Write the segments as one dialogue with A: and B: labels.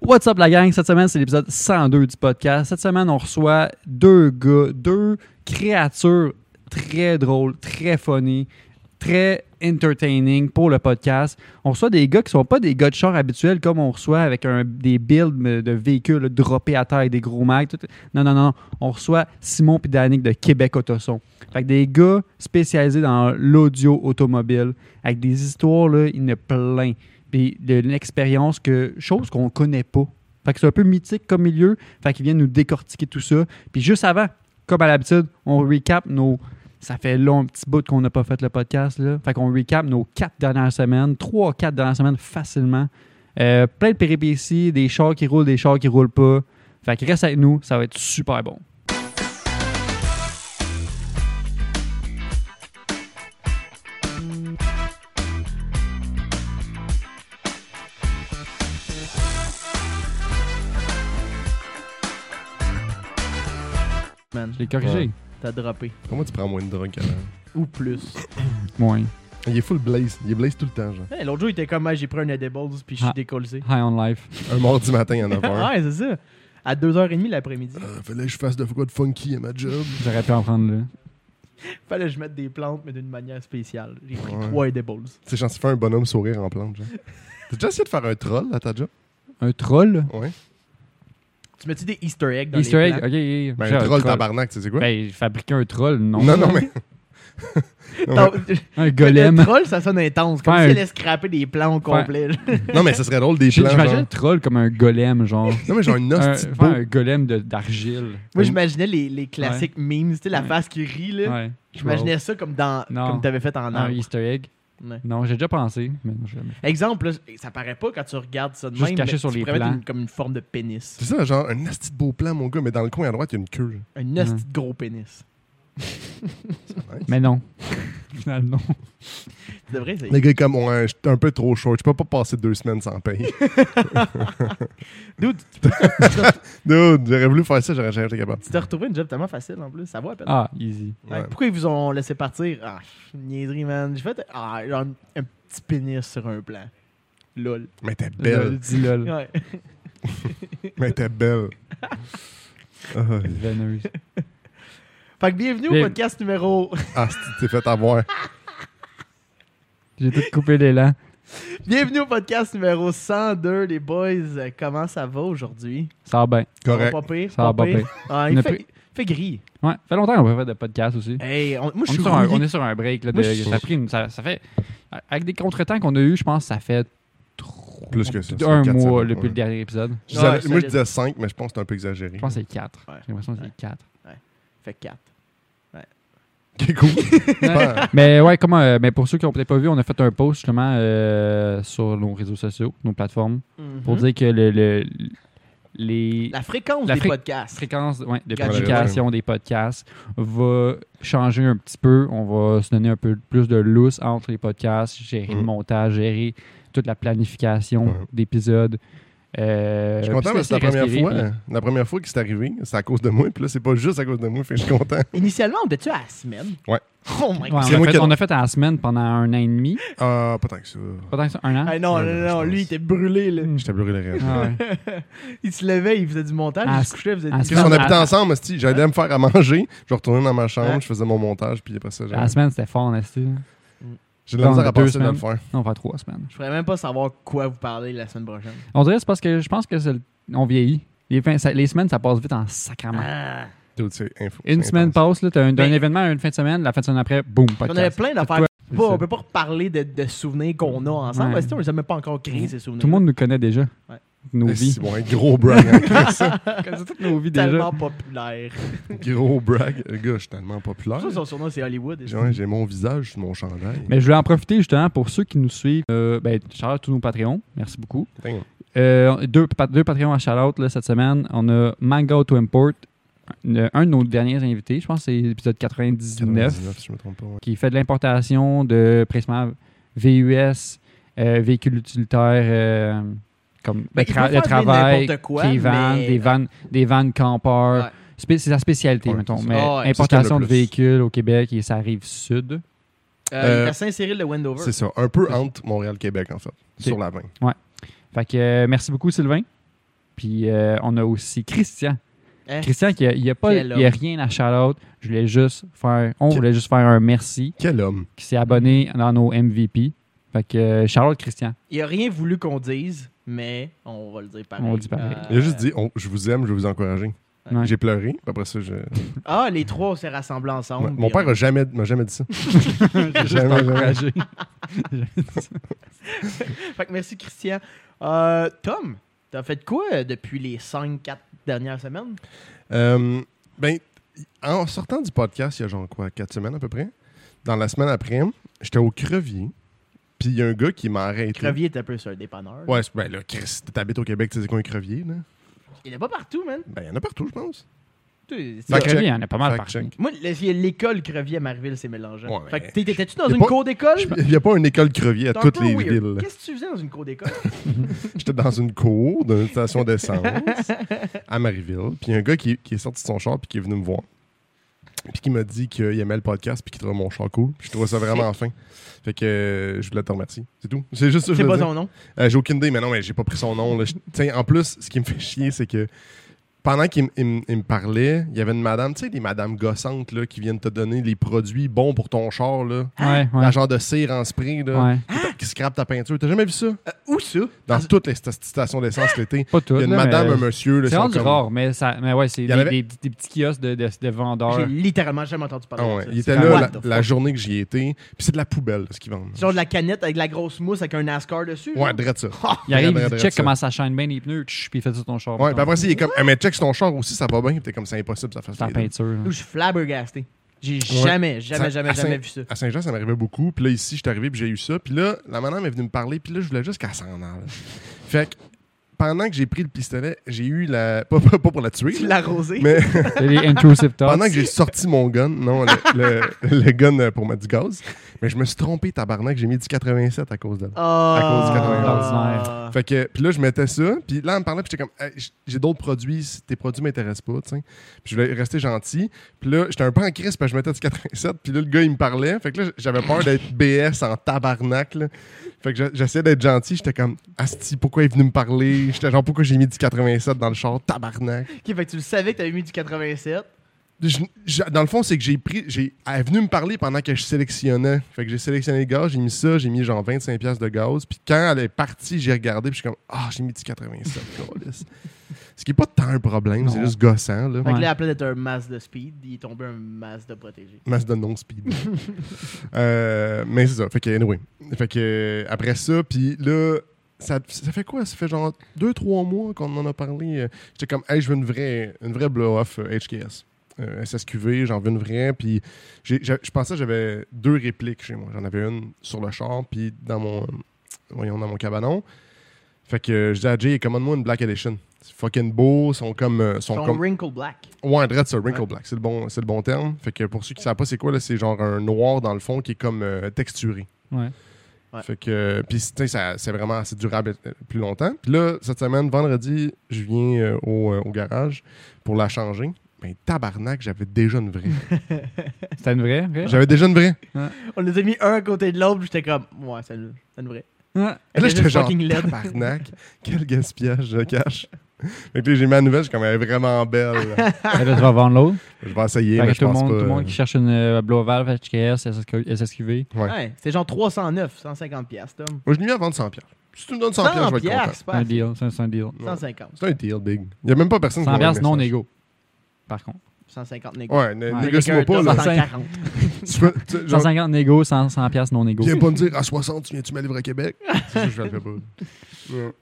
A: What's up la gang? Cette semaine, c'est l'épisode 102 du podcast. Cette semaine, on reçoit deux gars, deux créatures très drôles, très funny, très entertaining pour le podcast. On reçoit des gars qui sont pas des gars de char habituels comme on reçoit avec un, des builds euh, de véhicules là, droppés à terre avec des gros mags. tout- Non, non, non. On reçoit Simon et Danick de Québec Autoson. Fait que des gars spécialisés dans l'audio automobile avec des histoires, là, il y en a plein. Puis de l'expérience, que, chose qu'on connaît pas. Fait que c'est un peu mythique comme milieu. Fait qu'ils viennent nous décortiquer tout ça. Puis juste avant, comme à l'habitude, on recap nos. Ça fait long, petit bout qu'on n'a pas fait le podcast. Là. Fait qu'on recap nos quatre dernières semaines, trois, quatre dernières semaines facilement. Euh, plein de péripéties, des chars qui roulent, des chars qui roulent pas. Fait que reste avec nous, ça va être super bon.
B: man.
A: Je l'ai corrigé.
B: T'as droppé.
C: Comment tu prends moins de drogue qu'avant?
B: Ou plus.
A: Moins.
C: Il est full blaze. Il est blaze tout le temps, genre.
B: Hey, L'autre jour, il était comme, Ah, j'ai pris un edibles puis je
A: Ah.
B: suis décollé.
A: High on life.
C: Un mardi matin à 9h.
B: ouais, c'est ça. À 2h30 l'après-midi,
A: Euh.
C: fallait que je fasse de quoi de funky à ma job.
A: J'aurais pu en prendre là.
B: fallait que je mette des plantes, mais d'une manière spéciale. J'ai pris
C: Ouais.
B: trois edibles.
C: Tu sais, j'en suis fait un bonhomme sourire en plante, genre. T'as déjà essayé de faire un troll à ta job?
A: Un troll?
C: Ouais.
B: Tu mets-tu des Easter eggs dans
A: Easter
B: les
A: egg?
B: plantes?
A: Ok, ok.
C: Ben,
A: J'ai
C: un troll, tabarnak, tu sais c'est quoi?
A: Ben, fabriquer un troll, non.
C: non, non, mais.
B: Non,
A: Un
B: Le
A: golem.
B: troll, ça sonne intense. Comme
A: Ouais,
B: si
A: un-
B: elle allait scraper des plans au complet. là.
C: non, mais ça serait drôle des plans.
A: J'imagine
C: genre.
A: le troll comme un golem, genre.
C: Non, mais genre une
A: un,
C: hostie de
A: faire
C: beau.
A: un golem de- d'argile.
B: Moi, j'imaginais les, les classiques memes, tu sais, la
A: Ouais.
B: face qui rit, là.
A: Ouais.
B: J'imaginais ça comme dans
A: Non. Ah,
B: comme t'avais fait en
A: Un
B: arbre.
A: easter egg.
B: Ouais.
A: Non, j'ai déjà pensé. Mais non, j'ai jamais.
B: Exemple, là, ça paraît pas quand tu regardes ça de
A: Juste
B: même,
A: caché
B: mais
A: sur
B: tu
A: les
B: pourrais mettre
A: plans.
B: une- comme une forme de pénis.
C: C'est ça, genre un hostie de beau plan, mon gars, mais dans le coin à droite, il y a une queue. genre.
B: Un hostie de gros pénis.
C: Nice.
A: Mais non. Finalement, non.
B: Tu devrais essayer.
C: Les gars, comme, ouais, je suis un peu trop short. Je peux pas passer deux semaines sans paye.
B: Dude,
C: Dude, j'aurais voulu faire ça, j'aurais jamais été capable.
B: tu t'es retrouvé une job tellement facile en plus, ça va à
C: Ben
B: peine.
A: Ah, easy.
B: Ouais,
C: Ouais.
B: Pourquoi ils vous ont laissé partir? Ah, pff, niaiserie, man. J'ai fait ah, genre, un, un petit pénis sur un plan. Lol.
C: Mais t'es
A: Lol,
C: belle.
A: dis lol.
B: Ouais.
C: Mais t'es belle. Ah,
A: Veineuse.
B: Fait que bienvenue au
A: Bien-
B: podcast numéro.
C: Ah, c'est- t'es fait avoir.
A: J'ai tout coupé l'élan.
B: bienvenue au podcast numéro 102, les boys. Euh, Comment ça va aujourd'hui?
A: Ça va bien.
B: Ça va
C: Correct.
B: Pas pire,
A: Ça va pas
B: Ah,
A: On
B: il
A: a
B: fait,
A: pris-
B: il fait gris.
A: Ouais, fait longtemps qu'on peut faire de podcast aussi.
B: Hey, on- moi
A: On
B: je
A: est,
B: suis
A: sur un,
B: rouillé.
A: on est sur un break. Là, de,
B: Moi, je suis-
A: ça, a pris une- ça, ça fait. Avec des contretemps qu'on a eu, je pense que ça fait trois-
C: Plus que ça, ça fait
A: Un
C: quatre
A: mois
C: semaines,
A: depuis
C: ouais.
A: le dernier épisode.
C: Je disais-
B: Ouais,
C: moi,
B: solide.
C: je disais 5, mais je pense que c'est un peu exagéré.
A: Je pense que c'est quatre.
B: Ouais.
A: J'ai l'impression que
B: Ouais.
A: c'est quatre.
B: Fait 4.
C: c'est cool. Super.
A: Mais ouais, comment euh, mais pour ceux qui n'ont peut-être pas vu, on a fait un post justement euh, sur nos réseaux sociaux, nos plateformes, pour dire que le, le- les
B: Mhm. La fréquence
A: La
B: des
A: fré-
B: podcasts.
A: fréquence ouais, de
B: Gadget.
A: publication des podcasts va changer un petit peu. On va se donner un peu plus de lousse entre les podcasts, gérer le
C: Mm.
A: montage, gérer toute la planification
C: Ouais.
A: d'épisodes. Euh,
C: Je suis content
A: puis
C: parce que c'est la
A: laisser
C: première
A: respirer,
C: fois. hein. La première fois que c'est arrivé, c'est à cause de moi. Puis là, c'est pas juste à cause de moi. Fait que je suis content.
B: Initialement, on était-tu à la semaine?
C: Ouais.
B: Oh my
A: puis-
B: god.
A: Ouais,
C: C'est
A: on, a
C: moi
A: fait,
C: qui-
A: on a fait à la semaine pendant un an et demi.
C: Ah, pas tant que ça.
A: Pas tant que ça, un an.
B: Ah non, non,
C: Ouais, je
B: non,
C: pense.
B: lui, il était brûlé, là.
C: Je t'ai brûlé les rêves.
A: Ah ouais.
B: il se levait, il faisait du montage,
A: Ah,
B: il se couchait, il faisait
A: ah,
B: du
A: c'est
C: Qu'est-ce qu'on
A: Ah.
C: habitait ensemble, Esti? J'allais me faire à manger. Je retournais dans ma chambre,
B: Ouais.
C: je faisais mon montage, puis après ça,
A: La
C: j'allais-
A: semaine, c'était fort, en esti, là.
C: j'ai de la
A: dans
C: misère à
A: deux
C: passer de le
A: semaines.
C: faire.
A: Non, on va faire trois semaines.
B: Je pourrais même pas savoir quoi vous parler la semaine prochaine.
A: On dirait que c'est parce que je pense que c'est le- on vieillit. Les, fins- ça- les semaines, ça passe vite en sacrament.
B: Ah.
C: Dude, c'est info.
A: une
C: c'est
A: semaine
C: intense.
A: passe, là, t'as un, d'un
B: Ben-
A: événement à une fin de semaine, la fin de semaine après, boum,
B: On avait
A: podcast.
B: plein
A: Toi,
B: d'affaires. qu'on- pas-
A: c'est
B: on peut pas reparler de, de souvenirs qu'on a ensemble.
A: Ouais.
B: parce que on les a même pas encore créés, ces souvenirs.
A: Tout le monde nous connaît déjà.
B: Ouais.
A: Nos
C: Esti,
A: vies.
C: bon, un Eh, gros brag. hein.
A: C'est toutes nos vies déjà.
B: tellement populaire.
C: gros brag. Le gars, je suis tellement populaire.
B: Ça, son surnom, c'est Hollywood.
C: J'ai ouais, j'ai mon visage sur mon chandail.
A: Mais je voulais en profiter justement pour ceux qui nous suivent. Euh, ben, shout out à tous nos Patreons. Merci beaucoup.
C: Damn.
A: Euh, deux, pa- deux Patreons à shout-out là, cette semaine. On a Mango to Import, un, un de nos derniers invités. Je pense que c'est l'épisode 99.
C: 99, si je me trompe pas. ouais.
A: qui fait de l'importation de pressement VUS, euh, véhicules utilitaires euh, comme le,
B: Ben, il
A: tra-
B: peut
A: le
B: faire
A: travail,
B: n'importe quoi,
A: des vannes,
B: mais-
A: des vannes, des vannes campeurs.
B: Ouais.
A: Spé- C'est sa spécialité,
C: Ouais,
A: mettons.
C: c'est ça.
A: Mais
B: Ah ouais.
C: C'est ce qu'il y
A: importation
C: a
A: de
C: le plus.
A: véhicules au Québec et ça arrive sud.
B: Euh, il
C: Euh,
B: est à Saint-Cyril de Wendover.
C: C'est ça, un peu entre Montréal-Québec, en fait,
A: C'est-
C: sur la 20.
A: Fait que euh, merci beaucoup, Sylvain. Puis euh, on a aussi Christian.
B: Hein?
A: Christian, qui a- il n'y a, pas-
B: Quel
A: il y a
B: homme.
A: rien à shout-out. Je voulais juste faire, on
C: Quel-
A: voulait juste faire un merci
C: Quel homme.
A: qui s'est abonné dans nos MVP. Fait que euh, shout-out Christian.
B: Il a rien voulu qu'on dise, mais on va le dire pareil. Euh,
A: On le dit pareil.
C: Il a juste dit on- Je vous aime, je veux vous encourager.
A: Ouais.
C: J'ai pleuré. puis Après ça, je...
B: Ah, les trois, on s'est rassemblés ensemble.
C: Ouais, mon
B: puis
C: père m'a jamais, m'a jamais dit ça.
A: J'ai
C: Jamais, jamais.
A: encouragé.
B: on- Fait que merci, Christian. Euh, Tom, t'as fait quoi euh, depuis les 5-4 dernières semaines?
C: Euh, ben, en sortant du podcast, il y a genre quoi, quatre semaines à peu près, dans la semaine après, j'étais au Crevier, puis il y a un gars qui m'a arrêté.
B: Crevier est un peu sur un dépanneur.
C: Ouais, c'est- ben là, Chris, t'habites au Québec, tu sais quoi un crevier, là?
B: Il est pas partout, man.
C: Ben, il y en a partout, je pense.
B: Tu-
A: Le
C: Fact check.
A: crevier, il y en a hein, pas mal
C: Fact
A: partout.
C: check.
B: Moi, le- l'école Crevier à Marieville, c'est mélangeant.
C: Ouais,
B: fait
C: mais-
B: que t'es- t'étais-tu dans
C: Y a
B: une
C: pas-
B: cour d'école?
C: Je- Il n'y a pas une école crevier à
B: T'es un
C: toutes
B: peu
C: les
B: weird.
C: villes.
B: Qu'est-ce que tu faisais dans une cour d'école?
C: J'étais dans une cour d'une station d'essence à Marieville. Puis il y a un gars qui, qui est sorti de son char puis qui est venu me voir. Puis qui m'a dit qu'il aimait le podcast puis qu'il trouvait mon char cool. Puis je trouvais ça vraiment fin. Fait que euh, je voulais te remercier. C'est tout. C'est juste ça que je
B: C'est
C: voulais
B: pas
C: dire.
B: son nom.
C: Euh, j'ai aucune idée, mais non, mais j'ai pas pris son nom. là. Je- tu sais, en plus, ce qui me fait chier, c'est que pendant qu'il m- il m- il me parlait, il y avait une madame, tu sais, les madames gossantes là, qui viennent te donner les produits bons pour ton char, là.
A: Ouais,
C: La
A: ouais.
C: genre de cire en spray, là,
A: ouais.
C: qui scrape ta peinture. T'as jamais vu ça?
B: Euh, où ça?
C: Dans toutes les sta- stations d'essence l'été.
A: Pas tout.
C: Il y a une
A: là,
C: madame,
A: mais-
C: un monsieur. là,
A: C'est
C: ils sont
A: rendu
C: comme-
A: rare, mais, ça, mais ouais, c'est
C: Il y
A: des,
C: en avait-
A: des petits- des petits kiosques de, de- de
B: J'ai
A: vendeurs.
B: littéralement jamais entendu parler
C: Ah
B: de
C: ouais,
B: ça.
C: Il
B: C'est
C: était
B: comme,
C: là
B: what
C: la,
B: the
C: la
B: fuck?
C: journée que j'y étais. Puis c'est de la poubelle, ce qu'ils vendent.
B: C'est genre de la canette avec de la grosse mousse avec un NASCAR dessus.
C: Ouais,
B: genre. Ah,
C: drette ça.
A: Il arrive,
C: Regarde,
A: il dit,
C: regarde
A: check
C: ça.
A: comment ça shine bien les pneus, tch, puis il fait ça ton char.
C: Ouais, puis
A: Ton-
C: après, ça, il est comme, Ah, mais check sur ton char aussi, ça va bien. Puis t'es comme, c'est impossible, ça fasse
A: ta
C: les deux.
A: peinture. là.
B: Nous, Je suis flabbergasté. J'ai
C: Ouais.
B: jamais, jamais,
C: Ça- à
B: jamais,
C: Saint-
B: jamais vu ça.
C: À Saint-Jean, ça m'arrivait beaucoup. Puis là, ici, je suis arrivé, puis j'ai eu ça. Puis là, la madame est venue me parler, puis là, je voulais juste qu'elle s'en aille. Fait que pendant que j'ai pris le pistolet, j'ai eu la. Pas, pas- pas pour la tuer,
B: Tu
C: là,
B: l'as rosé?
C: mais
A: C'est les intrusive thoughts.
C: pendant que j'ai sorti mon gun, non, le, le- le gun pour mettre du gaz, mais je me suis trompé, tabarnak, j'ai mis du 87 à cause de là.
B: Ah.
C: cause du 91. Fait que, puis là, je mettais ça, puis là, elle me parlait, puis j'étais comme, Hey, j- j'ai d'autres produits, si tes produits m'intéressent pas, tu sais. Puis je voulais rester gentil. Puis là, j'étais un peu en crise, parce que je mettais du 87, puis là, le gars, il me parlait. Fait que là, j'avais peur d'être BS en tabarnak, là. Fait que je- j'essayais d'être gentil, j'étais comme, Asti, pourquoi il est venu me parler? J'étais genre, pourquoi j'ai mis du 87 dans le char, tabarnak?
B: Ok, fait que tu le savais que t'avais mis du 87.
C: Je- je- dans le fond, c'est que j'ai pris. J'ai, elle est venue me parler pendant que je sélectionnais. Fait que j'ai sélectionné le gaz, j'ai mis ça, j'ai mis genre 25$ de gaz. Puis quand elle est partie, j'ai regardé, puis je suis comme Ah, j'ai mis du 87$. câlisse. Ce qui n'est pas tant un problème, c'est
A: Non.
C: juste gossant, là.
B: Fait que
A: Ouais.
B: là, après d'être un masse de speed, il est tombé un masse de protégé.
C: Masse de non-speed. Euh, mais c'est ça. Fait que, anyway. Fait que, euh, après ça, puis là, ça, ça fait quoi? Ça fait genre 2-3 mois qu'on en a parlé. Euh, J'étais comme, hey, je veux une vraie, une vraie blow-off euh, HKS. Euh, SSQV, j'en veux une vraie. Puis j'ai- j'ai- je pensais que j'avais deux répliques chez moi. J'en avais une sur le char, puis dans mon, voyons, dans mon cabanon. Fait que euh, je dis à Jay, commande-moi une Black Edition. C'est fucking beau, sont comme, euh, sont
B: Son
C: comme
B: wrinkle black.
C: Ouais, Dread, c'est Wrinkle
B: Ouais.
C: Black. C'est le, bon, c'est le bon terme. Fait que pour ceux qui ne savent pas, c'est quoi, là, c'est genre un noir dans le fond qui est comme euh, texturé.
A: Ouais.
B: Ouais.
C: Fait que, euh, puis tu sais, ça- c'est vraiment assez durable euh, plus longtemps. Puis là, cette semaine, vendredi, je viens euh, au, euh, au garage pour la changer. Ben, tabarnak, j'avais déjà une vraie.
A: C'était une vraie, vraie?
C: j'avais déjà une vraie.
B: On les a mis un à côté de l'autre, puis j'étais comme, ouais, c'est une, c'est une vraie.
A: Ouais.
C: Et là,
B: Elle était
C: j'étais
B: juste
C: genre,
B: fucking laide.
C: tabarnak, quel gaspillage de cash. Fait que là, j'ai ma nouvelle, je suis comme, elle est vraiment belle.
A: Fait que là, tu vas vendre l'autre.
C: je vais essayer,
A: Fait
C: mais
A: que
C: je
A: tout le
C: pense
A: monde,
C: pas.
A: tout le monde qui cherche une euh, Blow Valve, HKS, SSQ SSQV.
C: Ouais.
B: Ouais, c'était genre 309, 150 piastres, Tom.
C: Moi, je l'ai mis à vendre 100$. Si tu me donnes 100$,
B: 100
C: je vais être content.
B: piastres, c'est
A: C'est
B: pas
A: un
B: assez.
A: deal. C'est un- c'est un deal.
C: Ouais.
B: 150.
C: C'est un deal big. Il n'y a même pas personne qui
A: 100
C: m'a envoyé
A: piastres
C: un
A: non
C: message.
A: négo. Par contre.
B: 150 négo.
C: Ouais, né-
A: Ouais.
C: négocie-moi pas. Là.
B: 140.
C: Tu peux- tu- genre,
A: 150 négo, 100, 100 piastres non négo.
C: viens pas me dire à 60, tu viens-tu me livrer à Québec? C'est ça, je vais le faire pas. Ouais.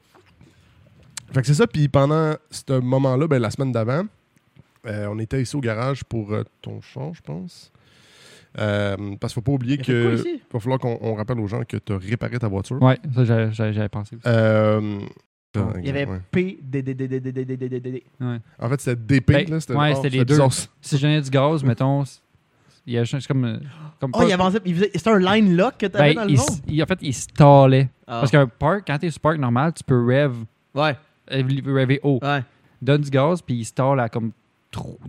C: Fait que c'est ça. Puis pendant ce moment-là, ben, la semaine d'avant, euh, on était ici au garage pour euh, ton char, je pense. Euh, parce qu'il faut pas oublier
B: Il a fait quoi
C: que.
B: ici?
C: Il va falloir qu'on on rappelle aux gens que tu as réparé ta voiture.
A: Ouais, ça, j'avais- j'avais j'avais pensé aussi.
C: Euh,
B: Il y avait
C: ouais.
B: P, D, D, D, D, D, D, D, D, D, D, D.
C: En fait, c'était DP.
A: Ben,
C: là, c'était
A: ouais,
C: oh,
A: c'était les
C: c'était
A: deux.
C: bizarre.
A: Si j'en ai du gaz, mettons, c'est- il y a juste comme. euh, comme
B: Oh,
A: pas-
B: il avançait, il faisait- c'était un line lock que t'avais
A: ben,
B: dans le
A: il
B: fond?
A: s- il- en fait, il stallait.
B: Ah.
A: Parce qu'un park, quand t'es sur park normal, tu peux rev,
B: Ouais,
A: rev- rever haut.
B: ouais.
A: Donne du gaz, puis il stalle à comme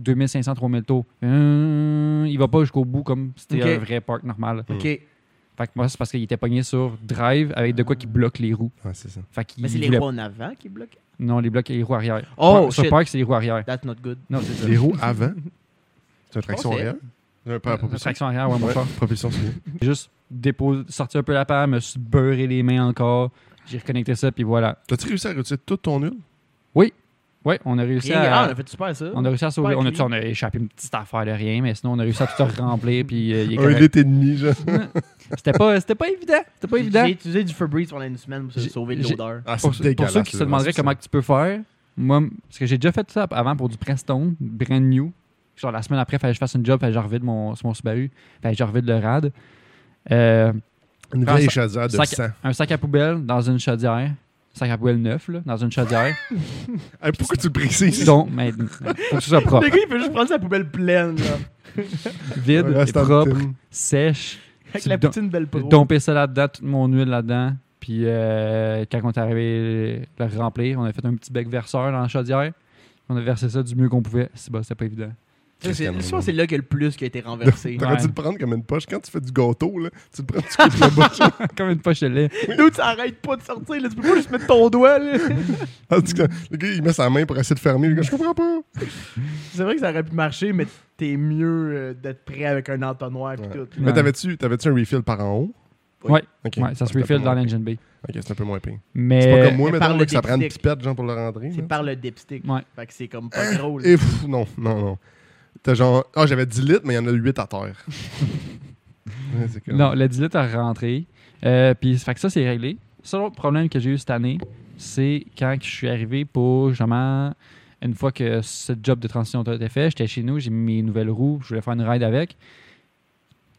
A: 2500-3000 taux. Hum, il va pas jusqu'au bout comme si c'était
B: Ok.
A: un vrai park normal.
C: Mm.
B: OK.
A: Fait que moi, c'est parce qu'il était pogné sur drive avec de quoi qui bloque les roues.
C: Ouais, c'est ça.
A: Fait qu'il
B: Mais c'est les
A: voulait-
B: rois en avant qui bloquent.
A: Non, les blocs et les roues arrière.
B: Oh,
A: Sur
B: shit.
A: Park, c'est les roues arrière.
B: That's not good.
A: Non, c'est ça.
C: Les roues avant. C'est une traction
B: pense que
C: arrière. Euh, pas la
A: La
C: propulsion.
A: traction arrière, ouais, mon
C: Ouais,
A: cher.
C: propulsion soulier.
A: J'ai juste déposé, sorti un peu la paire, me suis beurré les mains encore. J'ai reconnecté ça, puis voilà.
C: T'as-tu réussi à retirer toute ton huile?
A: Ouais, on a réussi
B: Rien, ah,
A: à.
B: on a fait super ça.
A: On a réussi à sauver.
B: Pas
A: On a,
B: avec
A: on a échappé une petite affaire de rien, mais sinon, on a réussi à tout remplir. Puis euh, il est
C: Un
A: correct.
C: litre et demi, genre.
A: C'était pas, c'était pas évident. C'était pas
B: J'ai-
A: évident.
B: J'ai utilisé du Febreze pendant une semaine pour se
A: J'ai-
B: sauver de
A: j'ai-
B: l'odeur.
C: Ah, c'est
A: Pour, pour
C: dégueulasse,
A: ceux qui
C: c'est
A: se demanderaient
C: vraiment
A: comment que tu peux faire, moi, m- parce que j'ai déjà fait ça avant pour du Prestone, brand new. Genre la semaine après, fallait que je fasse une job, fallait que je revide mon, sur mon Subaru, fallait que je revide le rad. Euh,
C: Une
A: Prends
C: vieille
A: ça-
C: chaudière de
A: sac-
C: 100.
A: un sac à poubelle dans une chaudière. Sac à poubelle neuf, là, dans une chaudière.
C: Hey, pourquoi tu le précises?
A: Donc, mais, faut que ce soit propre.
B: Le gars, il peut juste prendre sa poubelle pleine, là.
A: Vide,
C: Ouais, reste en
A: propre,
C: thème.
A: sèche.
B: Avec
A: Tu
B: la
A: don-
B: poutine belle pro.
A: Domper ça là-dedans, toute mon huile là-dedans. Puis euh, quand on est arrivé à le remplir, on a fait un petit bec verseur dans la chaudière. On a versé ça du mieux qu'on pouvait. C'est bon, c'était pas évident.
B: Ça, c'est-
C: Christian
B: Je pense que
C: Longmont.
B: c'est là que le plus qui a été renversé.
A: Ouais.
C: T'aurais dû le prendre comme une poche. Quand tu fais du gâteau, là, tu le prends, tu coupes la bouche.
A: Comme une poche de lait.
B: Nous, tu arrêtes pas de sortir, là. Tu peux pas juste mettre ton doigt, là.
C: Ah, tu- Le gars, il met sa main pour essayer de fermer. Le gars, je comprends pas.
B: C'est vrai que ça aurait pu marcher, mais t'es mieux euh, d'être prêt avec un entonnoir et
C: Ouais.
B: tout.
A: Ouais.
C: Mais t'avais-tu t'avais-tu un refill par en haut?
A: Oui. Ouais.
C: Ok.
A: Ouais, ça se
C: Ah, c'était un
A: refill
C: peu
A: dans
C: moins
A: l'engine B.
C: pire. Ok, c'est un peu moins pire.
A: Mais
C: C'est pas comme moi,
B: Mais
C: mettons,
B: par
C: là,
B: le
C: que ça prend une
B: dipstick.
C: pipette, genre, pour le rentrer.
B: C'est
C: là.
B: par le dipstick.
A: Ouais.
B: Fait que c'est comme
A: Hein?
B: pas gros, là.
C: Et pff, non, non, non. T'as genre. Ah, j'avais 10 litres, mais il y en a 8 à terre. Ouais, c'est comme-
A: Non, le 10 litres a rentré. Euh, puis, ça fait que ça, c'est réglé. Le seul autre problème que j'ai eu cette année, c'est quand je suis arrivé pour justement, une fois que ce job de transition a été fait, j'étais chez nous, j'ai mis mes nouvelles roues, je voulais faire une ride avec.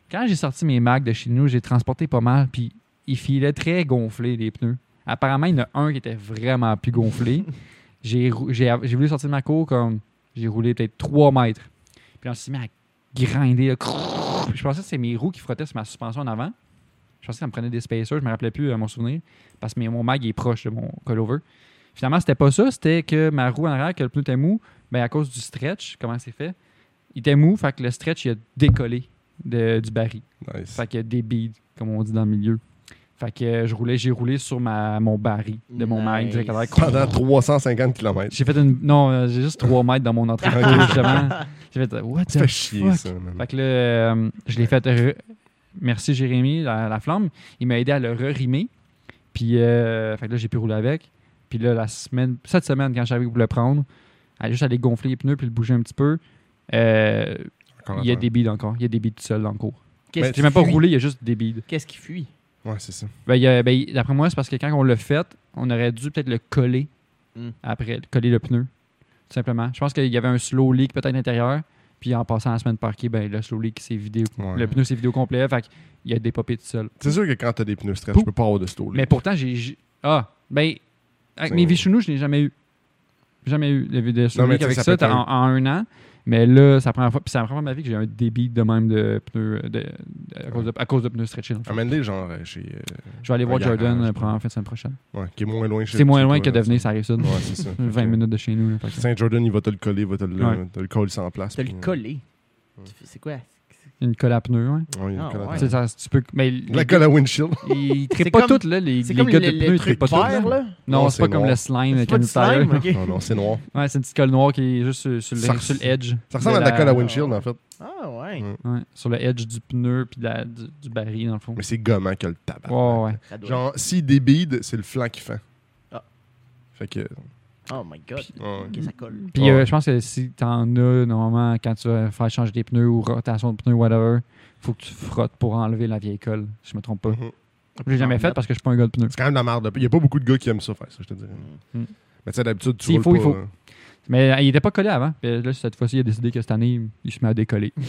A: Quand j'ai sorti mes Macs de chez nous, j'ai transporté pas mal, puis ils filaient très gonflés, les pneus. Apparemment, il y en a un qui était vraiment plus gonflé. J'ai rou- j'ai j'ai voulu sortir de ma cour comme j'ai roulé peut-être 3 mètres. Puis on s'est mis à grinder, là, puis je pensais que c'est mes roues qui frottaient sur ma suspension en avant. Je pensais que ça me prenait des spacers, je me rappelais plus à mon souvenir, parce que mes- mon mag est proche de mon collover. Finalement, c'était pas ça, c'était que ma roue en arrière, que le pneu était mou, ben à cause du stretch, comment c'est fait, il était mou, fait que le stretch, il a décollé de- du baril.
C: Nice.
A: Fait que des beads, comme on dit dans le milieu. Fait que euh, je roulais, j'ai roulé sur ma, mon baril de mon mag,
B: Nice.
A: direct à l'air.
C: Pendant 350 km.
A: J'ai fait une. Non, euh, j'ai juste 3 mètres dans mon entrée.
C: Ok.
A: justement. J'ai fait. What
C: Ça
A: the
C: fait chier,
A: fuck?
C: ça, man.
A: Fait que là, euh, je l'ai fait. re- Merci Jérémy, la, la flamme. Il m'a aidé à le re-rimer. Puis, euh, fait que là, j'ai pu rouler avec. Puis là, la semaine, cette semaine, quand j'arrive pour le prendre, elle est juste aller gonfler les pneus puis le bouger un petit peu. Euh,
C: Encore
A: il y a
C: attends.
A: des bides encore. Il y a des bides tout seul dans le cours.
B: Qu'est-ce
A: ben, J'ai
B: qui
A: même pas
B: fuit?
A: roulé, il y a juste des bides.
B: Qu'est-ce qui fuit?
C: Ouais, c'est ça.
A: Ben, il y a- ben, il- D'après moi, c'est parce que quand on l'a fait, on aurait dû peut-être le coller
B: Mm.
A: après, coller le pneu, tout simplement. Je pense qu'il y avait un slow leak peut-être à l'intérieur, puis en passant la semaine parquée, ben, le slow leak s'est vidé. au-
C: Ouais.
A: Le pneu s'est vidé au complet, fait qu'il y a des popées tout seul.
C: C'est sûr que quand t'as des pneus stress,
A: Pou-
C: tu peux pas avoir de stool.
A: Mais pourtant, j'ai. j'ai- Ah, ben, avec
C: C'est-
A: mes Vichounou, je n'ai jamais eu. Jamais eu le de slow
C: Non, mais
A: leak
C: tu sais,
A: avec
C: ça
A: ça,
C: peut
A: t'as en,
C: être
A: en un an. Mais là, ça prend fois, puis c'est la première fois de ma vie que j'ai un débit de même de pneus de, de- à, cause de, à cause de pneus stretchés. dans le fond.
C: Amène-les, genre, euh, chez.
A: Je vais aller voir
C: Un garage,
A: Jordan euh,
C: je
A: probablement en fin de semaine prochaine.
C: euh, Ouais, qui est moins loin chez
A: C'est moins
C: chez
A: loin
C: toi,
A: que
C: là,
A: devenir
C: ça.
A: ça arrive ça.
C: Ouais, c'est ça.
A: 20
C: Fait que-
A: minutes de chez nous. là, fait que-
C: Saint Jordan, il va te le coller, il va te le,
A: Ouais.
C: te le coller sans place.
B: T'as le
C: puis, euh,
B: collé.
A: Hmm.
B: Tu- C'est quoi?
A: une colle à pneus, ouais.
C: ouais, il y a
B: Ah,
C: le colle à
B: ouais.
A: Tu sais,
C: terre.
A: ça, tu peux, mais
C: La colle à windshield.
A: Ils
B: C'est
A: trippent pas
B: comme-
A: toutes, là. Les,
B: C'est
A: les
B: comme
A: gars
B: le-
A: de
B: le
A: pneus, ils
B: truc
A: trippent pas toutes.
B: vert, là?
A: Non,
C: Non,
A: c'est pas
C: c'est
A: comme
C: noir.
A: le slime
B: C'est
A: avec
B: pas du slime, hein. ok.
C: Non, non, c'est noir.
A: Ouais, c'est une petite colle noire qui est juste sur, sur le,
C: Ça
A: sur le edge.
C: Ça ressemble à de
A: de
C: la colle à windshield, en fait.
B: Ah, ouais.
C: Ouais.
A: Ouais, sur le edge du pneu puis de la- du, du baril, dans le fond.
C: Mais c'est gommant que le tabac.
A: Ouais, ouais.
B: Ça doit-
C: Genre, s'il débide, c'est le flanc qui fait.
B: Ah.
C: Fait que.
B: Oh my god.
C: ouais.
B: Ok, ça colle.
A: Puis
C: Ouais.
A: euh, je pense que si t'en as, normalement, quand tu vas faire changer des pneus ou rotation de pneus, whatever, faut que tu frottes pour enlever la vieille colle, si je me trompe pas.
C: Mhm.
A: Je l'ai jamais fait parce que je suis pas un gars de pneus.
C: C'est quand même de la merde. Il n'y a pas beaucoup de gars qui aiment ça faire ça, je te dirais.
A: Mm.
C: Mais tu sais, d'habitude, tu
A: S'il
C: roules
A: faut, il
C: pas,
A: faut.
C: euh,
A: Mais euh, il était pas collé avant. Puis là, cette fois-ci, il a décidé que cette année, il se met à décoller.
C: ouais,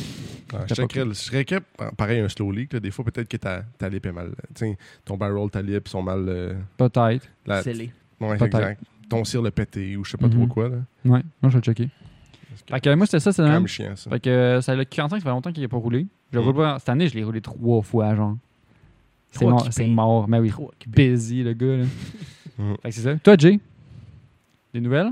A: T'as
C: je
A: pas
C: checkerais le- je checkerais, pa- pareil, un slow leak. là. des fois, peut-être que ta, ta lip est mal. euh, Tu sais, ton barrel, ta lip sont mal. euh,
A: Peut-être.
C: la-
B: Scellé.
C: Ouais,
A: Peut-être.
C: exact. Ton cire le pété ou je sais pas
A: Mhm.
C: trop quoi. Là.
A: Ouais, moi, je vais le checker. Fait que euh, moi, c'était ça, c'est
C: C'est
A: la
C: quand
A: même.
C: même chiant, ça.
A: Fait que euh, ça, le 45, ça fait longtemps qu'il n'est pas roulé. Je le
C: Mm.
A: roule pas. Cette année, je l'ai roulé trois fois, genre. C'est
B: Trois
A: mort,
B: qui
A: c'est
B: payent.
A: mort. Mais oui,
B: Trop occupé.
A: busy, le gars, là.
C: Mm.
A: Fait que c'est ça. Toi, Jay, des nouvelles?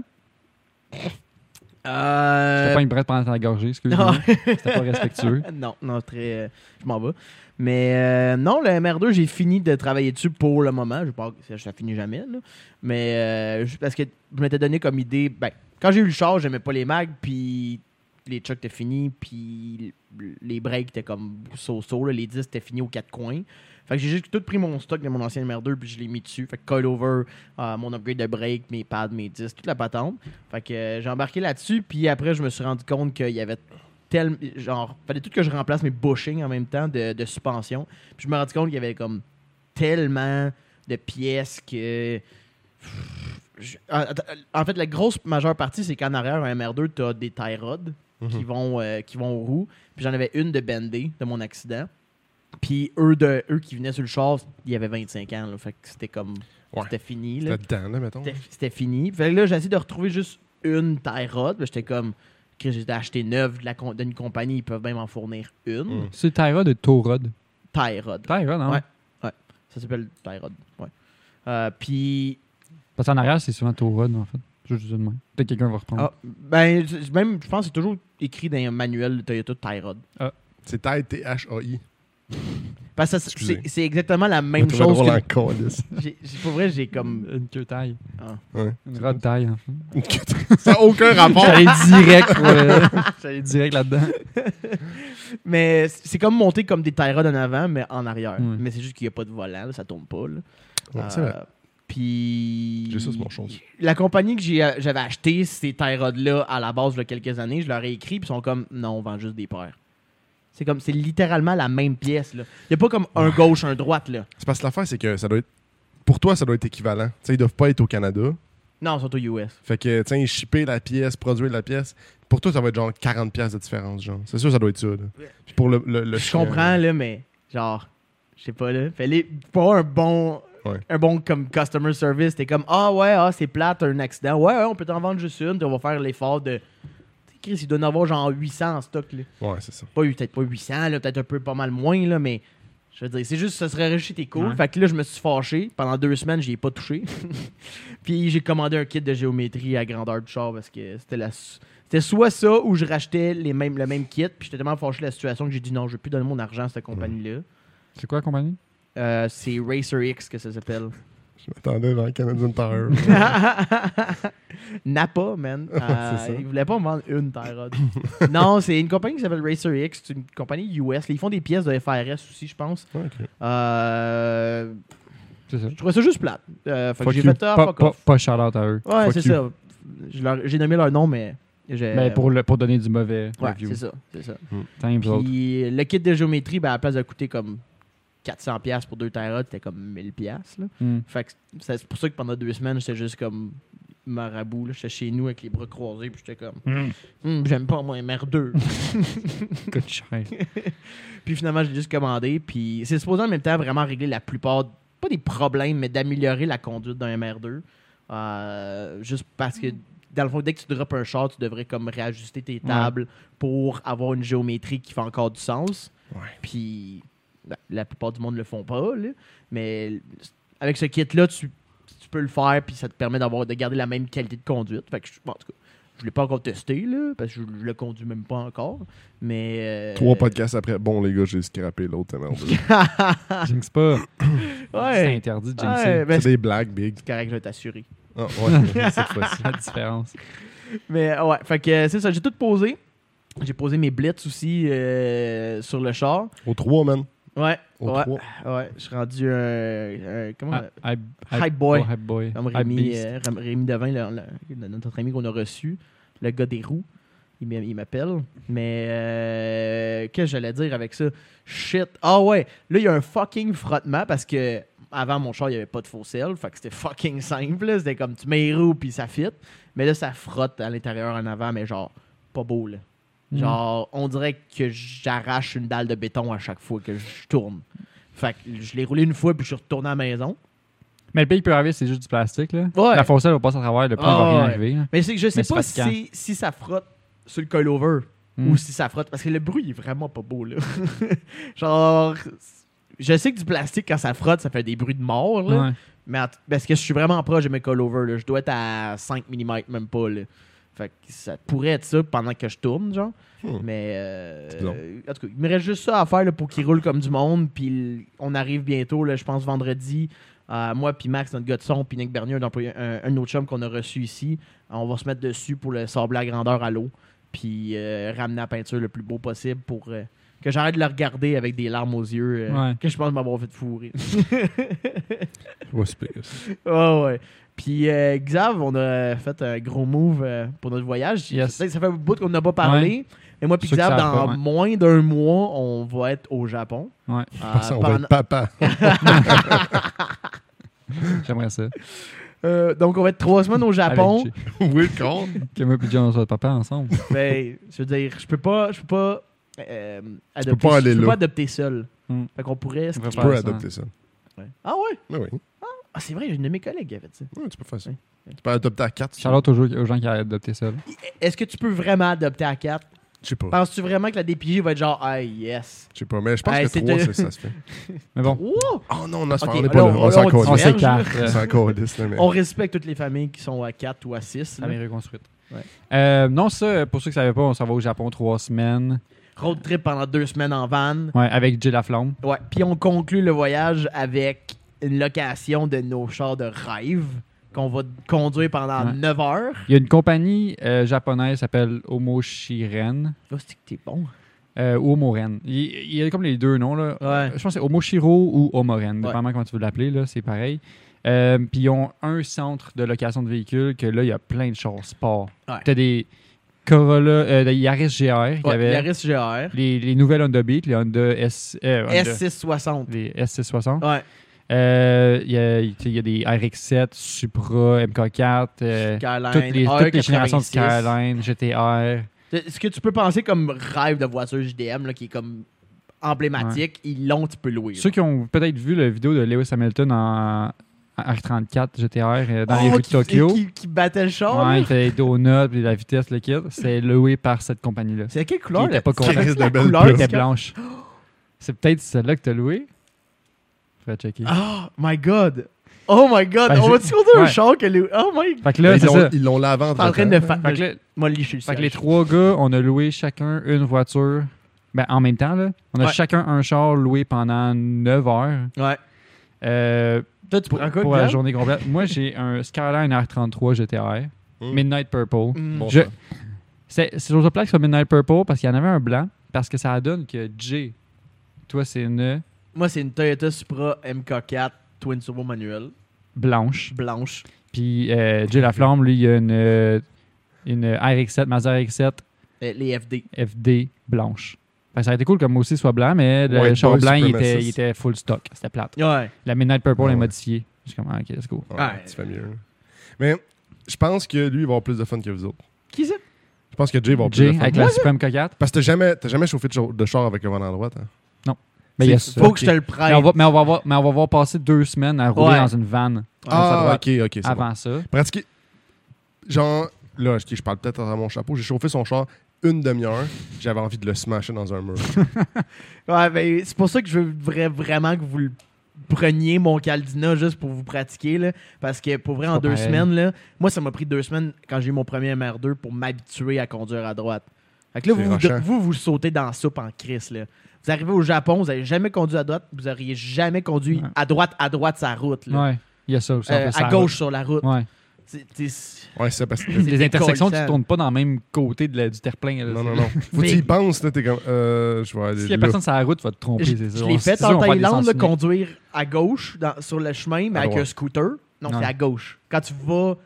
A: Je
B: Euh,
A: pas une brette pendant ta gorgée, excuse-moi.
B: non.
A: C'était pas respectueux.
B: non, non, très. euh, je m'en vais. Mais euh, non, le MR2, j'ai fini de travailler dessus pour le moment. Je pas, ça finit jamais, là. Mais euh, je- parce que je m'étais donné comme idée. Ben, quand j'ai eu le char, j'aimais pas les mags, puis les chucks étaient finis, puis les breaks étaient comme so-so, là. les 10 étaient finis aux quatre coins. Fait que j'ai juste tout pris mon stock de mon ancien MR2 puis je l'ai mis dessus. Fait que coilover, euh, mon upgrade de break, mes pads, mes 10, toute la patente. Fait que euh, j'ai embarqué là-dessus, puis après, je me suis rendu compte qu'il y avait tel genre fallait tout que je remplace mes bushings en même temps de, de suspension puis je me rendis compte qu'il y avait comme tellement de pièces que Je- en- en fait la grosse majeure partie c'est qu'en arrière un MR2 tu as des tie rods
C: Mhm.
B: qui vont euh, qui vont aux roues puis j'en avais une de bendée de mon accident puis eux de eux qui venaient sur le char il y avait 25 ans là. fait que c'était comme
C: Ouais.
B: c'était fini là.
C: C'était dedans, là, mettons.
B: C'était- C'était fini. Fait que là, j'ai essayé de retrouver juste une tie rod. Puis J'étais comme, que j'ai acheté neuf de la com- d'une compagnie, ils peuvent même en fournir une.
C: Mm.
A: C'est Tyrod de Taurod.
B: Tie rod.
A: Tyrod, hein?
B: Ouais. Ça s'appelle tie rod. Ouais. Euh, puis,
A: Parce qu'en arrière, c'est souvent Taurod, en fait. Je dis ça de même. Peut-être quelqu'un va reprendre.
B: ah, ben, c'est- même, je pense que c'est toujours écrit dans un manuel de Toyota tie rod.
C: C'est Tide, T-H-A-I.
B: Parce que ça-
C: Excusez.
B: c'est c'est exactement la
C: Je
B: même
C: trouvais
B: chose
C: drôle en
B: que.
C: calice.
B: j'ai- j'ai- Pour vrai, j'ai comme.
A: Une queue taille.
B: Ah.
C: Ouais.
A: Une rod taille, en fait.
C: Ça n'a aucun rapport.
A: J'allais direct, pour, euh, j'allais direct là-dedans.
B: Mais c'est c'est comme monter comme des tie rods en avant, mais en arrière.
A: Ouais.
B: Mais c'est juste qu'il n'y a pas de volant, là, ça tourne pas. là.
C: Mm. Ouais, c'est
B: Euh,
C: vrai.
A: Ah,
B: Puis.
C: J'ai ça sur mon chose.
B: La compagnie que j'ai- euh, j'avais acheté ces tie là à la base, il y a quelques années, je leur ai écrit, puis ils sont comme, non, on vend juste des paires. C'est comme, c'est littéralement la même pièce, là. Il n'y a pas comme un gauche, un droite, là.
C: C'est parce que l'affaire, c'est que ça doit être. Pour toi, ça doit être équivalent. Tu sais, ils doivent pas être au Canada.
B: Non, surtout US.
C: Fait que, tiens, shipper la pièce, produire la pièce. Pour toi, ça va être genre 40 pièces de différence, genre. C'est sûr, ça doit être ça. là. Puis pour le, le- le
B: je
C: chien,
B: comprends, là, mais genre, je sais pas, là. Fallait pas un bon.
C: Ouais.
B: Un bon comme customer service, t'es comme Ah ouais, ah, c'est plate, t'as un accident. Ouais, ouais, on peut t'en vendre juste une, puis on va faire l'effort de. Tu sais, Chris, il doit en avoir genre 800 en stock, là.
C: Ouais, c'est ça.
B: pas eu- peut-être pas 800, là, peut-être un peu pas mal moins, là, mais je veux dire, c'est juste, ça serait enrichi, t'es cool.
A: Ouais.
B: Fait que là, je me suis fâché. Pendant deux semaines, j'y ai pas touché. Puis j'ai commandé un kit de géométrie à grandeur du char parce que c'était la. s- C'était soit ça ou je rachetais les mêmes, le même kit. Puis j'étais tellement fâché de la situation que j'ai dit non, je veux plus donner mon argent à cette compagnie-là.
A: C'est quoi la compagnie?
B: Euh, c'est Racer X que ça s'appelle.
C: Je m'attendais dans Canadian Tire.
B: Napa, man.
C: Ouais,
B: Euh,
C: c'est ça.
B: ils voulaient pas me vendre une Tyrod. non, c'est une compagnie qui s'appelle Racer X. C'est une compagnie US. Ils font des pièces de FRS aussi, je pense.
C: Ouais, ok.
B: Euh,
A: C'est ça.
B: je trouvais ça juste plate. Euh, fait que
A: Fuck
B: j'ai
A: you.
B: fait ah,
A: pas,
B: fuck
A: pas,
B: off.
A: pas shout-out à eux.
B: Ouais,
C: fuck
B: c'est
C: you.
B: ça. Je leur- J'ai nommé leur nom, mais. j'ai-
A: Mais Ben, pour, le, pour donner du mauvais
B: Euh, Ouais,
A: review.
B: c'est ça. c'est ça.
A: Time
B: Puis euh,
A: out.
B: le kit de géométrie, ben, à la place de coûter comme 400$ pour deux Tyrod, c'était comme 1000$. Là.
A: Hmm.
B: Fait que c'est c'est pour ça que pendant deux semaines, j'étais juste comme marabout. là. J'étais chez nous avec les bras croisés, puis j'étais comme.
A: Hmm.
B: Hum, J'aime pas mon MR2.
A: Coûte cher.
B: Puis finalement, j'ai juste commandé. Puis c'est supposé en même temps vraiment régler la plupart, pas des problèmes, mais d'améliorer la conduite d'un MR2. Euh, juste parce que, dans le fond, dès que tu droppes un char, tu devrais comme réajuster tes tables pour avoir une géométrie qui fait encore du sens.
C: Ouais.
B: Puis ben, la plupart du monde le font pas. là. Mais avec ce kit-là, tu, tu peux le faire, puis ça te permet d'avoir de garder la même qualité de conduite. Fait que, je- bon, en tout cas, je l'ai pas encore testé, là, parce que je, je le conduis même pas encore. Mais. euh,
C: Trois podcasts après. Bon, les gars, j'ai scrappé l'autre MR2.
A: Jinx pas. C'est
B: Ouais.
A: interdit de jinxer.
B: Ouais, ben,
C: c'est
B: c'est
C: des blagues, big.
B: correct, je vais t'assurer.
C: Ah, ouais, cette fois-ci.
A: La différence.
B: Mais ouais, fait que euh, c'est ça, j'ai tout posé. J'ai posé mes blitz aussi euh, sur le char.
C: Au 3, man.
B: Ouais,
C: Au
B: ouais,
C: 3.
B: ouais. Je suis rendu un, un- comment
A: Hype
B: Hype boy.
A: oh, Hype boy.
B: comme
A: Hype
B: Rémi,
A: Ah, beast.
B: euh, Ré- Rémi Devin, le- le- notre ami qu'on a reçu, le gars des roues. Il m'a- il m'appelle. Mais euh, qu'est-ce que j'allais dire avec ça? Shit. Ah ouais, là, il y a un fucking frottement parce que avant mon char, il n'y avait pas de faux sel. Fait que c'était fucking simple. là. C'était comme tu mets les roues puis ça fit. Mais là, ça frotte à l'intérieur en avant, mais genre, pas beau là.
A: Mhm.
B: Genre, on dirait que j'arrache une dalle de béton à chaque fois que je tourne. Fait que je l'ai roulé une fois puis je suis retourné à la maison.
A: Mais le pire qui peut arriver, c'est juste du plastique. Là.
B: Ouais.
A: La fossile va passer à travers, le plan
B: Ah,
A: va rien
B: ouais.
A: arriver. là.
B: Mais c'est que je sais
A: Mais c'est
B: pas
A: parce que-
B: si, si ça frotte sur le coilover
A: Mm.
B: ou si ça frotte. Parce que le bruit il est vraiment pas beau, là. Genre. Je sais que du plastique, quand ça frotte, ça fait des bruits de mort, là.
A: Ouais.
B: Mais en t- parce que je suis vraiment proche de mes coilovers, là. Je dois être à 5 mm, même pas, là. Fait que ça pourrait être ça pendant que je tourne, genre.
C: Hmm.
B: Mais euh,
C: C'est bon.
B: euh, en tout cas, il me reste juste ça à faire là, pour qu'il roule comme du monde. Puis l- on arrive bientôt, là, je pense vendredi. euh, moi, puis Max, notre gars de son, puis Nick Bernier, un, employé- un- un autre chum qu'on a reçu ici. On va se mettre dessus pour le sabler à grandeur à l'eau. Puis euh, ramener la peinture le plus beau possible pour euh, que j'arrête de le regarder avec des larmes aux yeux. euh,
A: Ouais.
B: Que je pense m'avoir fait fourrer.
C: Ouais, c'est pire, ça.
B: Ah ouais. Puis euh, Xav, on a fait un gros move euh, pour notre voyage.
A: Yes.
B: Ça, ça fait un bout qu'on n'a pas parlé. Et moi, puis
A: Ceux qui
B: Xav,
A: savent
B: dans
A: pas, ouais.
B: moins d'un mois, on va être au Japon.
A: Ouais.
B: Euh,
C: Parce qu'on Ah, va
B: pendant-
C: être papa.
A: J'aimerais ça.
B: Euh, donc, on va être trois semaines au Japon.
A: Avec Jay.
C: oui, con.
A: Que moi puis John, on soit papa ensemble.
B: Ben, je veux dire, je peux pas, je peux pas, euh, adopter,
C: pas aller
B: je peux
C: là.
B: pas adopter seul.
A: Hmm.
B: Fait qu'on pourrait.
A: On pourrait
C: Tu
A: Ouais,
C: peux
A: ça.
C: adopter ça.
B: Ah ouais?
C: Oui, oui.
B: Ah, c'est vrai, j'ai une de mes collègues qui avait dit ça.
C: Ouais, tu peux faire ça.
B: Ouais.
C: Tu peux adopter à 4.
A: Charlotte aux, aux gens qui arrêtent d'opter seul.
B: Est-ce que tu peux vraiment adopter à quatre?
C: Je sais pas.
B: Penses-tu vraiment que la DPJ va être genre, ah yes?
C: Je sais pas, mais je pense
B: Hey,
C: que
B: c'est
C: 3,
B: de-
C: ça, ça se fait.
A: Mais bon,
B: Wow!
C: Oh non, non, c'est
B: Ok,
C: pas- on n'est
B: là,
C: pas là.
B: on-
C: On
B: là,
C: s'en
B: on
C: calisse.
A: on
B: diverge.
A: s'écarte.
C: On
A: euh,
C: s'en calisse, là, mais.
B: On respecte toutes les familles qui sont à 4 ou à 6.
A: Ça m'est reconstruite.
B: Ouais.
A: Euh, non, ça, pour ceux qui ne savaient pas, on s'en va au Japon trois semaines.
B: Road trip pendant deux semaines en van.
A: Ouais, avec Jay Laflamme.
B: Ouais. Puis on conclut le voyage avec une location de nos chars de rêve qu'on va conduire pendant
A: Ouais.
B: 9 heures.
A: Il y a une compagnie euh, japonaise qui s'appelle Homo Shiren.
B: Là, c'est que t'es bon.
A: euh, ou Homoren. Il, il y a comme les deux noms. Là. Euh,
B: Ouais.
A: Je pense que c'est Homoshiro ou Homoren,
B: Ouais.
A: dépendamment comment tu veux l'appeler, là, c'est pareil. Euh, Puis ils ont un centre de location de véhicules que là, il y a plein de choses sport.
B: Ouais.
A: T'as des Corolla, euh, des Yaris GR, il y
B: Ouais,
A: avait
B: Yaris GR.
A: les, les nouvelles Honda Beat, les Honda S, euh, Honda-
B: S660.
A: les S660.
B: Ouais.
A: Euh, Il y a- tu sais, il y, a des RX-7, Supra, MK4, euh,
B: Skyline.
A: toutes les, toutes les
B: R86.
A: générations de Skyline, GTR.
B: C'est- Ce Euh, que tu peux penser comme rêve de voiture JDM, là, qui est comme emblématique, ils l'ont, tu peux louer.
A: Ceux
B: là.
A: qui ont peut-être vu la vidéo de Lewis Hamilton en, en R34 GTR euh, dans les
B: Oh,
A: rues de
B: qui-
A: Tokyo,
B: Qui, qui battait le char.
A: ouais,
B: là.
A: il fait des donuts, puis la vitesse, le kit, c'est loué par cette compagnie-là.
B: C'est quelle couleur?
A: Qui était
B: la-
A: pas
B: c'est
A: content.
B: la
C: Crise de belle
B: couleur
A: Elle
C: Parce
A: était
B: que-
A: blanche. C'est peut-être celle-là que t'as loué. Faut checker.
B: Oh my god! Oh my god!
A: Ben,
B: on
A: je-
B: va-tu conduire un
A: ouais.
B: char que les... Oh my god!
A: Fait que
C: Ben,
A: là,
C: ils
A: c'est
C: l'ont-
A: ça.
C: Ils l'ont lavé
B: Je suis en train de faire.
A: Fait que, là-
B: Moi, le licher le
A: fait que
B: siège.
A: les trois gars, on a loué chacun une voiture. Ben, en même temps, là. On a
B: Ouais.
A: chacun un char loué pendant 9 heures.
B: Ouais.
A: Euh,
B: Toi, tu
A: pour,
B: prends quoi,
A: pour la
B: Gab?
A: journée complète. Moi, j'ai un Skyline R33 GTR,
C: Mm.
A: Midnight Purple.
B: Mm.
C: Bon,
A: Je-
C: ça.
A: C'est c'est toujours plat que ce soit Midnight Purple parce qu'il y en avait un blanc, parce que ça donne que J, toi, c'est une
B: Mm. Moi, c'est une Toyota Supra MK4 Twin Turbo Manuel,
A: blanche.
B: blanche.
A: Puis euh, J Laflamme, lui, il y a une, euh, une RX7, Mazda RX7
B: Euh, Les FD.
A: FD blanche. Fait que ça a été cool comme aussi soit blanc, mais le
C: White
A: char
C: boy
A: blanc, il
C: supremacist.
A: était, il était full stock. C'était plate.
B: Ouais.
A: La Midnight Purple
C: Ah
A: est
C: ouais.
A: modifiée. Je suis comme, ah, ok, let's go.
C: Ouais,
B: Ouais.
C: Tu fais mieux. là. Mais je pense que lui, il va avoir plus de fun que vous autres.
B: Qui c'est?
C: Je pense que Jay va avoir
A: J
C: plus de fun.
A: avec la Supreme Cocotte.
C: Parce que t'as jamais, t'as jamais chauffé de, char- de char avec le vent en droite. Hein?
A: Mais Ben, il y a
B: Faut
A: ça.
B: que je te le prête.
A: Mais on, va, mais, on va avoir, mais on va avoir passé deux semaines à rouler
B: Ouais.
A: dans une vanne
C: Ah, ok, ok. c'est bon.
A: avant ça.
C: Pratiquer. Genre, là, ok, je parle peut-être à mon chapeau. J'ai chauffé son char une demi-heure. J'avais envie de le smasher dans un mur.
B: Ouais, ben, c'est pour ça que je voudrais vraiment que vous le preniez mon Caldina juste pour vous pratiquer. Là, parce que pour vrai,
A: C'est
B: en
A: pas
B: deux
A: pareil.
B: semaines, là, moi, ça m'a pris deux semaines quand j'ai eu mon premier MR2 pour m'habituer à conduire à droite. Fait que là,
C: C'est
B: vous, vous-
C: rochant.
B: vous, vous sautez dans la soupe en crise. Là. Vous arrivez au Japon, vous n'avez jamais conduit à droite, vous n'auriez jamais conduit
A: Ouais.
B: à droite, à droite, sa route. là.
A: Ouais. Il y a ça aussi. en
B: Euh,
A: plus,
B: à
A: la
B: gauche sur la route.
A: route. Ouais.
B: C'est- c'est- c'est-
C: Ouais, c'est parce que.
B: C'est
A: Les intersections, tu
B: décollissant.
A: ne tournes pas dans le même côté de la- du terre-plein. là.
C: Non, non, non. Faut que tu y penses, là. T'es comme. Euh, je vais aller.
A: Si la
C: là.
A: personne sur la route va te tromper,
B: Je,
A: c'est ça.
B: je
A: On-
B: l'ai
A: c'est
B: fait
A: sûr,
B: en
A: on va faire des
B: Thaïlande, là,
A: sens uniques.
B: conduire à gauche dans- sur le chemin, mais
C: À
B: avec
C: droite.
B: un scooter. Non,
A: Non.
B: c'est à gauche. Quand tu vas,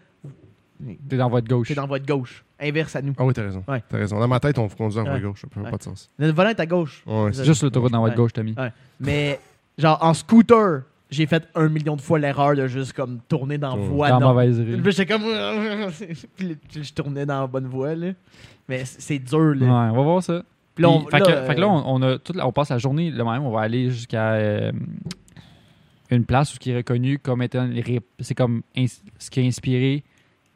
A: T'es dans votre gauche.
B: t'es dans votre gauche. Inverse à nous.
C: Ah oui, t'as raison.
B: Ouais.
C: T'as raison. Dans ma tête, on conduit à la
B: Ouais.
C: gauche. Ça fait
B: Ouais.
C: pas de sens.
B: Le volant est à gauche.
C: Ouais,
A: C'est Juste l'autoroute dans votre
B: Ouais.
A: gauche, Tommy.
B: Ouais. Mais, genre, en scooter, j'ai fait un million de fois l'erreur de juste comme tourner dans la
C: Tourner.
B: voie.
A: Dans
B: non.
A: mauvaise
B: Puis
A: rue.
B: J'étais comme. Puis là, je tournais dans la bonne voie, là. Mais c'est c'est dur,
A: Ouais,
B: là.
A: on va voir ça.
B: Puis là, on-
A: Puis, fait, que,
B: là, euh,
A: fait que là, on, on a toute la- on passe la journée le même. On va aller jusqu'à euh, une place où ce qui est reconnu comme étant. les ré- C'est comme ins- ce qui a inspiré.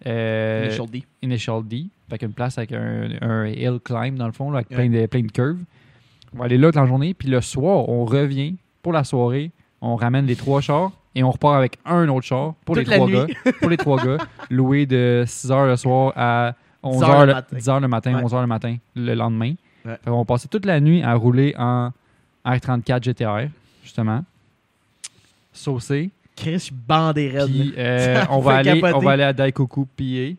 A: euh,
B: Initial D.
A: Initial D. Fait qu'une place avec un, un hill climb, dans le fond, là, avec
B: Ouais.
A: plein, de, plein de curves. On va aller là toute la journée, puis le soir, on revient pour la soirée, on ramène les trois chars et on repart avec un autre char pour
B: Toute
A: les
B: la
A: trois
B: nuit.
A: gars. Pour les trois gars, loué de 6 h le soir à 11
B: heures
A: heures
B: le
A: le-
B: matin.
A: 10 heures le matin,
B: Ouais.
A: 11 heures le matin, le lendemain.
B: Ouais.
A: Fait on passait toute la nuit à rouler en R34 GTR, justement. Saucé.
B: Chris, je suis bandé raide.
A: Puis euh,
B: Ça
A: on,
B: fait
A: va aller,
B: capoter.
A: on va aller à Daikoku piller.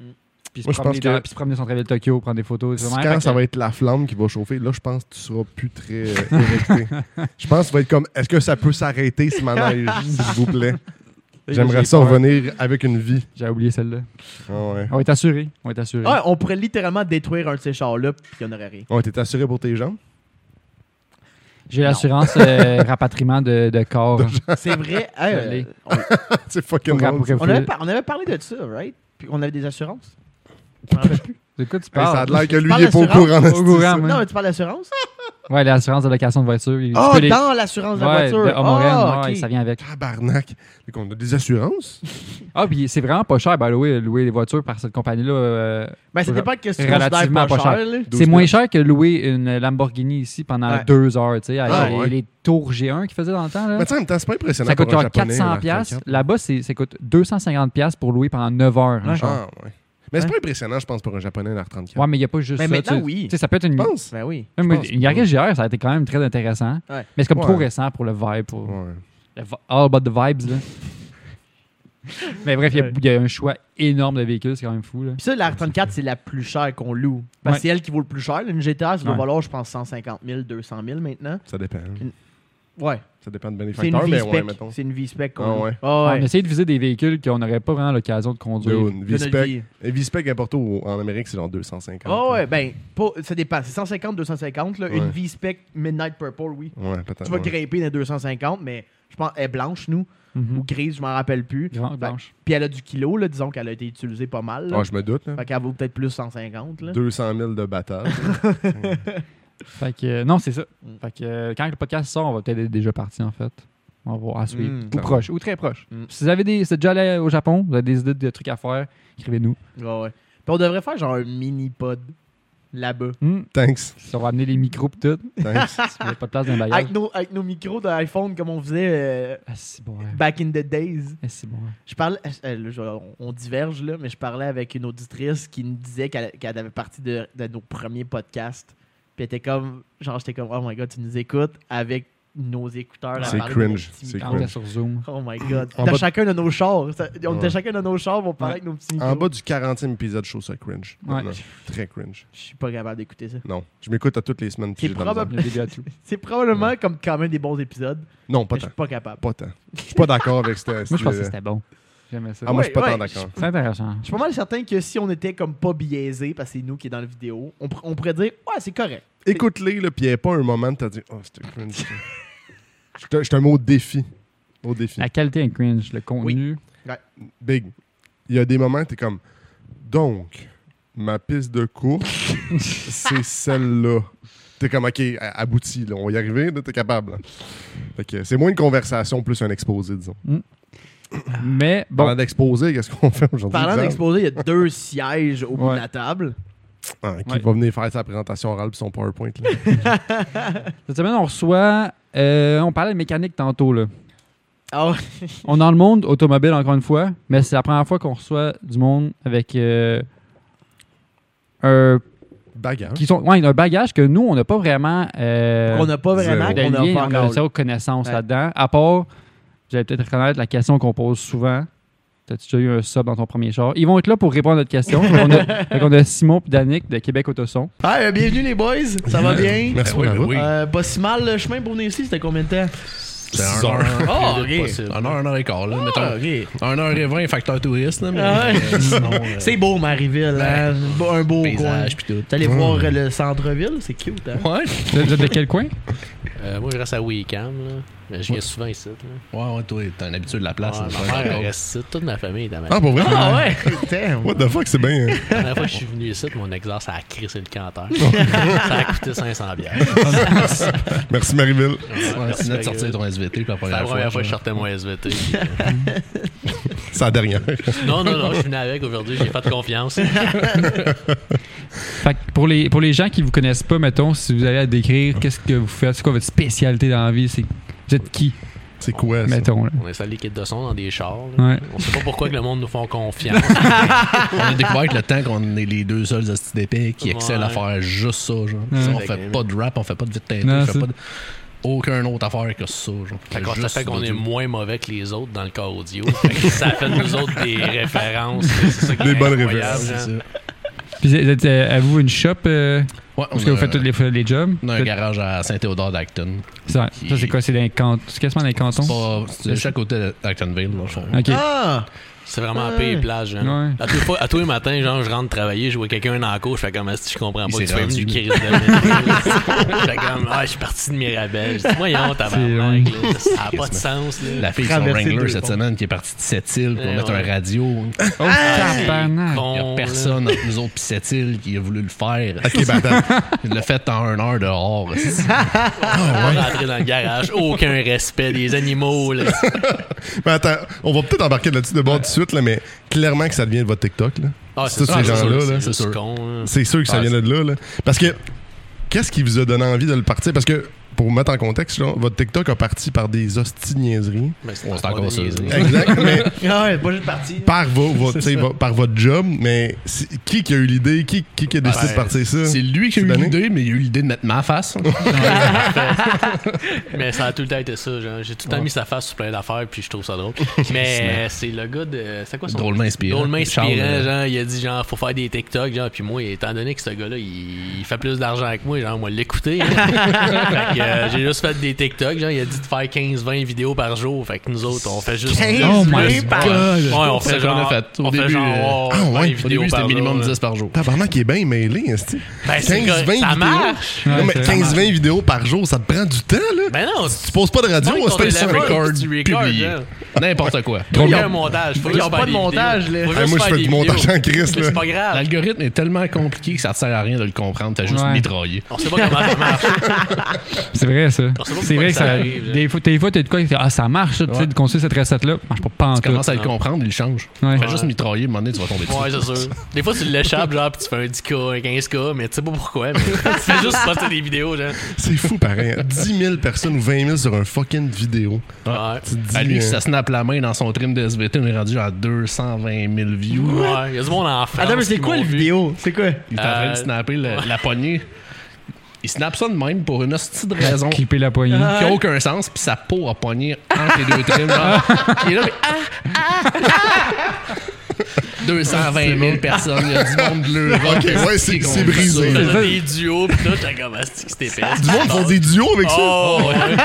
B: Mm.
A: Puis se,
C: Moi, je
A: promener
C: pense
A: dans-
C: que-
A: puis se promener sur le de Tokyo, prendre des photos. et tout.
C: Quand
A: Fait
C: ça
A: que-
C: va être la flamme qui va chauffer, là, je pense que tu seras plus très euh, érecté. Je pense que tu vas être comme est-ce que ça peut s'arrêter ce manège, s'il vous plaît J'aimerais
A: J'ai
C: ça
A: peur.
C: revenir avec une vie.
A: J'ai oublié celle-là.
C: Ah ouais.
A: On est assuré. On est assuré.
B: Ah, on pourrait littéralement détruire un de ces chars-là, puis il n'y en aurait rien.
C: On était assuré pour Oh, tes jambes.
A: J'ai l'assurance euh, rapatriement de, de corps.
B: C'est vrai. hey, euh,
A: l'ai.
B: on,
C: C'est fucking
A: Pour- pour-
C: drôle. ça.
B: on avait par- on avait parlé de ça, right? Puis on avait des assurances. Je m'en rappelle plus.
A: De quoi tu
C: Hey, ça a
A: parles?
C: l'air que lui,
B: parles
C: il est pas au
B: d'assurance?
C: courant.
A: Au courant, moi.
B: Non, mais tu parles d'assurance?
A: Ouais, l'assurance de location de voiture. Il- tu
B: Ah,
A: peux les-
B: dans l'assurance de la
A: Ouais,
B: voiture.
A: de Home Run,
B: Ah,
A: ouais,
B: ok.
A: ça vient avec.
C: Tabarnak. Fait qu'on a des assurances.
A: Ah, puis c'est vraiment pas cher, by the way, louer les voitures par cette compagnie-là. euh,
B: Ben, ça dépend de ce que tu considères
A: Relativement
B: pas
A: pas
B: cher.
A: cher.
B: là.
C: 12
A: c'est moins
C: piastres.
A: cher que louer une Lamborghini ici pendant
B: Ouais.
A: deux heures, tu sais, avec
C: Ah,
A: les,
C: ouais.
A: les tours G1 qu'ils faisaient dans le temps. Là.
C: Mais tu sais, en même temps, c'est pas impressionnant.
A: Ça coûte
C: pour un
A: genre
C: Japonais,
A: 400
C: la
A: piastres.
C: 34.
A: Là-bas, c'est- ça coûte 250 piastres pour louer pendant 9 heures. un
B: Ouais.
A: char.
C: Ah, ouais. Mais c'est
B: Hein?
C: pas impressionnant, je pense, pour un Japonais, un R34.
A: Ouais, mais il n'y a pas juste
B: Mais
A: ça.
B: Ben, maintenant,
A: tu sais.
B: oui.
A: Tu sais, ça peut être une...
C: Je pense.
B: Ben oui.
A: Même
C: Je pense
A: une Yaris GR, ça a été quand même très intéressant.
B: Ouais.
A: Mais c'est comme
C: Ouais.
A: trop récent pour le vibe. Pour...
C: Ouais.
A: le vi- All about the vibes, là. mais bref, il y a-
B: Ouais.
A: il y, a un choix énorme de véhicules, c'est quand même fou, là.
B: Puis ça, la R34, c'est la plus chère qu'on loue. Parce que
A: Ouais.
B: c'est elle qui vaut le plus cher. là. Une GTA, ça doit
A: Ouais.
B: valoir, je pense, 150 000, 200 000 maintenant.
C: Ça dépend.
B: Ouais.
C: Ça dépend
B: C'est
C: de
B: une
C: bénéficiaire, mais ouais,
B: V-Spec.
C: mettons.
B: c'est une V-Spec qu'on
C: Ah
B: loue.
C: ouais.
B: Ah ouais.
A: On essaie de viser des véhicules qu'on n'aurait pas vraiment l'occasion de conduire.
C: Yo, une
B: De notre
C: V-Spec.
B: vie.
C: Un V-Spec importé au- en Amérique, c'est genre 250.
B: Ah ouais, ben, pas- ça dépend. C'est 150, 250. Là. Une
C: Ouais.
B: V-Spec Midnight Purple, oui.
C: Ouais, peut-être.
B: Tu vas
C: ouais.
B: grimper dans 250, mais je pense elle est blanche, nous.
A: Mhm.
B: Ou grise, je m'en rappelle plus.
A: Grand- blanche.
B: Puis elle a du kilo, là, disons qu'elle a été utilisée pas mal. là.
C: Ah, je me doute. Là.
B: Fait qu'elle vaut peut-être plus 150. Là.
C: 200 000 de bataille.
A: Fait que, euh, non, c'est ça.
B: Mm.
A: Fait que, euh, quand le podcast sort, on va peut-être être déjà parti, en fait. On va à suivre.
B: Mm.
A: Ou proche, ou très proche.
B: Mm.
A: Si vous avez des. Si vous êtes déjà allé au Japon, vous avez des idées de trucs à faire, écrivez-nous.
B: Ouais, ouais. Puis on devrait faire genre un mini-pod là-bas.
A: Mm.
C: thanks.
A: Ça va amener les micros pis tout.
C: Thanks.
A: Si vous n'avez pas de place dans le bagage.
B: Avec nos, avec nos micros d'iPhone comme on faisait euh,
A: Ah, c'est bon. ouais.
B: back in the days.
A: Ah, c'est bon. ouais.
B: Je parlais, euh, là, je- on- on diverge là, mais je parlais avec une auditrice qui me disait qu'elle qu'elle avait parti de, de nos premiers podcasts. Puis elle était comme, genre, j'étais comme, oh my god, tu nous écoutes avec nos écouteurs. à
C: C'est
B: parler de nos
C: cringe,
B: petits
C: c'est
A: Quand
B: micros.
A: on
C: cool.
A: était sur Zoom.
B: Oh my god.
C: En
B: Dans
C: bas-
B: chacun de nos chars. ça- on était
C: Ouais.
B: chacun de nos chars, on parlait avec nos petits micros.
C: En bas du 40e épisode, je trouve ça cringe.
A: Ouais.
C: Non, Très cringe.
B: Je suis pas capable d'écouter ça.
C: Non. Je m'écoute à toutes les semaines.
B: C'est
C: puis j'ai de la misère.
A: Le début à tout.
B: C'est probablement comme quand même des bons épisodes,
C: Non,
B: mais
C: pas
B: je
C: tant.
B: suis pas capable.
C: Pas tant. Je suis pas d'accord avec cette. euh,
A: Moi, je pensais que c'était bon. J'aimais ça.
C: Ah, moi, je suis pas
B: Ouais,
C: tant
B: ouais,
C: d'accord.
A: C'est intéressant.
B: Je suis pas mal certain que si on était comme pas biaisé, parce que c'est nous qui est dans la vidéo, on, pr- on pourrait dire Ouais, c'est correct.
C: Écoute-les, là, puis il n'y a pas un moment de t'as dit Oh, c'était cringe. ça. Je te- je te mets au défi. Au défi.
A: La qualité est cringe, le contenu.
C: Big. Il y a des moments où t'es comme Donc, ma piste de course, c'est celle-là. T'es comme OK, a- abouti, là, on va y arriver, là, t'es capable. là. Fait que c'est moins une conversation, plus un exposé, disons.
A: Mais
B: Ah,
C: Parlant
A: bon,
C: d'exposé, qu'est-ce qu'on fait aujourd'hui?
B: Parlant
C: Xav?
B: d'exposé, il y a deux sièges au bout de
A: Ouais.
B: la table.
C: Ah, qui
A: Ouais.
C: va venir faire sa présentation orale puis son PowerPoint. là.
A: cette semaine, on reçoit. euh, on parlait de mécanique tantôt, là.
B: Ah,
A: On est dans le monde automobile, encore une fois, mais c'est la première fois qu'on reçoit du monde avec euh, un,
C: Bagarre.
A: qui sont, ouais, un bagage que nous, on n'a pas vraiment. euh,
B: on n'a pas vraiment,
A: de
B: qu'on n'a
A: lien,
B: pas
A: on a
B: encore.
A: zéro connaissance
B: Ouais.
A: là-dedans. À part, vous allez peut-être reconnaître la question qu'on pose souvent. T'as-tu déjà eu un sub dans ton premier char? Ils vont être là pour répondre à notre question. on, a, fait qu'on a Simon et Danick de Québec Autoson.
B: Ah, euh, bienvenue les boys, ça va bien?
C: Merci
D: Ben
C: Ah, pour la route.
B: Euh, pas si mal le chemin pour venir ici, c'était combien de temps?
D: C'est un
C: Six
D: heure.
B: Ah, ok.
D: Possible. Un heure, un heure et quart, là. mettons.
B: Ah, ok.
D: Un heure et vingt, facteur touriste, là. Mais,
B: Ah ouais.
D: euh, sinon, euh,
B: C'est beau Marieville, hein? Beau- un beau coin.
D: paysage pis tout.
B: T'es allé voir euh, le centre-ville, c'est cute, hein?
D: Ouais.
A: Vous êtes de quel coin?
E: Euh, moi, je reste à Wicam. Là. Mais Je viens souvent ici. Là.
D: Ouais, ouais, toi, t'es un habitué de la place.
E: Ouais,
D: là,
E: ma
D: ça,
E: mère
D: encore.
E: elle reste ici. Toute ma famille est dans ma
C: Ah, pour vrai?
B: Ah ouais! Damn.
C: What the fuck, c'est bien. hein?
E: La dernière fois que je suis venu ici, mon exhaust a crissé le canteur. ça a coûté 500 bières. C'est
C: Merci, Marie-Ville.
D: Ouais, c'est notre sortie de ton SVT pour la
E: la
D: première fois.
E: première fois que je
D: genre.
E: sortais mon SVT.
C: C'est la dernière.
E: Non, non, non, je suis venu avec aujourd'hui. J'ai pas de confiance.
A: Fait que pour les, pour les gens qui vous connaissent pas, mettons, si vous allez à décrire, qu'est-ce que vous faites? C'est quoi votre spécialité dans la vie? C'est, vous êtes qui?
C: C'est quoi ça?
A: Mettons, là.
E: On installe des kits de son dans des chars. là.
A: Ouais.
E: On sait pas pourquoi que le monde nous font confiance.
D: On a découvert avec le temps qu'on est les deux seuls hosties d'épée qui excellent à
E: Ouais.
D: faire juste ça. Genre.
A: Ouais.
D: Ça, on fait pas de rap, on fait pas de vite teinté,
A: Non,
D: on fait
A: c'est-
D: pas de... aucun autre affaire que ça. Genre.
E: Fait qu'on- ça
D: Juste
E: fait qu'on
D: de-
E: est moins mauvais que les autres dans le cas audio. Fait que ça fait de nous autres des références. C'est ça qui est
C: Des bonnes
E: incroyable,
C: références,
E: hein.
D: C'est ça.
A: Puis vous êtes, euh, à vous une shop euh,
D: Ouais, on
A: parce que vous
D: a-
A: faites tous les, les jobs.
D: On a un
A: Fait-
D: garage à Saint-Théodore d'Acton.
A: Ça, ça, c'est quoi C'est dans les cantons- c'est quasiment dans les cantons.
D: C'est pas- C'est de chaque côté d'Actonville, dans le fond.
A: Ok.
B: Ah!
E: C'est vraiment
B: Ouais.
E: à paix et plage. hein.
A: Ouais.
E: À, tous les fois- à tous les matins, genre, je rentre travailler, je vois quelqu'un dans la cour, je fais comme si je comprends
D: Il
E: pas que
D: s'est
E: tu fais
D: rendu.
E: du crise de merde. Je fais comme, ah, je suis parti de Mirabel. Je dis, voyons, tabarnak,
A: C'est-
E: là, ça n'a pas de sens. Là.
D: La fille de son
B: Traverser
D: Wrangler
B: deux
D: cette
B: ponts.
D: semaine qui est partie de cette île pour
E: Eh
D: mettre
E: ouais.
D: un radio.
A: Oh, tabarnak.
D: Il n'y
E: Con,
D: a
E: là.
D: personne entre nous autres pis cette île qui a voulu le faire.
C: Ok, ben attends.
D: Il l'a fait en un heure dehors.
E: On va rentrer dans le garage. Aucun respect des animaux. Là.
C: Ben, attends, on va peut-être embarquer là-dessus de bord tout de suite, là, mais clairement que ça devient de votre TikTok. Là.
E: Ah,
C: C'est tous
E: sûr,
C: ces gens-là,
E: sûr,
C: là,
E: C'est
D: c'est
E: juste
D: sûr.
E: con. hein.
C: C'est sûr que ça
D: Ah,
C: vient de là, là. Parce que, qu'est-ce qui vous a donné envie de le partir? Parce que, pour mettre en contexte, là, votre TikTok a parti par des hosties de niaiseries.
E: Mais c'est
D: On s'est
E: pas
D: encore
E: des
D: ça.
E: niaiseries.
C: Exact, mais
B: Ah ouais, pas juste parti.
C: par, vo- vo- tu sais, vo- par votre job, mais c'est- qui qui a eu l'idée? Qui, qui qui a décidé
E: Ah,
C: de partir ça?
D: C'est lui qui a eu
C: C'est donné?
D: l'idée, mais il a eu l'idée de mettre ma face.
E: Mais ça a tout le temps été ça. genre. J'ai tout le temps mis sa face sur plein d'affaires, puis je trouve ça drôle. Mais c'est le gars de. C'est quoi son
D: Drôlement inspirant.
E: Drôlement inspirant,
D: Charles, euh,
E: genre, il a dit, genre, faut faire des TikTok, genre, puis moi, étant donné que ce gars-là, il, il fait plus d'argent que moi, genre, moi, l'écouter. hein. fait que euh, j'ai juste fait des TikTok, genre, il a dit de faire 15-20 vidéos par jour, fait que nous autres, on fait juste...
B: 15?
A: Oh my
B: Oui, par-
A: god.
E: Ouais, on
D: C'est
E: fait
D: ça qu'on
E: genre...
D: a fait. Au
E: on
D: début,
E: fait genre,
C: euh, ah ouais, au
E: 20
D: Au
E: vidéos
D: début, c'était
E: par
D: minimum
E: jour, là.
D: 10 par jour.
C: Tabarnak, il est bien mêlé, esti.
E: Ben, c'est
C: 15-20
E: que ça
C: vidéos.
E: marche!
C: Non,
A: Ouais,
C: mais
A: c'est-
C: 15-20 vidéos par jour, ça te prend du temps, là?
E: Ben non,
C: Tu poses Ah, pas de radio,
E: Ouais,
C: on se
E: ton
C: fait sur
E: téléphone,
C: record.
E: tu records,
D: publié.
E: genre.
D: N'importe quoi.
E: Il y a un montage. Faut
B: Il y a
E: juste
B: pas
E: faire
B: de
E: des
B: montage,
E: vidéos.
B: là.
E: Faut
C: Ah,
E: juste
C: moi, je
E: faire
C: fais
E: des
C: du montage
E: vidéos.
C: en crise,
E: Mais
C: là.
E: C'est pas grave.
D: L'algorithme est tellement compliqué que ça ne sert à rien de le comprendre. T'as juste
A: Ouais.
D: mitraillé.
E: On sait pas comment ça marche.
A: C'est vrai ça.
E: On sait pas
A: C'est
E: pourquoi
A: vrai que
E: ça
A: ça.
E: arrive, là.
A: des fois, des fois, t'es de quoi Ah, ça marche. ça, Tu sais,
D: Ouais.
A: de conseiller cette recette là, marche pas pas en
D: Tu
A: tout.
D: commences à le
E: Non.
D: comprendre, il le change.
A: Ouais.
D: Fais juste mitrailler, à un moment donné, tu vas tomber dessus.
E: Ouais, c'est sûr. Des fois, tu l'échappes, genre, pis tu fais un 10K, un 15K, mais tu sais pas pourquoi. Mais tu fais juste poster des vidéos, genre.
C: C'est fou, pareil. hein. 10 000 personnes ou 20 000 sur un fucking vidéo.
E: Ouais.
C: Tu te dis,
D: À Ben, lui,
C: euh,
D: si ça snap la main dans son trim de SVT, on est rendu à 220 000 views.
E: Ouais, y'a du monde en France.
B: Attends, mais c'est
E: qui
B: quoi
E: m'ont
B: le
E: vu.
B: vidéo? C'est quoi?
D: Il est en train de
E: Euh,
D: snapper le- la poignée. Il snap ça de même pour une hostie de raison qui
A: Clipper la poignée.
D: n'a aucun sens, puis sa peau a poigné entre les deux trims. genre. Il est là, mais ah, ah, ah. 220 000 personnes, il y a du monde bleu.
E: Ah,
C: Ok, ouais, c'est- c'est brisé.
E: Ils
C: C'est
E: faisaient des duos, pis là, t'as comme, asti que c'était épaisse.
C: Du monde font des duos avec ça.
E: Oh, ouais.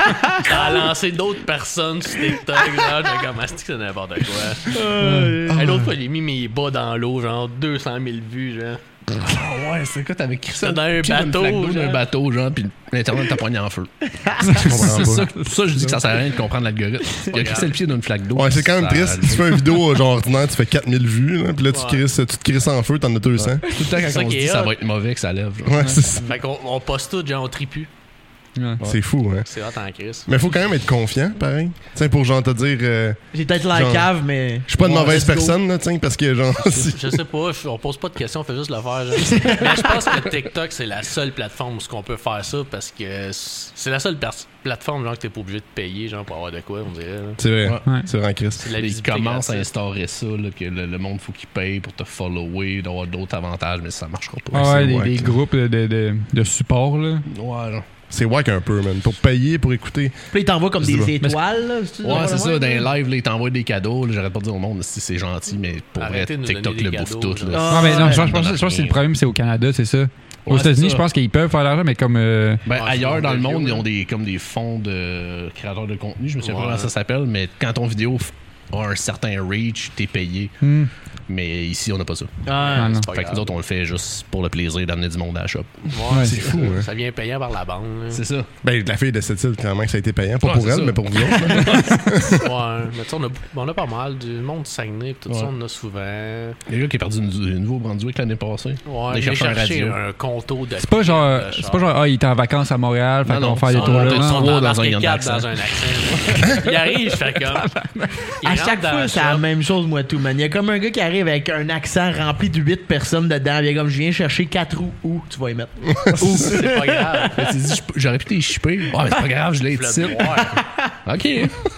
E: Ça a lancé d'autres personnes sur TikTok, là. J'ai comme, asti que c'est n'importe quoi. Hey, L'autre fois, j'ai mis mes bas dans l'eau, genre 200 000 vues, genre.
D: Ah ouais, c'est quoi, t'avais écrit ça
E: Dans un
D: pied une flaque
E: bateau,
D: d'eau, dans un
E: genre.
D: bateau, genre, puis l'internet t'a poigné en feu.
C: Je comprends
D: C'est
C: pas.
D: ça, que- ça, je dis que ça sert à rien de comprendre l'algorithme. Il a crissé le pied d'une flaque d'eau.
C: Ouais, c'est quand même
D: Ça-
C: triste. Tu fais une vidéo euh, genre ordinaire, tu fais 4000 vues, là, puis là, tu,
E: Ouais.
C: crisses, tu te crisses en feu, t'en as 200.
D: Tout le temps,
E: C'est ça
D: quand on se
E: qui est
D: dit ça
E: hot.
D: va être mauvais, que ça lève. genre.
C: Ouais, c'est ça.
E: Fait qu'on on poste tout, genre, on tripue.
A: Ouais.
C: C'est fou, hein.
E: C'est hot en crise.
C: Mais faut quand même être confiant, pareil. Tiens, pour genre te dire, euh,
B: J'ai peut-être la
C: Genre-
B: cave, mais.
C: je suis pas une
B: Ouais,
C: mauvaise
B: let's go.
C: personne, là, tiens, parce que genre, si-
E: Je sais pas, je- on pose pas de questions, on fait juste le faire. genre. Mais je pense que TikTok, c'est la seule plateforme où on peut faire ça parce que c'est la seule pla- plateforme genre, que t'es pas obligé de payer genre, pour avoir de quoi, on dirait. là.
C: c'est vrai.
A: Ouais.
C: C'est vrai en Christ.
E: C'est de la
D: Ils
E: visibilité
D: commencent à
E: gratuite.
D: instaurer ça, là, que le, le monde faut qu'il paye pour te follower, d'avoir d'autres avantages, mais ça marchera pas.
A: Ah ouais, des,
C: wack,
A: des
C: là.
A: groupes de, de, de, de support là.
D: Ouais, genre.
C: C'est wack un peu, man. Pour payer, pour écouter.
B: Puis il t'envoie comme
C: Je sais pas.
B: des étoiles, là. tu-
D: ouais c'est ça.
B: ouais.
D: Dans les lives, là, ils t'envoient des cadeaux. là, J'arrête pas de dire au monde si c'est gentil, mais pour
E: Arrêtez de
D: vrai,
E: nous
D: TikTok
E: donner
D: le
E: des
D: bouffe
E: cadeaux,
D: tout.
E: là.
D: Là.
A: Ah, ben non, je pense, je
D: Ouais.
A: pense- je pense que c'est le problème, c'est au Canada, c'est ça. Aux
D: Ouais, c'est
A: États-Unis,
D: ça.
A: je pense qu'ils peuvent faire de l'argent, mais comme. euh,
D: Ben,
E: Ouais,
D: ailleurs
E: c'est
D: dans le
E: bon,
D: monde,
E: vidéo,
D: ils ont des, comme des fonds de créateurs de contenu. Je me souviens
E: Ouais.
D: pas comment ça s'appelle, mais quand ton vidéo f- a un certain reach, t'es payé.
A: hmm,
D: Mais ici, on n'a pas ça.
A: ah non.
E: Pas
D: Fait que
E: grave.
D: nous autres, on le fait juste pour le plaisir d'amener du monde à la shop.
E: Ouais,
A: Ouais,
E: c'est
C: C'est fou, hein.
E: Ça vient payant par la bande. là.
D: C'est ça.
C: Ben, la fille de cette île, clairement, que ça a été payant. Pas
D: Ouais,
C: pour
D: c'est
C: elle,
D: ça.
C: mais pour vous autres. là.
E: Ouais, mais tu sais, on a, on a pas mal. Du monde de Saguenay, pis tout ça,
D: Ouais.
E: on en a souvent.
D: Il y a un gars qui est parti du du Nouveau-Brunswick l'année passée.
E: Ouais,
D: Des
E: j'ai
D: chercheurs
E: cherché
D: radio.
E: un conto de.
A: C'est pas genre. C'est pas genre, ah, il était en vacances à Montréal, fait
D: Non,
A: qu'on
D: non,
A: va faire
E: Ils
A: des
E: sont
A: tours
E: deux- ils
A: là.
E: sont
D: Trois dans
E: embarqués
D: un
E: quatre
D: accent.
E: dans un accent. Il arrive, je fais comme. il
B: À
E: rentre
B: chaque
E: dans
B: fois,
E: la
B: c'est la
E: shop.
B: même chose, moi, tout, man. Il y a comme un gars qui arrive avec un accent rempli de 8 personnes dedans. Il est comme, je viens chercher 4 roues. Où tu vas y mettre?
E: C'est pas grave.
D: Fait que tu dis, j'aurais pu t'échipper. Ah, mais c'est pas grave, je l'ai
E: Je
D: ici.
E: voulais te voir.
D: OK.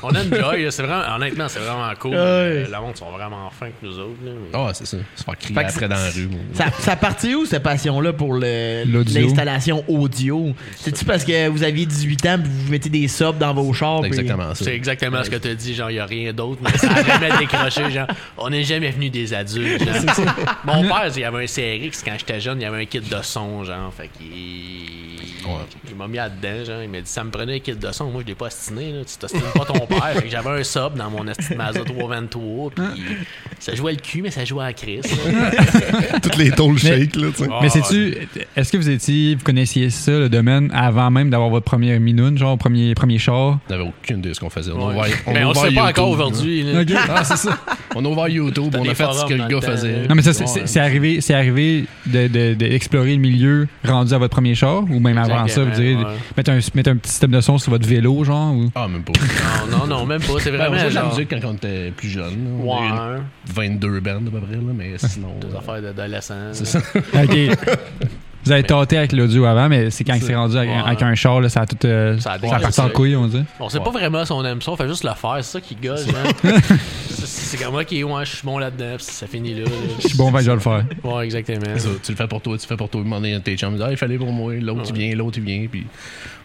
E: On a une joy, là, c'est vraiment, honnêtement, c'est vraiment cool. Euh, La monde sont vraiment fins que nous autres. là, mais-
D: Ah, c'est ça. Se faire crier
B: Fait que
D: après dans la rue. moi.
B: Ça, ça partit où, cette passion-là, pour le-
A: L'audio.
B: l'installation audio? C'est-tu parce que vous aviez 18 ans puis vous mettez des sobs dans vos chars?
D: C'est
B: puis-
D: exactement ça.
E: C'est exactement ce que tu as dit, genre, il n'y a rien d'autre, mais ça a jamais décroché, genre, on n'est jamais venu des adultes. genre. Mon père, il avait un CRX quand j'étais jeune, il avait un kit de son, genre, fait qu'il.
D: Ouais.
E: Il m'a mis là-dedans, genre, il m'a dit, ça me prenait un kit de son, moi je l'ai pas ostiné, là, tu t'ostines pas ton père, fait que j'avais un sub dans mon esti de Mazda 323, puis
D: Hein?
E: ça jouait le cul, mais ça jouait à Chris. là.
C: Toutes les tôles shake, là, tu sais.
A: Mais
E: Ah,
A: sais-tu, est-ce que vous étiez, vous connaissiez ça, le domaine, avant même d'avoir votre première minoune, genre premier, premier char?
D: On n'avait aucune idée de ce qu'on faisait. On
E: Ouais.
D: a ouvert- on
E: mais
D: a
E: on
D: ouvert
E: sait pas encore
D: YouTube,
E: aujourd'hui. là.
A: Ok.
D: là. Ah, c'est ça. On a ouvert YouTube,
E: T'as
D: on
E: des
D: a fait ce
E: forums
D: que
E: dans
D: le
E: le
D: gars
E: temps, là.
D: faisait.
A: Non, mais ça, c'est-
D: Ouais.
A: c'est c'est arrivé, c'est arrivé d'explorer de, d'explorer le milieu rendu à votre premier char, ou même avant ça, vous direz,
E: Exactement, ouais.
A: mettre, un, mettre un petit système de son sur votre vélo, genre, ou...
D: Ah, même pas.
E: Non, non, non, même pas, c'est
D: Ben, on
E: vraiment.
D: jouait de la
E: genre,
D: musique quand on était plus jeune. là. On a eu
E: Ouais,
D: 22 bandes à peu près, là, mais sinon.
E: des
D: euh,
E: affaires d'adolescents.
D: C'est ça.
A: OK. Vous avez tâté avec l'audio avant, mais c'est quand c'est rendu avec,
E: Ouais.
A: avec un char, là, ça a tout. euh,
E: Ça
A: ça
E: a
A: a
E: décroché.
A: parti en couille, on dit.
E: On sait pas vraiment si on aime ça, on fait juste le faire, c'est ça qui gosse, hein. C'est- C'est comme moi qui ouais, je suis bon là-dedans, pis ça finit là. là.
A: Je suis bon, ben, je vais le faire.
E: Ouais, exactement.
D: Ça, tu le fais pour toi, tu le fais pour toi. Demander à tes chums, ah, il fallait pour moi, l'autre tu viens, l'autre tu viens, puis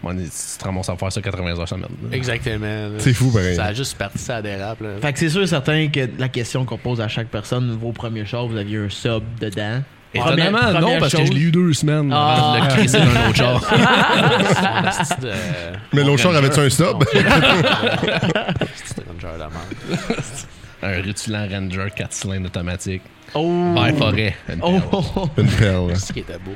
D: bon, tu te ramasses à faire ça 80 heures semaine. là.
E: Exactement. là.
C: C'est fou, pareil.
E: Ça a juste parti, ça dérape, là.
B: Fait que c'est sûr et certain que la question qu'on pose à chaque personne, vos premiers chars, vous aviez un sub dedans.
D: Étonnamment,
B: Première- première
D: non, parce que
B: chose.
D: je l'ai eu deux semaines
B: Ah.
D: avant de le crisser dans un autre char.
E: Son esti de-
C: Mais l'autre char avait-tu un
E: Son
C: sub?
E: esti de- Esti de ranger de la merde.
D: Un rutilant Ranger 4 cylindres automatique.
B: Oh!
D: Vert forêt. Une
B: Oh!
D: perle.
C: Ben, Une perle.
E: C'est ce qui était beau.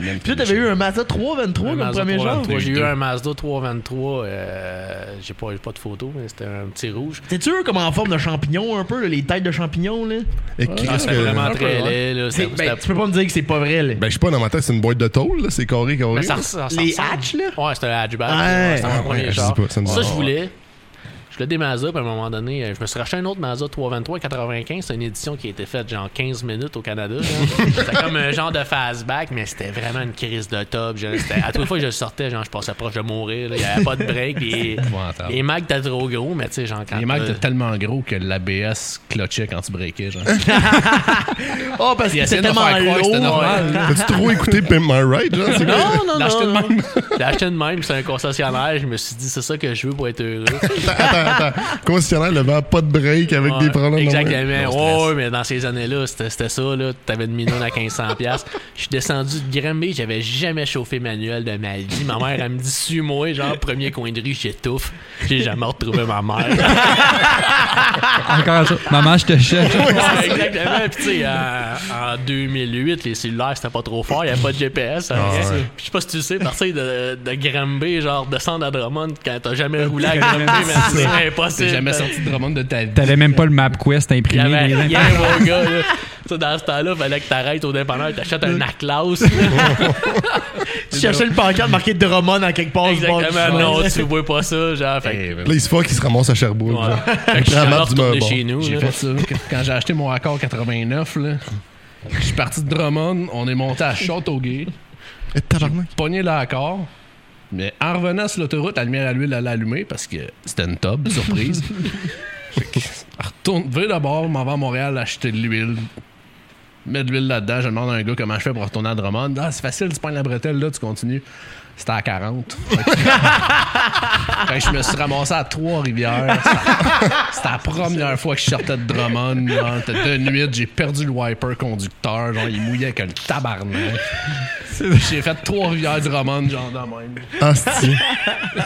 D: Même
B: Puis toi, t'avais eu un Mazda 323
E: Un
B: comme
E: Mazda
B: premier char?
E: 323, J'ai eu
D: Deux.
E: un Mazda 323, euh, j'ai pas, j'ai pas de photo, mais c'était un petit rouge.
B: T'es sûr comme en forme de champignon un peu, là, les têtes de champignons là?
C: Et Chris,
E: Ah, C'était
C: que-
E: vraiment
D: peu,
E: très
D: ouais.
E: laid, là.
B: C'est-
E: C'était-
B: ben,
E: c'était-
B: tu peux pas me dire que c'est pas vrai là.
C: Ben, je sais pas, dans ma tête, c'est une boîte de tôle, là. C'est carré, carré.
E: Mais Ben, ça,
C: là.
E: res- ça
B: les
E: ressemble.
B: hatchs là?
E: Ouais, c'était un hatchback.
B: Ouais.
E: ouais, C'était
C: Ah,
E: mon
C: ouais,
E: premier
C: je
E: char.
C: sais pas, ça me dit
E: Ça, je
C: pas.
E: voulais. Je l'ai des Mazda, puis à un moment donné, euh, je me suis racheté un autre Mazda 323-95. C'est une édition qui a été faite genre 15 minutes au Canada. genre. c'était comme un genre de fastback, mais c'était vraiment une crise de top. Je- c'était- à toutes les fois que je le sortais, genre, je passais proche de mourir. là. Il n'y avait pas de break. puis
D: Épouvantable.
E: les mags étaient trop gros, mais tu sais, genre, quand
D: Les mecs
E: t'as-
D: étaient tellement gros que l'ABS clutchait quand tu breakais. Genre.
B: Oh parce
D: Ils
B: que c'est
D: essaient de
B: tellement
D: faire croire que c'était
B: lourd.
D: normal.
C: T'as-tu trop écouté Pimp My Ride, là? C'est quoi?
B: Non, non,
D: L'acheter de
B: non.
D: même.
E: J'ai acheté une même, c'est un concessionnaire. Je me suis dit, c'est ça que je veux pour être heureux.
C: Attends, attends. Concessionnaire, le vent, pas de break avec des
E: Ouais,
C: problèmes.
E: Exactement.
D: Non,
E: Ouais,
D: stress.
E: ouais, mais dans ces années-là, c'était c'était ça. là. T'avais une minoune à 1500$. piastres. Je suis descendu de Granby. J'avais jamais chauffé manuel de ma vie. Ma mère, elle me dit, suis-moi, genre, premier coin de rue, j'étouffe. J'ai jamais retrouvé ma mère.
A: Encore ça. Maman, je te cherche.
E: Ouais, exactement. Puis, tu sais, en, en 2008, les cellulaires, c'était pas trop fort. Il n'y avait pas de GPS. ça, rien.
C: Ah, ouais.
E: hein. Puis, Je sais pas si tu sais, partir de, de Granby, genre, descendre à Drummond quand t'as jamais roulé à Granby, mais c'est
D: T'es
E: impossible.
D: jamais sorti de Drummond de ta vie.
A: T'avais même pas le MapQuest
E: Il y
A: imprimé.
E: avait
A: les-
E: rien, mon gars. là. Ça, dans ce temps-là, fallait que t'arrêtes au dépanneur, t'achètes un Atlas.
B: Tu cherchais le pancarte marqué Drummond à quelque part. du bord du
E: Exactement.
B: char.
E: Non, tu vois pas ça. Genre, fait que-
D: Eh, ben,
C: Là, il se fuck, il se ramasse à Sherbrooke.
E: Ouais.
C: genre.
E: Fait que je suis
C: Prends la
E: jamais
C: map Eh, du
E: retourné
C: meuble.
E: chez nous.
D: J'ai
E: là.
D: fait ça. Qu- Quand j'ai acheté mon Accord 89, là, je suis parti de Drummond, on est monté à Châteauguay,
C: Eh, tabarnak.
D: pogné le Accord. Mais en revenant sur l'autoroute, la lumière à l'huile allait allumer parce que c'était une top, surprise. Fait que, retourne, vais d'abord, m'en vais à Montréal acheter de l'huile. Mets de l'huile là-dedans, je demande à un gars comment je fais pour retourner à Drummond. Ah, c'est facile, tu prends la bretelle, là, tu continues. C'était à 40. Fait que- Fait que je me suis ramassé à Trois-Rivières. C'était la première fois que je sortais de Drummond. genre. C'était de nuit, j'ai perdu le wiper conducteur. Genre, il mouillait comme le tabarnak. J'ai fait Trois-Rivières Drummond, genre, dans le même.
C: Asti. Ah,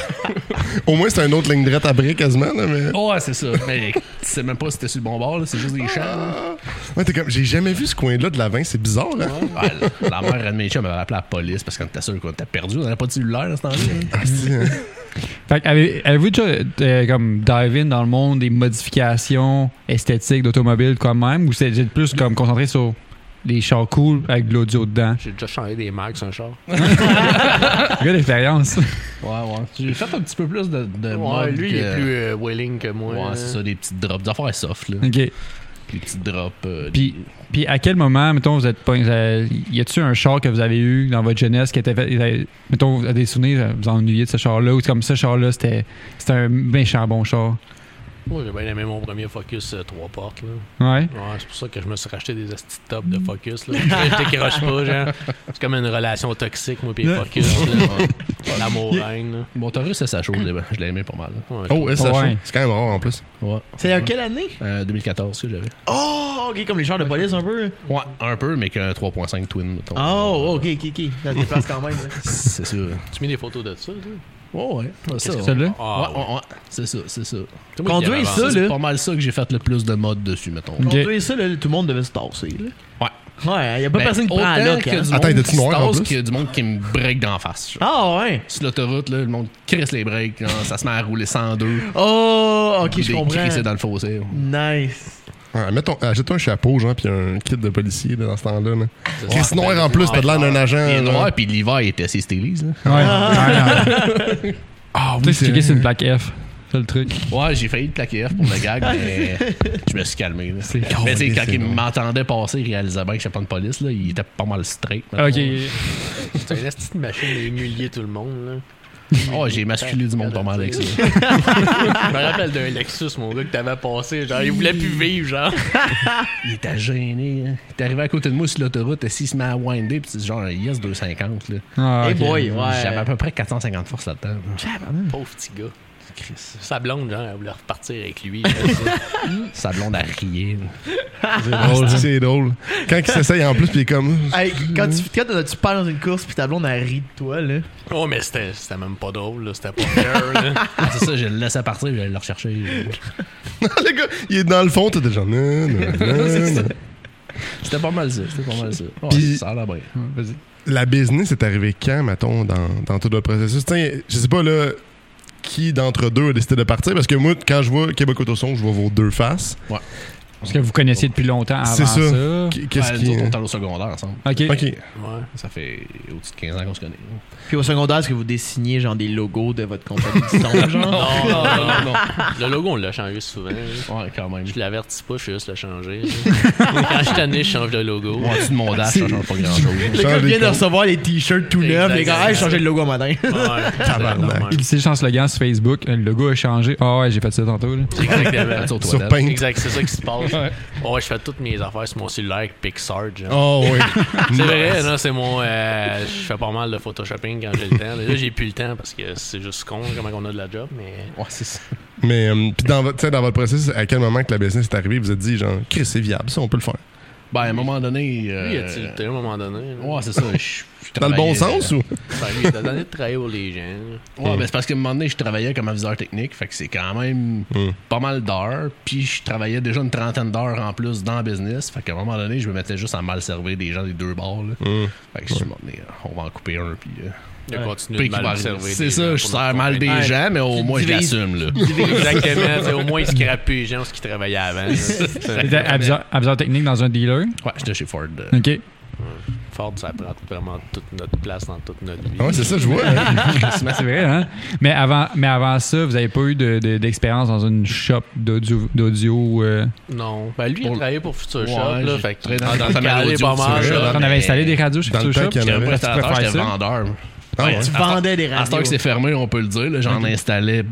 C: Au moins, c'est une autre ligne droite à briques quasiment, là, mais.
D: Oh, ouais, c'est ça. Mais tu sais même pas si c'était sur le bon bord, là, c'est juste des champs. là.
C: Ouais, t'es comme, j'ai jamais vu ce coin-là de la vin, c'est bizarre, hein?
D: Ouais, la- la mère de mes chums m'avait appelé la police parce qu'on était sûr qu'on était perdu. On n'avait pas de cellulaire à ce temps-là. là.
C: Asti, hein.
A: Fait que avez- avez-vous déjà euh, comme dive in dans le monde des modifications esthétiques d'automobiles quand même ou c'est vous êtes plus comme concentré sur des chars cool avec de l'audio dedans?
E: J'ai déjà changé des marques sur un char.
A: Regarde l'expérience.
D: Ouais, ouais. J'ai fait un petit peu plus de, de
E: Ouais,
D: mode
E: lui, il est
D: que-
E: plus euh, willing que moi.
D: Ouais,
E: là.
D: c'est ça, des petites drops, des affaires soft. Là.
A: OK.
D: les petits drops. euh,
A: Puis, puis à quel moment, mettons, vous êtes pas. vous avez- Y a-tu un char que vous avez eu dans votre jeunesse qui était fait. Mettons, vous avez des souvenirs, euh, vous en ennuyez de ce char-là, ou c'est comme ce char-là, c'était c'était un méchant bon char.
E: Moi, j'ai bien aimé mon premier Focus 3 portes. Là.
A: Ouais.
E: Ouais, c'est pour ça que je me suis racheté des astis top de Focus. Là. Je décroche pas, genre. C'est comme une relation toxique, moi, pis les Focus. là. Ouais. L'amour-haine.
D: Mon Taurus, c'est sa chose, je l'ai aimé pas mal. là.
C: Oh, ça
A: Ouais.
C: C'est quand même rare en plus.
D: Ouais.
B: C'est à quelle année?
D: Euh, 2014 que j'avais.
B: Oh, ok, comme les chars de police un peu.
D: Ouais, Ah, un peu, mais qu'un 3.5 twin. mettons.
B: Oh, ok, ok, ok. Ça se déplace quand même. là.
D: C'est ça.
E: Tu mets des photos de ça, là?
D: Oh, ouais. ouais, ça,
A: Qu'est-ce que
D: ouais.
A: celui-là?
E: Ah,
D: ouais, ouais, ouais. C'est ça, c'est ça.
B: Conduire
E: Conduis
B: ça, là.
D: C'est pas mal ça que j'ai fait le plus de mode dessus, mettons.
A: Ok.
B: Conduire ça, là, tout le monde devait se tasser. Là.
D: Ouais.
B: Ouais, y a pas
D: Ben,
B: personne qui prend
D: autant
B: la loque.
D: que
B: hein.
D: du
C: Attends,
D: monde
C: t'es-tu
D: qui
C: noir, en
D: se tasse
C: plus?
D: qu'il y a du monde qui me break d'en face. genre.
B: Ah, ouais.
D: Sur l'autoroute, là, le monde crisse les breaks, genre, ça se met à rouler 102.
B: Oh, ok, je
D: des
B: comprends.
D: crissés dans le fossé.
B: Nice.
C: Ouais, mets ton- Achète-toi un chapeau, genre, puis un kit de policier là, dans ce temps-là. là.
D: C'est
C: Chris
D: ça.
C: Noir en plus, t'as de l'air d'un agent.
D: Il est
C: là.
D: noir, puis l'hiver, il était assez stylisé.
A: Ouais. Ah,
C: Ah
A: Tu
C: oui,
A: sais,
C: c'est
A: checker sur
C: vrai.
A: une plaque F. C'est le truc.
D: Ouais, j'ai failli le plaquer F pour le gag, mais je me suis calmé. là.
A: C'est-
D: Mais tu sais, quand
C: Oh, c'est
D: il
C: bon.
D: m'entendait passer, il réalisait bien que j'étais pas de police, là, il était pas mal straight. mettons.
A: Ok.
E: C'est une petite machine à humilier tout le monde. Là.
D: Oh, j'ai masculé du monde pas mal avec ça.
E: Je me rappelle d'un Lexus, mon gars, que t'avais passé. Genre, il voulait plus vivre, genre.
D: Il était gêné. hein. Il est arrivé à côté de moi sur l'autoroute, assis, il se met à winder, puis c'est genre un Yes 250. Là.
A: Ah,
B: Hey
A: ok.
B: boy, ouais.
D: J'avais à peu près 450 forces là-dedans. là.
E: Pauvre petit gars. Sa blonde, genre, elle voulait repartir avec lui.
D: Sa blonde a rié. là.
C: C'est drôle, c'est drôle. Quand il s'essaye en plus, puis il est comme.
B: Hey, quand tu, quand tu perds dans une course puis ta blonde elle rit de toi, là.
E: oh, mais c'était c'était même pas drôle, là. C'était pas fair, là.
D: Ah, c'est ça, je le laissais partir, je le recherchais. là.
C: Ah, le gars, il est dans le fond, t'es déjà. Non, non, non, non.
D: C'était pas mal ça. C'était pas mal ça. Ouais,
C: Puis-
D: ça a l'air bien.
A: Vas-y.
C: La business est arrivée quand, mettons, dans, dans tout le processus? Tiens, je sais pas, là, qui d'entre deux a décidé de partir? Parce que moi, quand je vois Québec Autoson, je vois vos deux faces.
A: Parce que vous connaissiez depuis longtemps avant
C: C'est
A: ça.
C: ça. Qu- Qu'est-ce
D: Ouais, nous
C: qui.
D: autres, on est allé au secondaire ensemble.
A: Ok.
C: Ok.
E: Ouais.
D: Ça fait au-dessus de 15 ans qu'on se connaît. hein. là.
B: Puis au secondaire, est-ce que vous dessinez genre des logos de votre compagnie de son, genre?
E: Non, non, non, non. Le logo, on l'a changé souvent. là.
D: Ouais, quand même.
E: Je l'avertis pas, je fais juste le changer. Quand je suis tanné, je change le logo.
D: Moi, dessus de mon dash, ça change pas grand-chose.
B: Le gars
C: Change les
B: vient de
C: comptes.
B: recevoir les t-shirts tout neufs. Les gars, hey,
E: Exact.
B: changer le logo matin.
E: Ouais,
C: Tabarnak.
E: Ouais.
A: Il s'est chance le gars sur Facebook. Euh, Le logo a changé. Ah ouais, j'ai fait ça tantôt. Là.
D: Sur
E: Exactement.
C: Sur
D: toilette.
C: Paint.
E: Exact, c'est ça qui se passe. Ouais. je fais toutes mes affaires sur mon cellulaire avec Pixar. genre.
C: Oh, oui.
E: C'est vrai, non, c'est mon. euh, je fais pas mal de photoshopping quand j'ai le temps. Là, j'ai plus le temps parce que c'est juste con comment on a de la job, mais.
D: Ouais, c'est ça.
C: Mais, euh, puis dans, votre- tu sais, dans votre processus, à quel moment que la business est arrivée, vous êtes dit, genre, Chris, c'est viable, ça, on peut le faire.
D: Ben, à un moment donné. euh,
E: Lui, il a tilté à un moment donné. là.
D: Ouais, c'est ça. je- euh, je
C: Dans le bon
D: travaillais-
C: sens ou.
E: Enfin, lui, il était donné de travailler pour les gens. là.
D: Ouais, ben, c'est parce qu'à un moment donné, je travaillais comme aviseur technique, fait que c'est quand même
C: Hum,
D: pas mal d'heures. Puis je travaillais déjà une trentaine d'heures en plus dans le business. Fait qu'à un moment donné, je me mettais juste à mal servir des gens des deux bords. là.
C: hum.
D: Fait que je me suis dit, Bon, mais, euh, on va en couper un. Puis, euh,
E: Il a continué
D: puis
E: de
D: qui va
E: mal
D: arriver.
E: servir.
D: C'est
E: des gens
D: ça, je
E: pour
D: sers
E: notre
D: mal des
E: compagnie.
D: gens, mais au moins je
B: divises.
D: l'assume. là.
E: Exactement, tu sais, au moins il scrappait les gens ce qu'ils travaillaient avant. là.
A: T'étais absor- absorbeur technique dans un dealer.
D: Ouais, j'étais chez Ford. euh,
A: Ok.
E: Ford, ça prend vraiment toute notre place dans toute notre vie.
C: Ah ouais, c'est ça, je vois. hein.
A: Ben, c'est vrai, hein? Mais avant, mais avant ça, vous n'avez pas eu de- de- d'expérience dans une shop d'audio. d'audio, euh,
E: Non. Ben lui, il
D: Pour-
E: travaillait pour Future
D: Ouais,
E: Shop, là.
D: j'ai
E: Fait que
D: travaillé dans- dans ta
E: il calait
D: mélodie
E: pas
D: au
E: mal,
D: Future
E: là.
D: Shop.
A: Quand on avait installé des radios chez
C: Dans le
A: Future
C: temps
A: Shop.
C: qu'il y en
D: J'étais un
C: avait.
D: prestataire,
A: préfères
D: j'étais
A: ça?
D: vendeur.
C: Ah ouais.
B: Tu
D: À-
B: vendais des
D: À ce temps
B: radios.
D: que c'est fermé, on peut le dire, là, j'en installais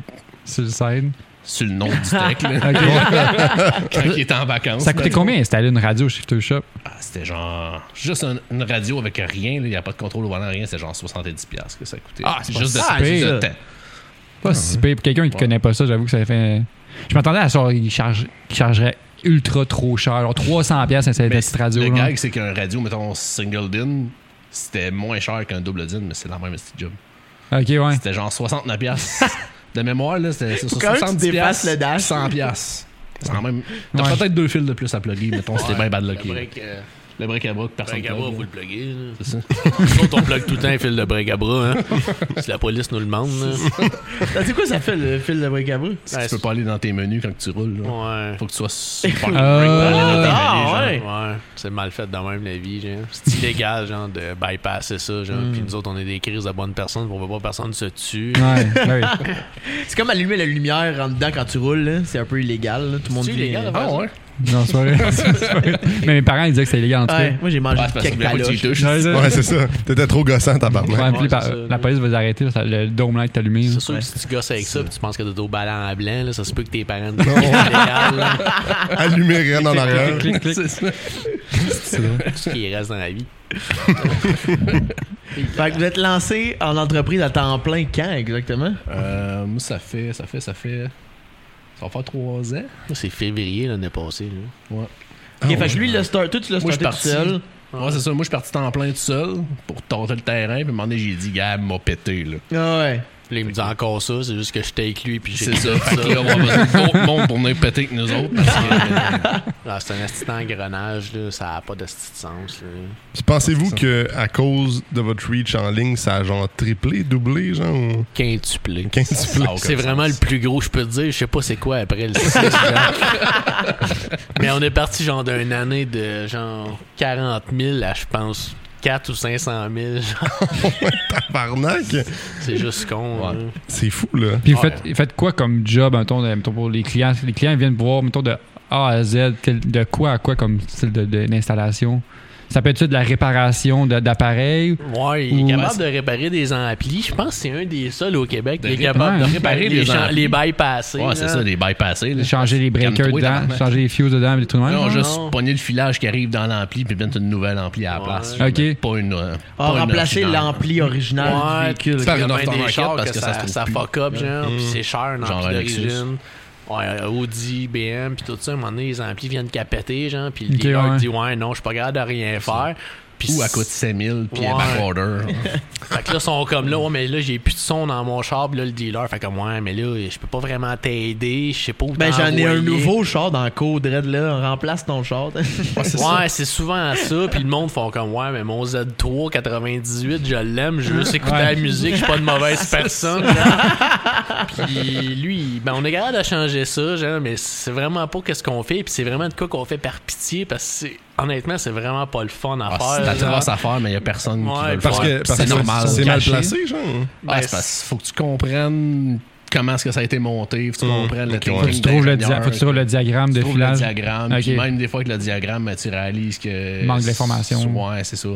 A: Sur le side.
D: sur le nom du tech là,
A: Ok.
D: quand il était en vacances.
A: Ça coûtait
D: là.
A: combien installer une radio chez Future Shop?
D: Ah, C'était genre juste un- une radio avec rien, il n'y a pas de contrôle au volant, rien, c'était genre 70$ piastres que ça coûtait.
A: Ah, c'est pas
D: juste de,
A: si
D: ah,
A: pire.
D: juste de temps.
A: Pas si pire. Pour quelqu'un qui ne connaît pas ça, j'avoue que ça fait. Je m'attendais à ça, il charge, qu'il chargerait ultra trop cher. Alors 300$ pièces installer
D: Mais
A: la petite radio.
D: le
A: là.
D: gag, c'est qu'un radio, mettons single din, c'était moins cher qu'un double din, mais c'est la même petite job.
A: Ok, ouais.
D: C'était genre 69$. piastres. de mémoire, là, c'était c'était
B: Quand tu
D: 70$.
B: dépasses
D: piastres,
B: le dash.
D: 100$. piastres. C'est quand même. T'as
A: Ouais.
D: peut-être deux fils de plus à plugger, mettons, c'était bien bad lucky.
E: Le break, euh,
D: Le break à broc, personne
E: break à bras, vous
D: plug,
E: le pluguez. là.
D: C'est ça.
E: Nous autres, on plug tout le temps un fil de break à bras. Hein. Si la police nous le demande. là.
B: Ah, C'est quoi ça fait le fil de bric à broc?
D: Tu peux pas aller dans tes menus quand tu roules. là.
E: Ouais.
D: Faut que tu sois super
A: Ah,
D: break pour aller dans tes menus, genre.
B: Ah, ouais.
E: Ouais, c'est mal fait de même la vie, genre. C'est illégal, genre, de bypasser ça, genre.
D: Hmm.
E: Puis nous autres, on est des crises de bonnes personnes, on veut pas que personne se tue.
D: Ah,
A: Ouais, ben oui.
B: C'est comme allumer la lumière en dedans quand tu roules, là. C'est un peu illégal, là. Tout le monde
E: C'est
B: vient- euh,
E: illégal,
D: Ah ouais?
A: Non, c'est pas vrai. C'est pas vrai. Mais mes parents, ils disaient que c'était illégal en tout cas.
B: Ouais, moi, j'ai mangé
D: Ouais, c'est
B: du
D: parce
B: cake
D: que pas que tu y
B: taloche.
D: touches.
A: Ouais, c'est-
C: Ouais, c'est ça. T'étais trop gossant, tabarnak.
A: Ouais, puis
E: Ouais,
A: par-
E: c'est ça,
A: la
E: là.
A: police va les arrêter, parce que le dôme là est allumé. là.
E: C'est sûr que si tu gosses avec ça, puis tu penses que t'as au ballon à blanc, là, ça se peut que tes parents te disent que c'est légal, là,
C: Allumé rien en arrière.
A: Clic, clic.
D: C'est ça.
E: tout ce qui reste dans la vie.
B: Fait que vous êtes lancé en entreprise à temps plein quand exactement?
D: Euh, moi, ça fait, ça fait, ça fait. Ça va faire trois ans.
E: Moi, C'est février l'année passée. Là.
C: Ah,
B: Ok,
C: ouais.
B: fait que lui, il l'a start, toi, tu l'as
D: Moi, je
B: starté
D: suis
B: tout
D: parti.
B: seul.
D: Ouais, c'est ça. Moi, je suis parti temps plein tout seul pour tenter le terrain. Puis, à un moment donné, j'ai dit, Gab m'a pété, là.
B: Ah ouais.
E: Puis là, il me dit encore ça, c'est juste que j'étais avec lui, puis j'ai
D: C'est
E: dit
D: ça. Fait que là, on va besoin d'autres mondes pour venir péter que nous autres. Parce que, euh,
E: Ah, c'est un assistant engrenage, là, ça n'a pas de petit sens. Là.
C: Puis pensez-vous que à cause de votre reach en ligne, ça a genre triplé, doublé, genre ou
E: Quintuplé.
C: quintuplé?
D: ça a aucun
E: C'est
D: sens.
E: vraiment le plus gros, je peux te dire. Je sais pas c'est quoi après le 6. Mais on est parti genre d'une année de genre 40 000 à je pense 4 ou 500 000. Genre,
C: Tabarnak!
E: C'est juste con.
D: Ouais.
E: là.
C: C'est fou, là.
A: Puis vous
E: Ouais.
A: faites, faites quoi comme job, mettons, de- mettons, pour les clients? Les clients viennent voir, mettons, de A à Z, quel- de quoi à quoi comme style de- de- d'installation? ça peut être de la réparation de- d'appareils?
E: Ouais, il
A: Ou-
E: est capable de réparer des amplis. Je pense que c'est un des seuls au Québec qui
D: De
E: est capable de
A: réparer
E: réparer
D: des
E: les, champs-
D: amplis.
E: les bails passés.
D: Ouais, c'est
E: là.
D: ça, les bypassés. là.
A: Changer les breakers
D: Calme-toi,
A: dedans,
D: tabarnak.
A: changer les fuses dedans, et tout de même?
D: Là, on a
E: non,
D: juste
E: non.
D: pogné le filage qui arrive dans l'ampli puis mettre une nouvelle ampli à la
E: Ouais.
D: place.
A: Ok.
D: Mais Pas une. euh,
B: Ah,
D: pas une
B: remplacer
D: originale.
B: l'ampli original du
E: Ouais,
B: véhicule.
E: tu
D: Faire une
E: sais, il y a bien
D: offre en
E: des
D: maquette
E: chars
D: parce
E: que,
D: que ça
E: ça,
D: se trouve
E: ça
D: plus.
E: fuck up, genre, puis c'est cher, un
D: Genre
E: ampli
D: un
E: d'origine. Ouais, Audi, BM, puis tout ça, à un moment donné, les amplis viennent capeter, genre, puis le
A: Ok,
E: dealer
A: ouais.
E: dit « Ouais, non, je suis pas capable de rien faire. » Puis
D: Ou à coûte 5000 puis
E: Ouais.
D: un backorder.
E: Fait que là, sont comme là, ouais, mais là, j'ai plus de son dans mon char, puis là, le dealer fait comme « Ouais, mais là, je peux pas vraiment t'aider, je sais pas où
B: Ben, j'en ai un
E: t'envoyer.
B: nouveau char dans le code Red, là. Remplace ton char.
D: Ah,
E: Ouais, c'est souvent ça, puis le monde font comme « Ouais, mais mon Z3 98, je l'aime, je veux juste écouter
A: Ouais.
E: la musique, je suis pas une mauvaise personne. » genre. Puis lui, ben on est capable de changer ça, genre, mais c'est vraiment pas qu'est-ce qu'on fait, puis c'est vraiment de quoi qu'on fait par pitié, parce que c'est- honnêtement, c'est vraiment pas le fun à
D: Ah, C'est
E: faire.
D: la
E: genre.
D: grosse affaire, mais il n'y a personne qui
E: Ouais,
D: veut le
C: Parce
D: faire.
C: que
D: Puis
C: parce
D: c'est
C: que
D: normal.
C: C'est mal
D: Caché.
C: placé, genre.
D: Ouais,
E: Ouais,
D: ah, c'est parce qu'il faut que tu comprennes comment est-ce que ça a été monté, faut que tu
C: Mm.
D: comprennes le
C: Ok,
D: thinking
C: ouais.
A: Faut que tu trouves le, dia-
D: d'ingénieur,
A: faut que tu trouves le diagramme
D: tu
A: de
D: trouves le
A: filage.
D: diagramme,
A: Ok.
D: puis même des fois avec le diagramme, ben, tu réalises que...
A: Manque d'informations.
D: Ouais, c'est ça.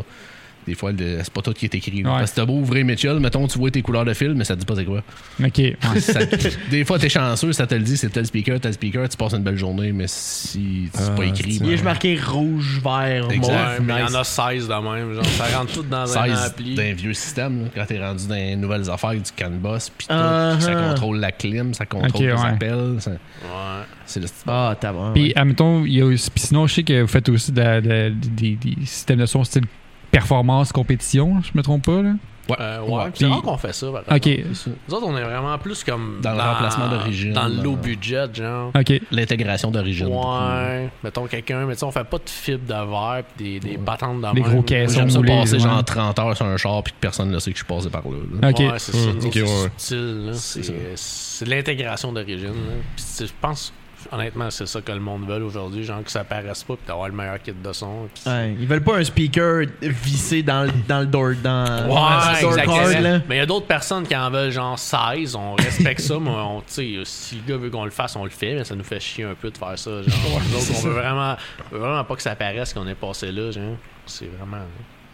D: Des fois, le- c'est pas tout qui est écrit.
A: Ouais.
D: Parce que t'as beau ouvrir Mitchell, mettons, tu vois tes couleurs de fil, mais ça te dit pas c'est quoi.
A: OK. ouais.
D: Ça- des fois, t'es chanceux, ça te le dit, c'est tel speaker, tel speaker, tu passes une belle journée, mais si c'est
C: Ah,
D: pas écrit,
B: Il
C: c'est
B: est
D: ben,
B: juste marqué rouge, vert,
D: Exact.
E: Ouais,
B: mauve.
E: mais il y
B: nice.
E: en a 16 de même, genre, ça rentre tout
B: Ah
E: dans
B: ben,
E: un
D: 16
E: ampli.
D: d'un vieux système, là, quand t'es rendu dans les nouvelles affaires du canvas, puis tout,
B: Uh-huh.
D: ça contrôle la clim, ça contrôle
A: Ok,
D: les
A: ouais.
D: appels, ça-
E: Ouais.
D: c'est le
B: Ah, t'as bon.
A: Puis, admettons, il y a aussi- puis sinon, je sais que vous faites aussi de la- de la- des, des systèmes de son style performance, compétition, je me trompe pas, là?
E: Euh, ouais,
D: Ouais,
E: c'est
A: puis-
E: rare qu'on fait ça. Par
A: OK.
E: exemple. Nous autres, on est vraiment plus comme.
D: Dans le remplacement d'origine, euh,
E: Dans le low
D: dans-
E: budget, genre.
A: OK.
D: l'intégration d'origine.
E: Ouais, mettons quelqu'un, mais tu sais, on fait pas de fibre de verre pis des, des patentes de
A: Des
E: même.
A: gros caissons.
D: J'aime ça
A: Moulé,
D: passer
A: ouais. Ah.
D: genre 30 heures sur un char puis que personne ne sait que je suis passé par là. là.
E: Ouais,
A: OK.
E: c'est
C: Mm,
E: ça.
C: ok,
E: nous autres, c'est
C: ouais.
E: subtil, là.
D: C'est
E: C'est- C'est de l'intégration d'origine. là. Puis c'est- je pense, honnêtement, c'est ça que le monde veut aujourd'hui, genre que ça paraisse pas, puis d'avoir le meilleur kit de son. puis-
B: Ouais, ils veulent pas un speaker vissé dans, le- dans le door, dans, dans
E: Ouais,
B: le door
E: exactement.
B: card, là.
E: Mais il y a d'autres personnes qui en veulent genre 16. On respecte ça, mais on, tu sais, si le gars veut qu'on le fasse, on le fait, mais ça nous fait chier un peu de faire ça. Genre, Nous autres, on veut vraiment, on veut vraiment pas que ça paraisse qu'on est passé là. genre. C'est vraiment.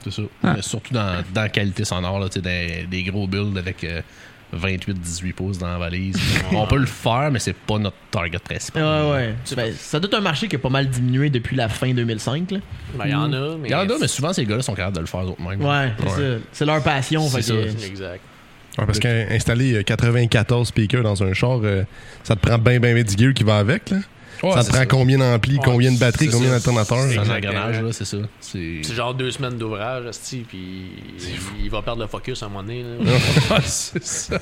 D: C'est ça.
A: Ah.
D: Mais surtout dans, dans la qualité sonore, là, tu sais, des, des gros builds avec 28-18 pouces dans la valise. On peut le faire, mais c'est pas notre target principal.
B: Ouais, ouais. Ben, ça doit être un marché qui a pas mal diminué depuis la fin 2005, là.
E: Ben, Il y en a, mais.
D: Hmm. Il y en a, mais souvent ces gars-là sont capables de le faire eux-mêmes.
B: Ouais, c'est
C: Ouais.
B: ça. C'est leur passion.
D: C'est
B: fait que-
D: ça.
E: Exact.
C: Ouais, parce qu'installer euh, 94 speakers dans un char, euh, ça te prend ben ben ben du gear qui va avec, là.
D: Ouais,
C: ça
D: c'est
C: te prend combien d'amplis,
E: Ouais,
C: combien de batteries,
D: c'est
C: combien
D: ça.
C: d'alternateurs.
D: C'est un
E: Exactement.
D: engrenage, là, c'est ça. C'est
E: C'est genre deux semaines d'ouvrage, esti, puis il va perdre le focus à un moment donné. là.
D: Ouais, c'est ça.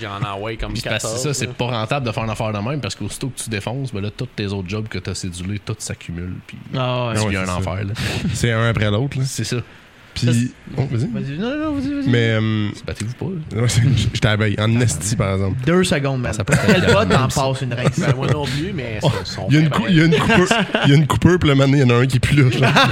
E: J'en envoie comme
D: Puis c'est parce que
E: 14.
D: c'est ça, c'est
E: là.
D: pas rentable de faire une affaire de même parce qu'aussitôt que tu défonces, ben là, tous tes autres jobs que t'as cédulés, tout s'accumule. Puis
B: Ah,
E: Ben
B: ouais.
D: tu
C: ouais,
D: viens
C: c'est
D: un
C: ça.
D: enfer, là.
C: C'est un après l'autre, là.
D: C'est ça.
C: Puis. Oh, vas-y.
B: Vas-y, non, non, vas-y, vas-y.
C: Mais. euh,
D: Battez-vous pas, là.
C: ouais, J'étais abeille, en esti, par exemple.
B: Deux secondes, man.
D: Ça peut être
B: Quel
D: la
B: pote
D: même,
B: en
D: ça.
B: passe une race?
E: Ben, moi non plus, mais c'est- sont
C: Il y, a une
E: bien
C: cou-
E: pareils.
C: il y a une coupeur, il y a une coupeur, puis le moment donné, il y en a un qui est plus là. genre.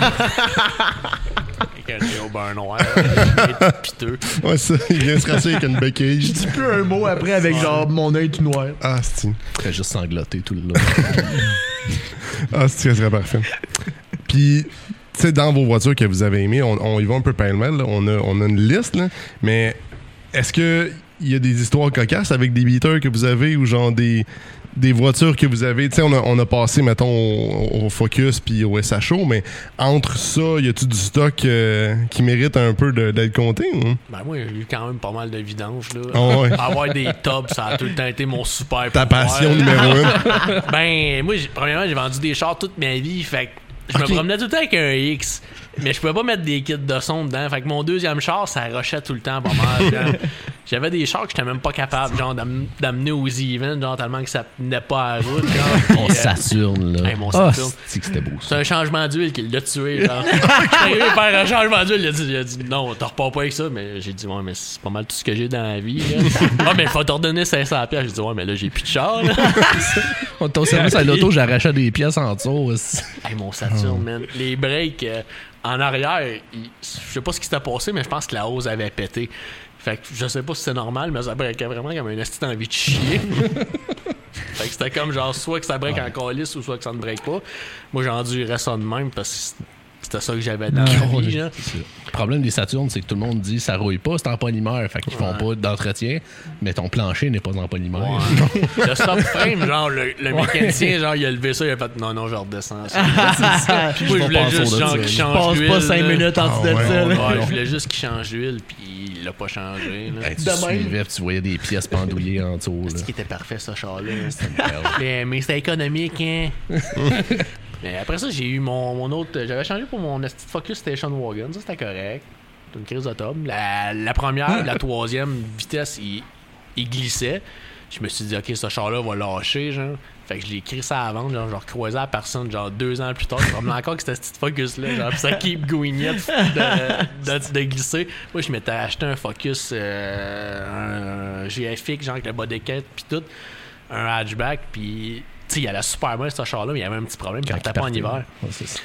E: caché au beurre noir. Il est tout piteux.
C: Ouais, ça, il vient se rassurer avec une béquille.
B: dis plus un mot après avec genre mon œil tout noir.
C: Ah, c'est
D: Après, juste sangloté tout le long.
C: Ah, c'est ça serait parfait. Puis, tu sais, dans vos voitures que vous avez aimées, on, on y va un peu pêle-mêle. là. On a, on a une liste, là. Mais est-ce que il y a des histoires cocasses avec des beaters que vous avez ou genre des, des voitures que vous avez? Tu sais, on a, on a passé, mettons, au, au Focus puis au SHO, mais entre ça, y a-tu du stock euh, qui mérite un peu de- d'être compté? hein?
E: Ben moi, j'ai eu quand même pas mal de vidanges. Là.
C: Ah ouais.
E: Avoir des tops, ça a tout le temps été mon super
C: Ta
E: pouvoir.
C: passion numéro une.
E: Ben, moi, j'ai- premièrement, j'ai vendu des chars toute ma vie. Fait que je
C: Ok.
E: me promenais tout le temps avec un X. Mais je pouvais pas mettre des kits de son dedans. Fait que mon deuxième char, ça rushait tout le temps pas mal. genre. J'avais des chars que j'étais même pas capable genre d'am- d'amener aux events, genre tellement que ça tenait pas à la route. genre.
D: On
E: Puis, euh,
D: Saturne, là.
E: hey, mon
A: Ah,
E: Saturn.
D: C'est que c'était beau,
E: C'est
D: ça.
E: un changement d'huile qui l'a tué. Genre. J'étais arrivé à faire un changement d'huile. Il a dit, il a dit non, t'en repars pas avec ça. Mais j'ai dit, ouais, mais c'est pas mal tout ce que j'ai dans la vie. là. ah, mais faut t'en redonner 500$. piastres. J'ai dit, ouais, mais là, j'ai plus de char. là.
D: Ton service à l'auto, j'arrachais des pièces en dessous. aussi.
E: Hey, mon Saturn, man. Les breaks euh, en arrière, il- je sais pas ce qui s'était passé, mais je pense que la hausse avait pété. Fait que je sais pas si c'est normal, mais ça breakait vraiment comme un esti d'envie de chier. fait que c'était comme genre soit que ça break en calice ou soit que ça ne break pas. Moi, j'endurais ça de même parce que c'était ça que j'avais dans la vie. hein. genre.
D: C'est ça. Le problème des Saturnes, c'est que tout le monde dit ça rouille pas, c'est en polymère, fait qu'ils font pas d'entretien, mais ton plancher n'est pas en polymère.
E: Ouais. le stop frame, genre, le, le mécanicien, genre, il a levé ça, il a fait non, non, je redescends ça. Puis moi, je
D: pas
E: voulais
D: penser au
E: juste,
D: dessus,
E: genre,
D: là.
E: qu'il change
B: Passe
E: d'huile.
B: pas 5
E: là.
B: minutes en dessous
C: Ah
B: de
C: ouais,
B: ça.
C: ouais,
B: là.
E: Ouais, je voulais juste qu'il change d'huile, puis il l'a pas changé. Là.
D: Hey, tu
B: De
D: suivais, puis tu voyais des pièces pendouillées en dessous. Ben,
E: C'est
D: là.
E: ce qui était parfait, ce char-là. mais mais c'était économique, hein. mais après ça, j'ai eu mon, mon autre. J'avais changé pour mon esti de Focus Station Wagon. Ça, c'était correct. C'était une crise de tome. La, la première, la troisième vitesse, il, il glissait. Je me suis dit, OK, ce char-là va lâcher, genre. Fait que je l'ai écrit ça à vendre, genre, je recroisais la personne, genre, deux ans plus tard. Je me rappelais encore que c'était ce petit Focus-là, genre, pis ça keep going yet de, de- de glisser. Moi, je m'étais acheté un Focus, euh, un GFX, genre, avec le bas des quêtes, pis tout, un hatchback, pis, tu sais, il allait super bien, ce char-là, mais il y avait un petit problème, quand
D: Quand
E: il
D: il
E: partait pas en
D: partait.
E: hiver.
D: Ouais, c'est ça.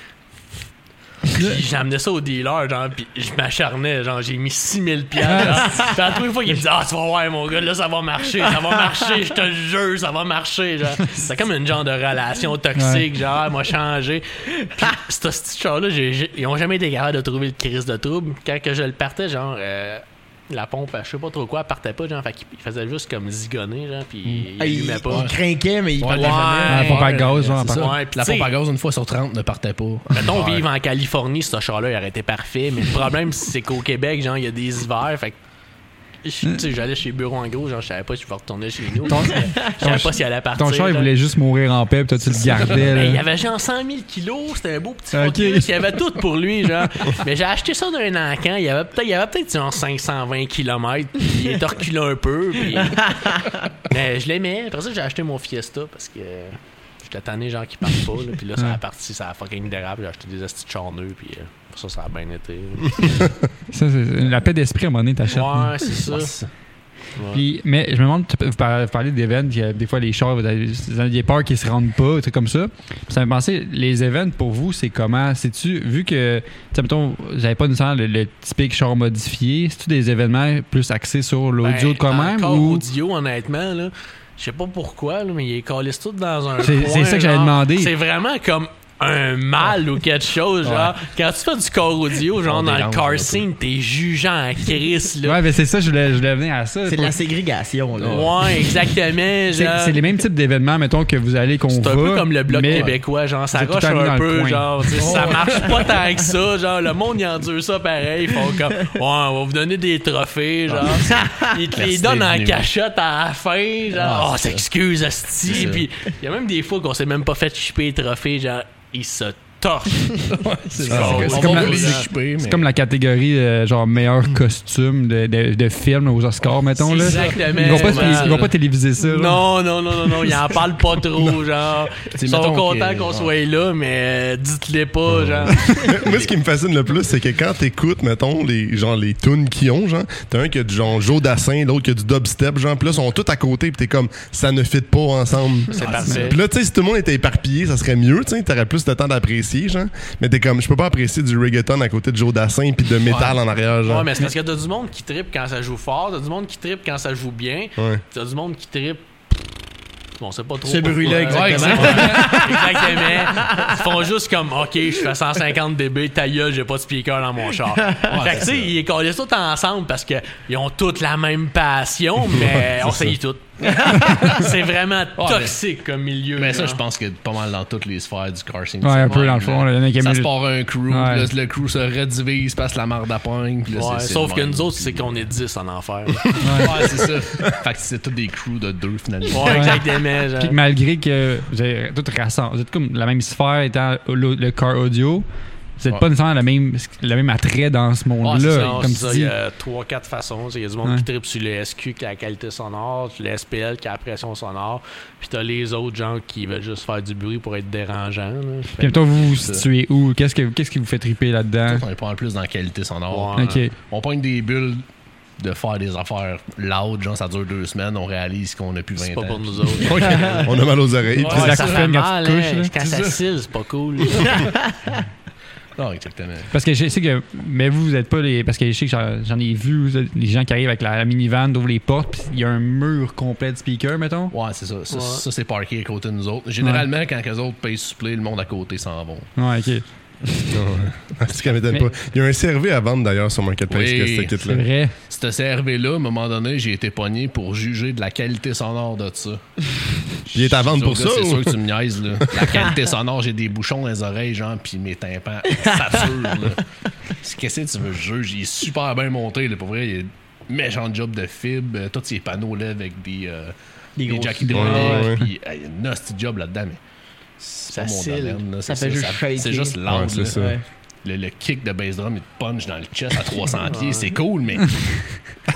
E: Puis j'amenais ça au dealer, genre, pis je m'acharnais, genre, j'ai mis 6000 piastres. genre. Puis à toutes les fois, il me dit, ah, tu vas voir, mon gars, là, ça va marcher, ça va marcher, je te le jure, ça va marcher, genre. C'est comme une genre de relation toxique, genre, elle m'a changé. Puis, ce petit char-là, j'ai- j'ai- ils ont jamais été capables de trouver le crise de trouble. Quand que je le partais, genre, euh, la pompe, je sais pas trop quoi, elle partait pas, genre, fait qu'il faisait juste comme zigonner, genre, pis il
B: Ah, Il,
E: allumait pas.
B: il craquait, mais il
D: Ouais.
B: parlait
D: Ouais.
A: Ah, la pompe à gaz, genre, en
D: C'est ça.
A: partant.
E: Ouais, puis
D: La
E: tu sais-
D: pompe à gaz, une fois sur 30, ne partait pas.
E: Mettons vivre en Californie, ce char-là, il aurait été parfait. Mais le problème, c'est qu'au Québec, genre, il y a des hivers. Fait que. je- tu sais, j'allais chez Bureau en gros, genre, je savais pas si je pouvais retourner chez nous.
A: Ton-
E: Je savais pas s'il allait partir.
A: Ton char, il
E: là.
A: voulait juste mourir en paix, puis toi, tu le gardais.
E: Ben, il
A: là.
E: avait genre 100 000 kilos, c'était un beau petit
A: Euh. Ok.
E: focus, il y avait tout pour lui, genre. Mais j'ai acheté ça d'un an quand, il y avait peut-être il y avait peut-être genre 520 km, puis il était reculé un peu, puis... Mais je l'aimais, après ça j'ai acheté mon Fiesta, parce que j'étais tanné genre qui partent pas, là, puis là ça a parti, ça a fucking dérape, j'ai acheté des astis de charneux, puis euh, pour ça ça a bien été.
A: Ça, c'est- la paix d'esprit, à un moment donné, t'achètes. là.
E: Ouais, c'est ça.
A: Puis, mais je me demande, tu- vous par- vous parlez d'événements, il y a des fois les chars, vous avez, vous avez des peurs qui se rendent pas, des trucs comme ça. Puis ça me pensé, les événements pour vous, c'est comment C'est-tu, vu que, tu sais, mettons, vous n'avez pas nécessairement le, le typique char modifié, c'est-tu des événements plus axés sur l'audio
E: Ben,
A: de quand même
E: encore
A: ou...
E: audio, honnêtement, là. Je sais pas pourquoi, là, mais ils calissent tout dans un.
A: C'est-
E: coin,
A: c'est ça que j'avais
E: genre.
A: demandé.
E: C'est vraiment comme un mal ou quelque chose, genre. Quand tu fais du corps audio, genre
D: On
E: dans le
D: dérange un peu.
E: car scene, t'es jugeant à Chris, là.
A: Ouais, mais c'est ça, je voulais, je voulais venir à ça.
B: C'est de la ségrégation, là.
E: Ouais, exactement,
A: C'est
E: genre.
A: c'est les mêmes types d'événements, mettons, que vous allez qu'on
E: C'est
A: va.
E: un peu comme le bloc
A: mais-
E: québécois, genre, ça
A: C'est tout
E: roche
A: à mis dans
E: un
A: le
E: peu,
A: coin.
E: genre, tu sais, ça marche pas tant que ça, genre, le monde y endure ça pareil, ils font comme, ouais, on va vous donner des trophées, genre, ils te les
D: Merci
E: donnent
D: d'être
E: en
D: venu.
E: cachotte à la fin, genre,
D: Ah,
E: oh,
D: c'est ça.
E: s'excuse, asti,
D: ça.
E: puis il y a même des fois qu'on s'est même pas fait chipper les trophées, genre, ils se torchent.
D: Ah, C'est
E: ça.
D: ça.
E: C'est
D: On
A: comme
D: va
A: la-
D: vous les
E: c'est-
D: équiper,
A: C'est
D: mais-
A: comme la catégorie euh, genre meilleur costume de, de, de film aux Oscars, mettons. Là.
E: Hmm. Exactement.
A: Ils vont pas,
E: Ouais.
A: ils vont pas téléviser ça. là.
E: Non, non, non, non, non, ils en parlent pas trop, genre,
D: sais,
E: ils sont
D: mettons
E: contents
D: que-
E: qu'on
D: ouais.
E: soit là, mais euh, dites-les pas, genre.
C: Moi, ce qui me fascine le plus, c'est que quand t'écoutes, mettons, les, genre, les tunes qu'ils ont, genre, t'as un qui a du genre Joe Dassin, l'autre qui a du dubstep, genre, pis là, ils sont tous à côté, pis t'es comme, ça ne fit pas ensemble.
E: C'est parfait.
A: Ah,
C: Pis là, tu sais, si tout le monde était éparpillé, ça serait mieux, tu sais, t'aurais plus le temps d'apprécier apprécier, genre. Mais t'es comme, je peux pas apprécier du reggaeton à côté de Joe Dassin puis de métal
E: Ouais.
C: en arrière, genre.
E: Ouais, mais c'est parce que t'as du monde qui tripe quand ça joue fort, t'as du monde qui tripe quand ça joue bien,
C: Ouais.
E: t'as du monde qui tripe. On sait pas trop.
B: Ce
E: pourquoi.
B: bruit-là, exactement.
E: Ouais, exactement. Ils font juste comme, OK, je fais 150 dB, ta gueule, j'ai pas de speaker dans mon char. fait que, tu sais, ils collent tout ensemble parce que ils ont toutes la même passion, mais on
C: c'est
E: sait tout. c'est vraiment
D: mais-
E: toxique comme milieu.
D: Mais ça,
E: là.
D: je pense que pas mal dans toutes les sphères du car scene.
A: Ouais,
D: c'est
A: un peu
D: même,
A: dans le fond,
D: là.
A: là, il y en a qui aiment
D: Ça se
A: le-
D: part un crew,
A: Ouais.
D: puis là, le crew se redivise, passe la marde à pogne. puis là,
E: Ouais,
D: c'est- c'est
E: sauf
D: le
E: que
D: même,
E: nous autres,
D: puis-
E: c'est qu'on est 10 en enfer.
D: Ouais, c'est ça. fait que c'est tous des crews de deux, finalement.
E: Ouais, exactement. genre.
A: Puis que malgré que vous avez tout rassemble, vous êtes comme la même sphère étant le, le car audio, vous n'êtes
D: Ouais.
A: pas nécessairement le même, le même attrait dans ce
E: Ouais, Ah, c'est ça,
A: monde-là. comme
E: c'est
A: tu
E: ça,
A: dis.
E: il y a trois, quatre façons. Il y a du monde
A: Ouais.
E: qui tripe sur le SQ qui a la qualité sonore, sur le SPL qui a la pression sonore, puis t'as les autres gens qui veulent juste faire du bruit pour être dérangeants. là. Fait
A: Puis
E: que-
A: mettons, vous vous
D: ça.
A: situez où Qu'est-ce que- qu'est-ce qui vous fait triper là-dedans
D: On est pas en plus dans la qualité sonore.
E: Ouais.
A: Ok.
D: On pogne des bulles de faire des affaires loud, genre ça dure deux semaines, on réalise qu'on a plus 20
E: c'est
D: ans.
E: pas pour nous autres.
C: On a mal aux oreilles.
D: Ouais,
C: puis-
A: C'est la
E: ça
A: couffaine
E: fait
A: quand tu te
E: mal,
A: couches,
E: hein.
A: là.
E: Quand ça cille, c'est pas cool.
D: Non, exactement.
A: Parce que je sais que. Mais vous, vous êtes pas les. Parce que je sais que j'en j'en ai vu vous êtes les gens qui arrivent avec la, la minivan, ouvrent les portes, puis il y a un mur complet de speakers, mettons.
D: Ouais, c'est ça. Ça,
E: Ouais.
D: ça, c'est parké à côté de nous autres. Généralement, quand les autres payent supplé, le monde à côté s'en va.
A: Ouais, ok.
C: Ah, c'est qu'elle m'étonne
A: Mais-
C: pas. Il y a un CV à vendre d'ailleurs sur Marketplace
D: Oui,
A: C'est
C: que ce kit-là.
A: vrai.
D: Cette CRV-là, à un moment donné, j'ai été pogné pour juger de la qualité sonore de ça.
C: Il est à vendre pour ça.
D: C'est
C: ou-
D: sûr que tu me niaises, là. La qualité sonore, j'ai des bouchons dans les oreilles, genre, puis mes tympans saturent, là. C'est- Qu'est-ce que tu veux, juge? Il est super bien monté, là. Pour vrai, il est méchant job de fibre. Euh, Tous ses panneaux, là, avec des, euh,
B: Des
D: des,
B: grosses-
D: jack hydrauliques.
C: Ouais, ouais.
D: Puis, hey, il y a un nasty job là-dedans, mais. C'est
B: Ça
D: pas mon
B: cille.
D: domaine, là.
B: Ça
D: C'est
B: fait juste shaker.
D: C'est juste loud,
C: Ouais, c'est
D: là.
C: ça.
B: Ouais.
D: Le, le kick de bass drum, il te punch dans le chest à 300 pieds. C'est cool, mais.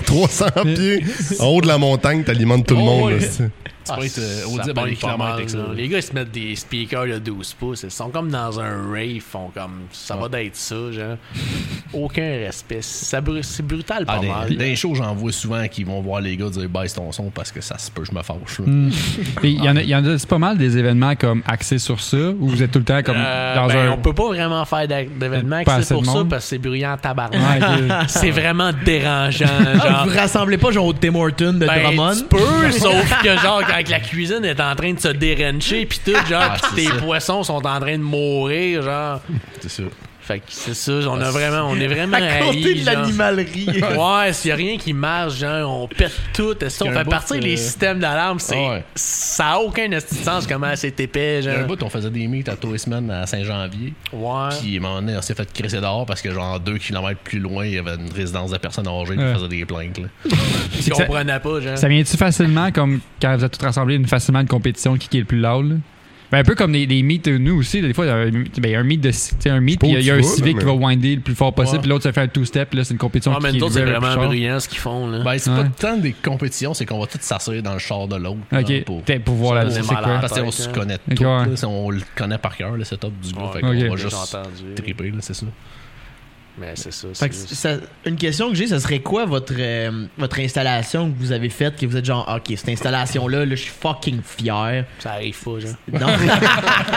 C: 300 pieds en haut de la montagne, t'alimentes tout le
D: Oh,
C: monde.
D: ouais.
C: là, c'est-
D: Tu peux être euh,
E: Ah, Ça
D: audible à des
E: pogne pas
D: kilomètres
E: mal,
D: avec ça.
E: là.
D: là.
E: Les gars, ils se mettent des speakers de 12 pouces. Ils sont comme dans un rave. Ils font comme ça va d'être ça. Genre. Aucun respect. Ça bru- C'est brutal pas
D: Ah,
E: mal.
D: des, des shows, j'en vois souvent qui vont voir les gars dire baisse ton son parce que ça se peut, je me fâche.
A: Mm.
D: là.
A: Puis il y en a, il y en a- c'est pas mal des événements comme axés sur ça, où vous êtes tout le temps comme
E: Euh,
A: dans
E: ben,
A: un.
E: On peut pas vraiment faire d'a- d'événements
A: Pas
E: que
A: assez
E: c'est pour
A: de
E: ça
A: monde.
E: parce que c'est bruyant en tabarnak.
A: Ouais, ok.
E: C'est vraiment dérangeant.
B: Ah,
E: Genre.
B: vous rassemblez pas genre au Tim Horton de
E: Ben,
B: Drummond?
E: tu peux, sauf que genre quand la cuisine est en train de se dérencher puis tout genre
D: Ah,
E: pis
D: c'est
E: tes
D: ça.
E: poissons sont en train de mourir genre
D: C'est ça.
E: fait que c'est ça on a vraiment on est vraiment
B: à côté
E: haïs,
B: de
E: genre.
B: l'animalerie.
E: Ouais, s'il y a rien qui marche, genre, on pète tout. Est-ce qu'on
D: qu'il y a un
E: fait
D: bout,
E: partir
D: euh,
E: les systèmes d'alarme? C'est,
D: Ouais.
E: Ça a aucun esti de sens comment c'est épais,
D: Il y a un
E: genre.
D: bout, on faisait des meets à tous les semaines à Saint-Janvier.
A: Ah.
E: Ouais.
D: Puis, à un moment donné, on s'est fait crisser dehors parce que, genre, deux kilomètres plus loin, il y avait une résidence de personnes âgées qui
A: Ouais.
D: faisait des plaintes. là.
A: C'est
E: Ils
A: que ça-
E: comprenaient pas, genre.
A: Ça vient-tu facilement, comme quand vous êtes tous rassemblés, une facilement une compétition qui, qui est le plus loud? là? Ben, un peu comme les, les meets, euh, nous aussi, des fois, il y a un, ben, il y a un meet, de, ci- tu sais, un meet
C: pas
A: puis il y a,
C: où
A: il y a
C: tu
A: un
C: vas,
A: civique
C: là,
A: qui va winder le plus fort possible,
D: Ouais.
A: puis l'autre se fait un two-step, puis là, c'est une compétition
E: Ouais, Ah, mais
A: qui
E: nous
A: est
E: autres, c'est
A: le plus
E: vraiment
A: fort.
E: brillant ce qu'ils font, là.
D: Ben, c'est
A: Ouais.
D: pas tant des compétitions, c'est qu'on va tous s'assurer dans le char de l'autre. genre,
A: Ok,
D: pour-
A: peut-être pour voir la
E: Ah, C'est
A: c'est
E: malade.
A: quoi.
D: Parce qu'on se connaît
A: hein. Ok,
D: tous.
A: ouais.
D: là, c'est- on le connaît par cœur, le setup du groupe.
E: Ouais,
D: fait qu'on
A: ok.
D: va
E: J'ai
D: juste
E: entendu.
D: triper, là, c'est ça.
E: Mais c'est ça.
B: Fait
E: c'est
B: que
E: juste-
B: ça- une question que j'ai, ce serait quoi votre, euh, votre installation que vous avez faite, que vous êtes genre, ok, cette installation-là, là, je suis fucking fier.
E: Ça arrive pas, genre.
B: Non,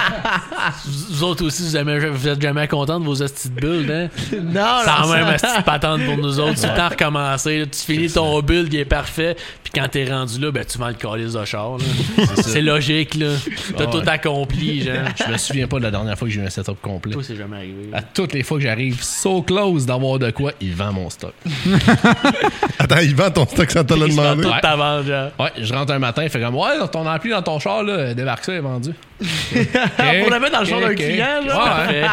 E: Vous vous autres aussi, vous, aimez- vous êtes jamais contents de vos hosties de bulles, hein?
B: non,
E: Sans
B: non,
E: même
B: ça-
E: hostie de patente pour nous autres. Tout le temps recommencer, là. Tu finis ton build, il est parfait. Puis quand t'es rendu là, ben, tu vends le calice de char, là.
D: C'est ça.
E: C'est logique, là. T'as
D: Ah ouais.
E: tout accompli, genre.
D: Je me souviens pas de la dernière fois que j'ai eu un setup complet.
E: Toi, c'est jamais arrivé.
D: À toutes les fois que j'arrive so close d'avoir de quoi, il vend mon stock.
C: Attends, il vend ton stock sans te le
E: Ils se prennent
C: demander.
E: tout avant, genre.
D: Ouais, je rentre un matin, il fait comme Ouais, ton ampli dans ton char, là, débarque ça, il est vendu.
E: Ah,
B: Pour le mettre dans le char d'un client,
D: là. Ouais,
E: Parfait.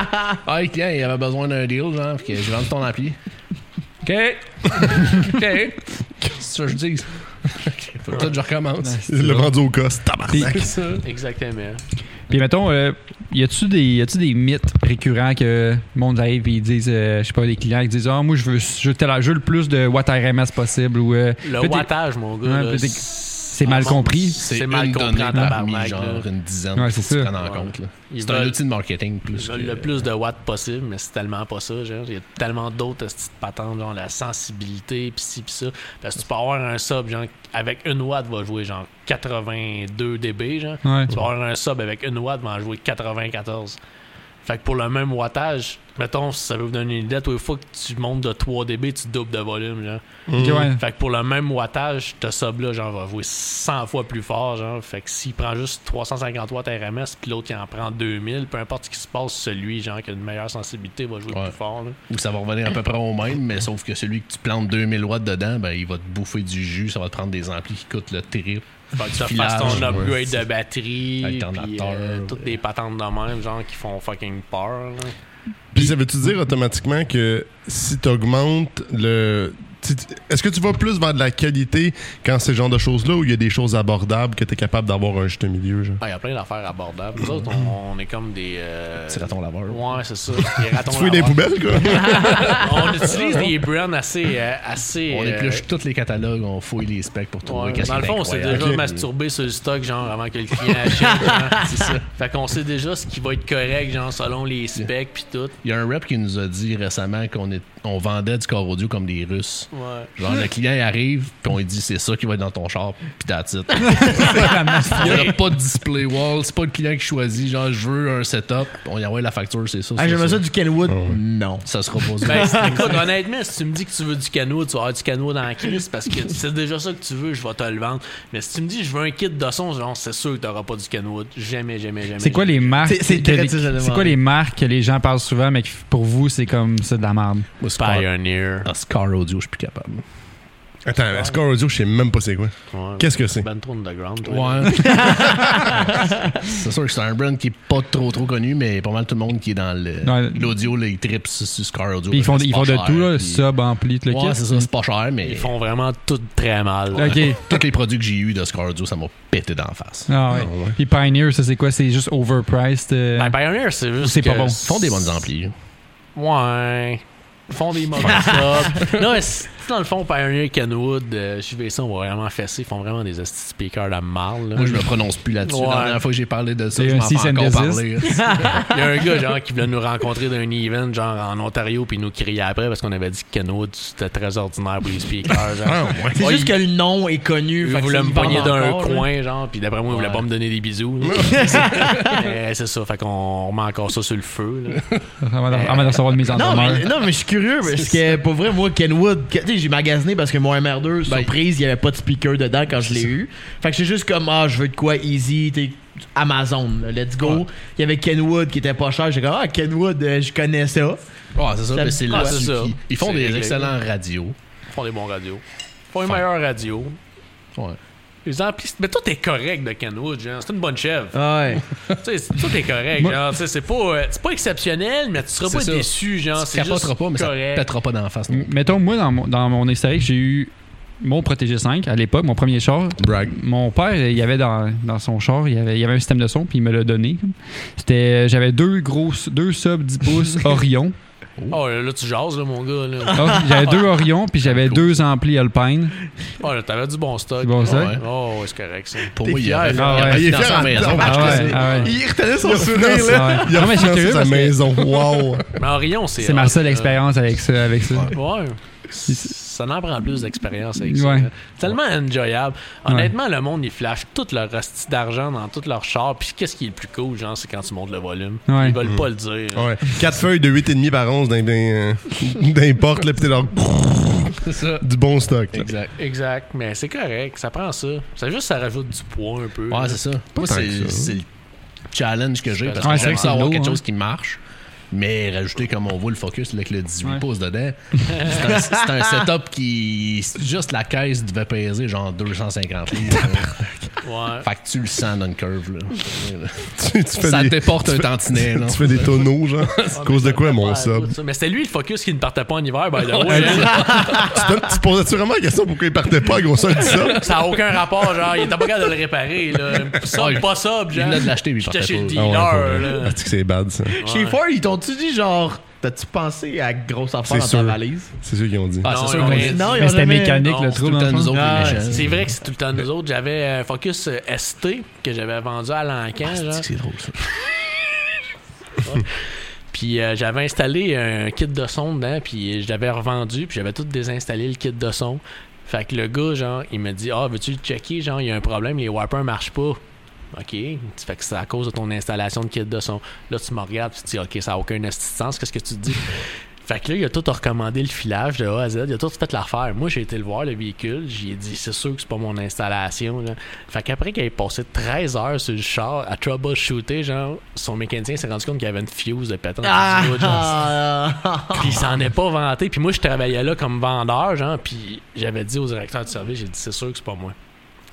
D: ouais, le client, Ah, il avait besoin d'un deal, genre, fait que je vends ton ampli. OK. OK. Qu'est-ce que je dis? Ok, Peut-être que je recommence.
C: Il l'a vendu au cost. Tabarnak.
D: C'est ça.
E: Exactement.
A: Puis mettons, euh, y a-tu des, y a-tu des mythes récurrents que le monde arrive et ils disent, euh, je sais pas, des clients qui disent, ah, moi, je veux, je, veux tel- je veux le plus de watts RMS possible ou. euh,
E: Le
A: Puis t'es-
E: wattage, mon gars.
A: Ouais,
E: là,
A: puis t'es-
E: c'est
A: mal compris.
E: C'est mal
D: une
E: compris en
D: donnée parmi,
E: tabarnak.
D: genre,
E: là.
D: une dizaine.
A: Ouais,
D: Ouais,
A: c'est
D: c'est
A: ça.
D: en
E: Ouais.
D: compte, là.
E: Ils
D: C'est un
E: veulent-
D: outil de marketing plus.
E: Ils veulent
D: que-
E: le plus de watts possible, mais c'est tellement pas ça. genre. Il y a tellement d'autres petites patentes, genre la sensibilité, pis ci, pis ça. Parce que tu peux avoir un sub, genre, avec une watt, va jouer genre 82 dB, genre.
A: Ouais.
E: Tu vas avoir un sub avec une watt, va en jouer 94. Fait que pour le même wattage, mettons, ça peut vous donner une idée, tous les fois que tu montes de 3 dB, tu doubles de volume, genre.
A: Ok, ouais.
E: Fait que pour le même wattage, ce sub-là, genre, va jouer 100 fois plus fort, genre. Fait que s'il prend juste 350 watts RMS, puis l'autre, il en prend 2000, peu importe ce qui se passe, celui, genre, qui a une meilleure sensibilité va jouer
D: Ouais.
E: plus fort, là.
D: Ou ça va revenir à peu près au même, mais sauf que celui que tu plantes 2000 watts dedans, ben, il va te bouffer du jus, ça va te prendre des amplis qui coûtent le terrible.
E: Fait que tu
D: Filage,
E: fasses ton upgrade
D: ouais.
E: de batterie,
D: Alternateur,
E: puis euh, toutes
D: ouais.
E: des patentes de même, genre, qui font fucking peur, là.
C: Puis ça veut-tu dire automatiquement que si t'augmentes le. tu- tu- Est-ce que tu vas plus vers de la qualité quand ces genres de choses-là où il y a des choses abordables que t'es capable d'avoir un juste milieu, genre?
E: Ah, Il y a plein d'affaires abordables. Nous autres, on, on est comme des. euh,
D: Petit raton laveur.
E: Ouais, c'est ça. Des ratons
C: Tu fouilles des
E: laveurs.
C: poubelles, quoi?
E: On utilise des brands assez. euh, assez
D: On
E: euh,
D: épluche tous les catalogues, on fouille les specs pour trouver
E: ouais.
D: qu'est-ce
E: Dans le
D: qui est
E: fond, on s'est
D: incroyable.
E: déjà
C: Ok.
E: masturbé sur le stock, genre, avant que le client achète. genre. C'est ça. Fait qu'on sait déjà ce qui va être correct, genre, selon les specs, puis tout.
D: Il y a un rep qui nous a dit récemment qu'on est- on vendait du corps audio comme des Russes.
E: Ouais.
D: Genre, le client il arrive, puis on lui dit c'est ça qui va être dans ton char, puis that's it. Il n'y a pas de display wall, c'est pas le client qui choisit. Genre, je veux un setup, on y envoie la facture, c'est ça.
B: Ah,
D: c'est
B: j'aimerais ça du Kenwood.
C: ouais.
B: Non.
D: Ça sera pas ça.
E: Ben, c'est- écoute, honnêtement, si tu me dis que tu veux du canot, tu vas avoir du canot dans la crise parce que c'est déjà ça que tu veux, je vais te le vendre. Mais si tu me dis je veux un kit de son, genre, c'est sûr que t'auras pas du canot. Jamais, jamais, jamais.
A: C'est quoi les marques
B: C'est- c'est
A: que
B: très
A: les-
B: difficile de
A: C'est quoi
B: demander.
A: les marques que les gens parlent souvent, mais que pour vous, c'est comme c'est de la merde?
D: Moi, c'est car-
E: Pioneer.
D: Ah, c'est car audio, je suis plus capable.
C: Attends, la score audio, je sais même pas c'est quoi.
E: Ouais.
C: Qu'est-ce que c'est?
E: Ben trop underground. toi.
D: Ouais. c'est sûr que c'est un brand qui est pas trop trop connu, mais pas mal tout le monde qui est dans le-
A: Ouais.
D: l'audio, là, ils trippent sur, sur Scar Audio.
A: Puis ils font,
D: C'est
A: ils
D: pas
A: font de
D: cher,
A: tout, là,
D: puis-
A: sub, ampli, tout le
D: Ouais,
A: kit.
D: c'est ça, c'est pas cher, mais
E: Ils font vraiment tout très mal.
A: Ok.
D: tous les produits que j'ai eu de Scar Audio, ça m'a pété d'en face.
A: Ah, ouais.
C: Ah, ouais.
A: Puis Pioneer, ça c'est quoi? C'est juste overpriced. euh,
E: Ben, Pioneer, c'est juste.
A: C'est pas
E: que-
A: bon.
D: Ils font des bonnes amplis.
E: Ouais. Ils font des mauvais stops. Non, mais c'est- dans le fond, Pioneer, Kenwood, euh, JVC, on va vraiment fesser. Ils font vraiment des hosties de speakers de marre. là.
D: Moi, je me prononce plus là-dessus.
E: Ouais.
D: La dernière fois que j'ai parlé de ça,
A: C'est
D: je
A: un
D: m'en
A: cease
D: fais
A: and
D: encore parler.
A: desist.
E: Il y a un gars genre, qui voulait nous rencontrer d'un event genre en Ontario puis il nous criait après parce qu'on avait dit que Kenwood c'était très ordinaire pour les speakers. Genre.
C: Ah, ouais.
B: C'est
E: Ouais,
B: juste
E: il-
B: que le nom est connu.
E: Il
B: fait que
E: voulait
B: ça,
E: me
B: il parle
E: pogner d'un
B: encore, là.
E: coin, genre, puis d'après moi, il voulait
D: Ouais.
E: pas me donner des bisous. là. Mais c'est ça, fait qu'on remet encore ça sur le feu. Là.
A: Avant de- avant de recevoir de mise en
B: Non
A: demeure.
B: mais, non, mais je suis Ben, curieux parce que pour vrai, moi, Kenwood, que- tu sais, j'ai magasiné parce que mon MR2, surprise, il n'y avait pas de speaker dedans quand je l'ai eu. Fait que c'est juste comme, ah, je veux de quoi easy, t'es Amazon, là, let's go. Il y avait Kenwood qui était pas cher, j'ai comme, ah, Kenwood, euh, je connais ça.
D: Ouais, c'est ça,
B: Ça
D: mais
B: me
D: c'est
B: dit
D: là
E: quoi? C'est ça.
D: Ils, ils font
E: C'est
D: des
E: réglé.
D: excellents radios.
E: Ils font des bons radios. Ils font une meilleure radio.
D: Ouais.
E: Les amplis- Mais tout est correct de Kenwood, genre. C'est une bonne chèvre.
B: Ah Ouais.
E: Tu sais, tout est correct, genre. Tu sais, c'est pas, euh, c'est pas exceptionnel, mais tu seras
D: C'est
E: pas
D: ça.
E: déçu, genre.
D: Tu
E: C'est juste
D: capoteras pas, mais
E: correct.
D: ça te pètera pas d'en face. non.
A: M- Mettons, moi, dans mon, dans mon historique, j'ai eu mon Protégé 5 à l'époque, mon premier char.
C: Brag.
A: Mon père, il y avait dans, dans son char, il y avait, il y avait un système de son, puis il me l'a donné. C'était, j'avais deux grosses, deux sub 10 pouces Orion.
E: Oh, là, là, tu jases, là, mon gars,
D: Ah.
E: là.
A: Oh, j'avais deux Orion, puis j'avais
D: Cool.
A: deux amplis Alpine.
E: Oh, là, t'avais du bon stock.
A: C'est bon ça?
D: Ouais.
E: Oh, ouais, c'est correct, ça.
D: Pour
B: T'es
D: moi, il y
B: fier,
D: aurait- il y
A: là.
D: aurait
A: Ah,
C: il est
D: financé
C: fier
D: la
C: en
D: maison.
C: tabarnak.
D: parce que
A: Ah ouais,
D: c'est-
A: ah ouais.
B: Il retenait son
C: Il a financé-
B: sourire, là.
A: Ouais.
C: Il a
A: Non, mais je suis
C: financé
A: curieux
C: sa
A: parce que
C: maison. Wow!
E: Mais Orion, c'est.
A: C'est ma
C: Ah,
E: hot,
A: seule
C: euh,
E: là.
A: expérience avec ça. Avec ça.
E: Ouais. Ça n'en prend plus d'expérience avec
A: Ouais.
E: ça. Tellement enjoyable. Honnêtement, le monde, ils flashent tout leur hostie d'argent dans tout leur char. Puis qu'est-ce qui est le plus cool, genre, c'est quand tu montes le volume.
A: Ouais.
E: Ils veulent pas le dire.
C: Ouais. Quatre feuilles de 8,5 par 11 d'un euh, d'un porte, là, pis t'es genre
D: C'est ça.
C: du bon stock. là.
D: Exact.
E: Exact, mais c'est correct, ça prend ça. C'est juste ça rajoute du poids un peu.
D: Ouais, c'est ça. Moi,
C: tant
D: c'est
C: que ça.
D: c'est le challenge que j'ai. Parce
A: Ouais,
D: que
A: c'est vrai
D: j'aime
A: que c'est
D: ça avoir
A: lourd,
D: quelque
A: hein.
D: chose qui marche. Mais rajouter comme on voit le focus avec le 18
A: Ouais.
D: pouces dedans, c'est un, c'est un setup qui. c'est Juste la caisse devait peser genre 250 livres.
E: Ouais.
D: fait que tu le sens dans une curve. Là.
C: Tu, tu fais
D: ça
C: des,
D: déporte un
C: tu fais-
D: tantinet. là.
C: tu fais des tonneaux, genre.
E: Ah,
C: À cause de quoi, mon sub?
E: Mais c'était lui le focus qui ne partait pas en hiver, by the way.
C: Tu te- Tu posais-tu vraiment la question pourquoi il partait pas à grosseur du sub?
E: Ça n'a aucun rapport, genre, il était pas capable de le réparer. Là. Ça,
D: Ah, il-
E: pas ça, genre.
D: il venait de l'acheter, puis il
E: J'étais
D: partait
E: chez
D: pas.
E: le
C: Ah
E: dealer,
C: ouais,
E: là.
C: ouais. Ah, tu sais que c'est bad, ça.
B: Chez Ford, ils t'ont-tu dit, genre, t'as-tu pensé à grosse affaire
C: C'est
B: dans ta
C: sûr.
B: valise?
C: C'est ceux qui ont dit.
D: Ah,
E: Non,
D: c'est sûr
E: non,
D: qu'on
E: mais-
D: dit-
B: Non, ils ont
A: Mais c'était
B: jamais-
A: mécanique
E: Non,
A: le
E: c'est
A: trou.
D: tout le
A: dans
D: temps
A: le
D: nous
A: fond.
D: autres,
B: Ah,
D: les méchants.
E: C'est vrai que c'est tout le temps nous autres. J'avais un Focus euh, ST que j'avais vendu à Lancan, genre.
D: Ah, C'est drôle ça.
E: Puis euh, j'avais installé un kit de son dedans, puis je l'avais revendu, puis j'avais tout désinstallé le kit de son. Fait que le gars, genre, il me dit Ah, veux-tu le checker Genre, il y a un problème, les wipers marchent pas. OK. Tu fais que c'est à cause de ton installation de kit de son. Là, tu me regardes et tu te dis OK, ça n'a aucun assistance. Qu'est-ce que tu te dis? Fait que là, il a tout recommandé le filage de A à Z. Il a tout fait l'affaire. Moi, j'ai été le voir, le véhicule. J'ai dit, c'est sûr que c'est pas mon installation. là. Fait qu'après qu'il ait passé 13 heures sur le char à troubleshooter, genre, son mécanicien s'est rendu compte qu'il y avait une fuse de pétrole.
B: Ah!
E: oh, Puis il s'en est pas vanté. Puis moi, je travaillais là comme vendeur, genre. Puis j'avais dit au directeur du service, j'ai dit, c'est sûr que c'est pas moi.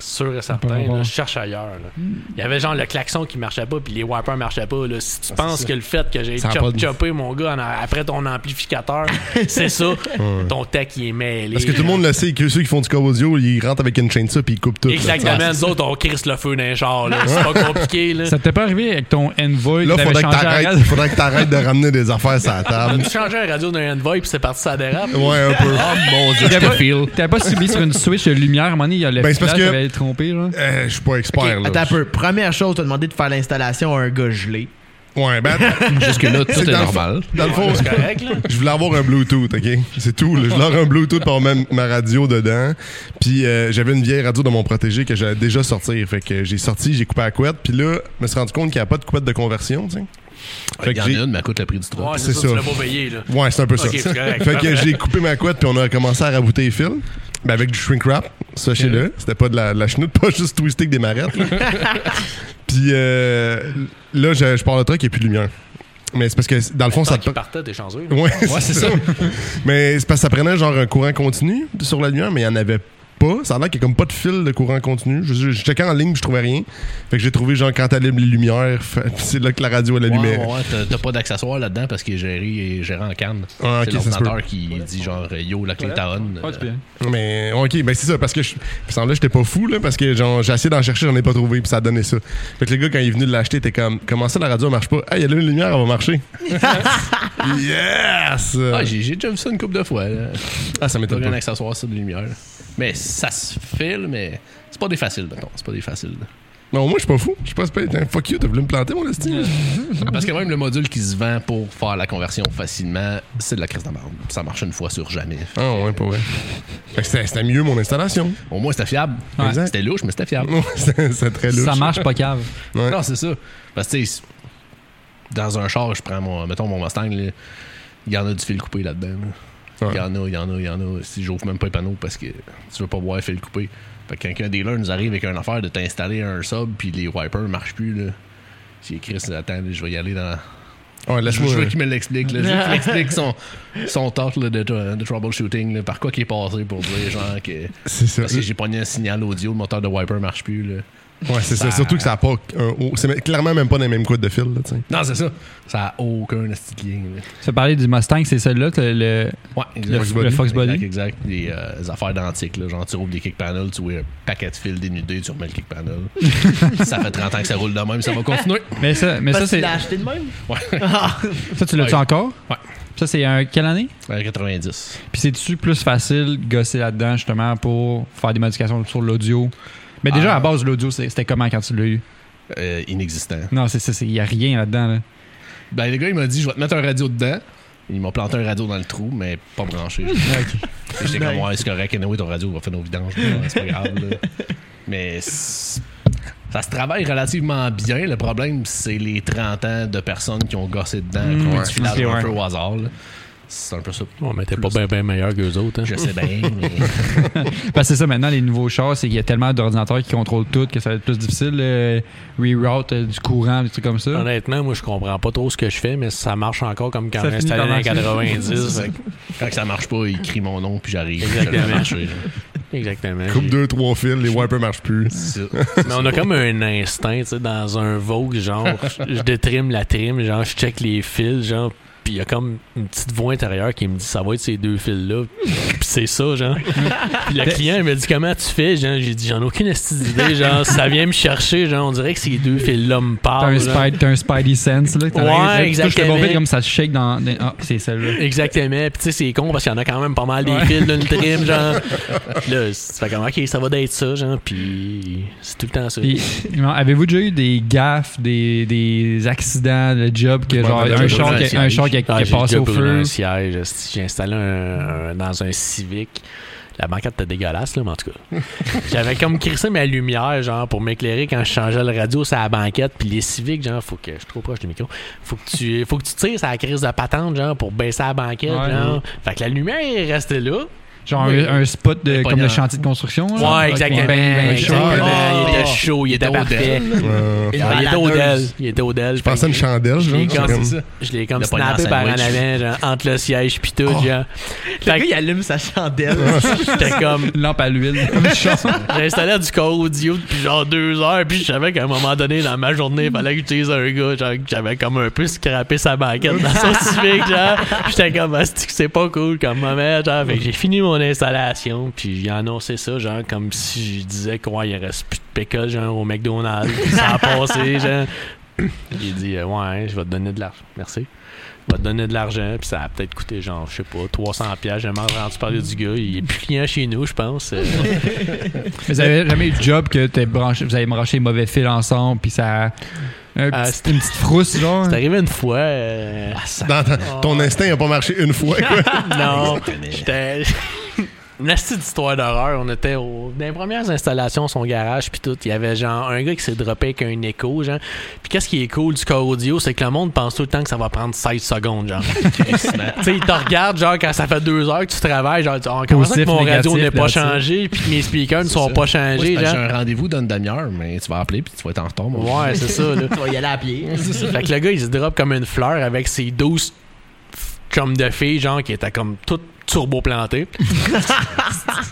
E: Sûr et certain,
A: bon.
E: là, je cherche ailleurs. là. Il y avait genre le klaxon qui marchait pas, puis les wipers marchaient pas. là. Si
D: Ah,
E: tu
D: c'est
E: penses
D: ça.
E: que le fait que j'ai
D: Ça a
E: chop-
D: pas de-
E: choppé mon gars en- après ton amplificateur, c'est ça, ton tech il est mêlé.
C: Parce que tout le monde le sait que ceux qui font du code audio, ils rentrent avec une chaîne ça puis ils coupent tout. là.
E: Exactement, nous autres, on crisse le feu d'un char. là. C'est pas compliqué. Là.
F: Ça t'est pas arrivé avec ton Envoy que
C: Là,
F: t'avais
C: faudrait que
F: changé à
C: t'arrêtes,
F: Red?
C: faudrait que t'arrêtes de ramener des affaires sur la table.
E: Tu changeais la radio d'un Envoy, puis c'est parti, ça dérape.
C: Ouais, un peu. Oh mon dieu.
F: T'avais
D: Je te
F: pas-
D: feel.
F: T'avais pas subi sur une switch de lumière, à un moment donné, il y a le
C: Ben, c'est parce
F: flash
C: que-
F: qui avait été trompé, genre.
C: Euh, Je suis pas expert,
B: Ok,
C: là.
B: Attends un peu. Première chose, t'as demandé de faire l'installation à un gars gelé.
C: Ouais, ben,
D: Jusque-là, tout
C: C'est
D: est
C: dans le
D: normal.
C: dans le fond,
E: C'est correct, là.
C: je voulais avoir un Bluetooth, OK? C'est tout. là. Je voulais avoir un Bluetooth pour ma, ma radio dedans. Puis euh, j'avais une vieille radio de mon protégé que j'allais déjà sortir. Fait que j'ai sorti, j'ai coupé la couette. Puis là, je me suis rendu compte qu'il n'y a pas de couette de conversion, tu sais. Fait
D: Il y
C: que
D: en a
C: j'ai...
D: une, mais elle coûte le prix du truc.
E: Ouais,
C: c'est
E: c'est ça,
C: ça.
E: tu l'as pas payé. Là.
C: Ouais, c'est un peu ça.
E: Ok, c'est correct.
C: fait que j'ai coupé ma couette puis on a commencé à rabouter les fils. Ben avec du shrink wrap, sachez-le. C'était pas de la, de la chenoute, pas juste twisté avec des marettes. là. puis euh, là, je, je pars le truc et plus de lumière. Mais c'est parce que dans le fond, ça
E: Tant
C: te
E: qu'il partait, t'es chanceux. là.
C: Ouais, c'est ça. mais c'est parce que ça prenait genre un courant continu sur la lumière, mais il n'y en avait pas. Ça a l'air qu'il n'y a comme pas de fil de courant continu. Je, je, je checkais en ligne, je trouvais rien. Fait que j'ai trouvé genre quand t'allumes les lumières, fait- c'est là que la radio elle
D: Ouais,
C: allumait.
D: ouais, ouais, t'as- t'as pas d'accessoires là-dedans parce qu'il est géré, il est géré en canne.
C: Ah, ok,
D: c'est
C: ça se peut.
D: l'ordinateur qui dit genre yo, la clé ta on.
F: Ah, tu peux.
C: Mais ok, ben c'est ça, parce que je il semblait que j'étais pas fou, là, parce que genre, j'ai essayé d'en chercher, j'en ai pas trouvé, puis ça a donné ça. Fait que le gars, quand il est venu de l'acheter, était comme, comment ça la radio elle marche pas? Hey, il y a une lumière, elle va marcher. yes!
D: Ah, j'ai j'ai déjà vu ça une couple de fois. là.
C: Ah, ça
D: T'as
C: m'étonne
D: un
C: pas.
D: accessoire sur de lumière. Mais ça se file, mais c'est pas des faciles, mettons. C'est pas des faciles.
C: Non, moi, je suis pas fou. Je suis pas spé- Hein, Fuck you, t'as voulu me planter, mon estime.
D: Parce que même le module qui se vend pour faire la conversion facilement, c'est de la crise de marde. Ça marche une fois sur jamais.
C: Ah, ouais, pas vrai. Fait que c'était c'était mieux, mon installation.
D: Au moins, c'était fiable.
C: Ouais. Exact.
D: C'était louche, mais c'était fiable.
C: Ouais, c'est c'est très louche.
F: Ça marche pas cave.
C: Ouais.
D: Non, c'est ça. Parce que, tu sais, dans un char, je prends mon, mettons mon Mustang, là, il y en a du fil coupé là-dedans. là. Il
C: Ouais.
D: y en a, il y en a, il y en a. Si j'ouvre même pas les panneaux parce que tu veux pas voir fil coupé. Fait que quand un dealer nous arrive avec une affaire de t'installer un sub puis les wipers marchent plus, là. J'ai écrit, c'est, attends, là, je vais y aller dans.
C: Ouais,
D: Je
C: laisse-moi. euh,
D: veux qu'il me l'explique. là. Je veux qu'il m'explique son, son talk là, de, de troubleshooting, là, par quoi qu'il est passé pour dire genre que.
C: C'est ça.
D: Parce que j'ai pogné un signal audio, le moteur de wiper marche plus. Là.
C: Ouais, c'est ça. Surtout que ça a pas. un haut- C'est clairement même pas dans les mêmes couettes de fil, là, tu sais.
D: Non, c'est ça. Ça a aucun esti de lien. là.
F: Tu as parlé du Mustang, c'est celle-là que le.
D: Ouais,
F: Le Fox Body. Fox Body.
D: Exact, exact. Les, euh, les affaires d'antique, là. Genre, tu roules des kick panels, tu vois un paquet de fils dénudés, tu remets le kick panel. ça fait 30 ans que ça roule de même, ça va continuer.
F: Mais ça, mais ça,
B: Parce que tu
F: c'est.
B: l'as acheté de même?
F: Ça, tu l'as-tu
D: Ouais.
F: encore?
D: Ouais.
F: Ça, c'est un. Quelle année?
D: Euh, 90.
F: Puis c'est-tu plus facile de gosser là-dedans, justement, pour faire des modifications sur l'audio? Mais déjà,
C: Euh.
D: Ah.
F: à base, l'audio, c'est- c'était comment quand tu l'as eu?
D: Euh, inexistant.
F: Non, c'est ça, il n'y a rien là-dedans. là.
D: Ben, le gars, il m'a dit, je vais te mettre un radio dedans. Ils m'ont planté un radio dans le trou, mais pas branché. J'étais comme, ouais, c'est correct. Anyway, ton radio va faire nos vidanges. là. C'est pas grave. là. Mais c'est- ça se travaille relativement bien. Le problème, c'est les 30 ans de personnes qui ont gossé dedans, qui ont eu du
F: Ok,
D: filage
F: ouais.
D: un peu au hasard. là. C'est un peu ça.
E: On mettait pas bien ben meilleur que les autres. hein.
D: Je sais bien, mais
F: Parce que c'est ça, maintenant, les nouveaux chars, c'est qu'il y a tellement d'ordinateurs qui contrôlent tout que ça va être plus difficile. euh, reroute euh, du courant, des trucs comme ça.
E: Honnêtement, moi, je comprends pas trop ce que je fais, mais ça marche encore comme quand
F: Ça
E: j'ai
F: finit par
E: installé en
F: marcher.
E: 90. fait
D: quand ça marche pas, il crie mon nom puis j'arrive. Je
E: Exactement.
D: vais marcher, là.
E: que- Exactement.
D: Ben
C: Coupe deux, trois fils, les wipers marchent plus.
D: C'est ça.
E: Mais on a comme un instinct, tu sais, dans un Vogue, genre, je je détrime la trim, genre, je check les fils, genre, puis il y a comme une petite voix intérieure qui me dit, ça va être ces deux fils-là, puis c'est ça, genre. Puis le client, il me dit, comment tu fais, genre, j'ai dit, j'en ai aucune esti d'idée, genre, ça vient me chercher, genre, on dirait que ces deux fils-là me
F: T'as
E: parlent.
F: un,
E: genre.
F: spide- t'as un Spidey Sense, là. que t'as
E: Ouais,
F: rien, là, puis Tu touches le bon
E: exactement.
F: fil comme ça shake dans. dans- Ah, c'est celle-là.
E: Exactement. Puis tu sais, c'est con parce qu'il y en a quand même pas mal des fils d'une trim, genre. Puis là, tu fais comme, OK, ça va d'être ça, genre. Puis c'est tout le temps ça.
F: Puis, non, avez-vous déjà eu des gaffes, des, des accidents de job, que genre
D: t'as
F: un
D: déjà
F: char,
D: brûlé
F: qui,
D: un
F: un char qui,
D: siège.
F: qui
E: Ah,
F: est
E: j'ai
F: passé
E: déjà
F: au
E: brûlé
F: feu?
E: un siège. esti. J'ai installé un, un- dans un Civic La banquette était dégueulasse, là, mais en tout cas. J'avais comme crissé ma lumière, genre, pour m'éclairer quand je changeais le radio sur la banquette. Puis les civiques, genre, faut que je suis trop proche du micro. Faut que tu, faut que tu tires sur la crise de patente, genre, pour baisser la banquette,
F: Ouais,
E: genre. Fait que la lumière est restée là.
F: Genre un, un spot de,
D: Mais pas
F: comme le
D: dans-
F: chantier de construction. là.
E: Ouais, exactement.
F: Ben, ben,
E: Exactement.
F: chaud.
E: Ah, Il était
D: Oh.
E: chaud, il
D: Il
E: était
D: était au
E: parfait.
C: Euh,
E: Genre, Ah, Il était au DEL. Il était au DEL.
C: je pensais à une chandelle,
E: Je
C: genre.
E: l'ai
C: c'est
E: comme,
C: comme-
D: ça.
E: je l'ai comme
D: Le poignard
E: snappé par en
D: sandwich.
E: avant, genre, entre le siège pis
C: Oh.
E: tout, genre.
B: Le
E: Fait
B: gars,
E: que
B: il allume sa chandelle.
E: j'étais comme,
F: Lampe à l'huile. Comme une chanson.
E: j'installais du corps audio depuis genre deux heures pis je savais qu'à un moment donné dans ma journée, il fallait que j'utilise un gars, genre, que j'avais comme un peu scrappé sa banquette dans son civique, genre. J'étais comme, Ah, c'est-tu que c'est pas cool comme moment, genre. Fait que j'ai fini mon installation pis j'ai annoncé ça, genre, comme si je disais quoi, il reste plus de pickle, genre, au McDonald's, pis ça a passé, genre. Il dit euh, Ouais, je vais te donner de l'argent. Merci. Je vais te donner de l'argent, puis ça a peut-être coûté genre, je sais pas, 300$. piastres. J'ai même entendu parler du gars. Il est plus client chez nous, je pense. Euh,
F: Mais Vous avez jamais eu de job que t'es branché, vous avez branché les mauvais fils ensemble, puis ça. un
E: Ah,
F: petit-
E: c'était-
F: une petite frousse, genre. hein?
E: C'est arrivé une fois. euh,
D: Ah,
C: Dans ta- ton instinct n'a pas marché une fois, quoi.
E: non, j'étais. Une petite histoire d'horreur. On était au... dans les premières installations, son garage, puis tout. Il y avait genre un gars qui s'est droppé avec un écho, genre. Puis qu'est-ce qui est cool du corps audio, c'est que le monde pense tout le temps que ça va prendre 16 secondes, genre. tu sais, ils te regardent, genre, quand ça fait deux heures que tu travailles, genre, tu- Ah, comment ça que
F: Positif,
E: mon radio
F: négatif,
E: n'est pas
F: là-dessus.
E: changé, puis que mes speakers ne
D: C'est
E: sont
D: ça.
E: pas
D: Moi,
E: changés,
D: c'est parce que
E: genre.
D: J'ai un rendez-vous dans une demi-heure, mais tu vas appeler puis tu vas être en retard. mon
E: Ouais, c'est ça, là.
B: tu vas y aller à pied.
E: fait que le gars, il se drop comme une fleur avec ses 12 chums de filles, genre, qui étaient comme toutes turbo-plantées.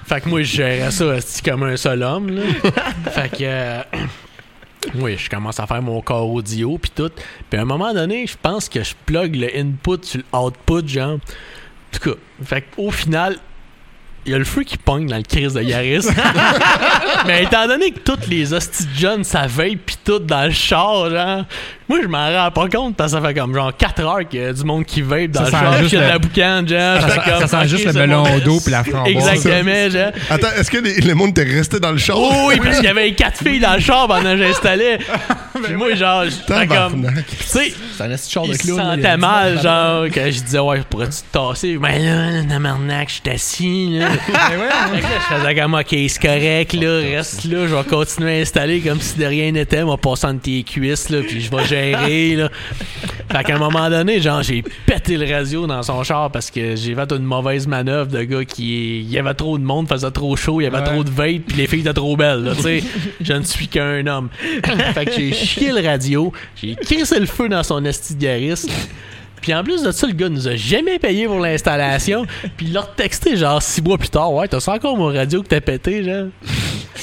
E: fait que moi, je gérais ça esti, comme un seul homme, là. Fait que... euh, oui, je commence à faire mon corps audio, puis tout. Puis à un moment donné, je pense que je plug le input sur le output, genre. En tout cas, fait qu'au final, il y a le feu qui pogne dans le crise de Yaris. Mais étant donné que toutes les hosties de jeunes, ça veille pis tout dans le char, genre, moi je m'en rends pas compte parce que ça fait comme genre 4 heures qu'il y a du monde qui vape dans
F: Ça
E: le
F: sent
E: char,
F: juste
E: pis qu'il y a de
F: le-
E: la boucane, genre.
F: Ça,
E: J'étais
F: sent- Ah, ça
E: comme,
F: sent juste
E: ok,
F: le
E: c'est
F: melon
E: bon.
F: d'eau puis la framboise.
E: Exactement, genre.
C: Attends, est-ce que les, le monde était resté dans le char?
E: Oh oui, parce qu'il y avait quatre filles dans le char pendant que j'installais.
F: Ah, ben
E: Puis moi, genre, j'étais comme.
C: Tabarnak.
E: Tu sais,
D: C'est un esti de char de
E: il se
D: clown, là, il
F: euh,
D: y
E: sentait
D: a du
E: mal,
D: monde
E: genre, quand je disais, ouais, pourrais-tu te tasser? Mais là, là, tabarnak, je suis assis, là.
F: Ben hein.
E: Fait que là, je faisais comme, ok, c'est correct, là, reste là, je vais continuer à installer comme si de rien n'était, moi, passant de tes cuisses, là, puis je vais gérer, là. Fait qu'à un moment donné, genre, j'ai pété le radio dans son char parce que j'ai fait une mauvaise manœuvre de gars qui. Il y avait trop de monde, faisait trop chaud, il y avait trop de vape, puis les filles étaient trop belles, là, tu sais. Je ne suis qu'un homme. fait que j'ai chié le radio, j'ai crissé le feu dans son esti de gariste. Puis en plus de ça, le gars nous a jamais payé pour l'installation. Puis il l'a texté genre six mois plus tard. Ouais, t'as ça encore mon radio que t'as pété, genre.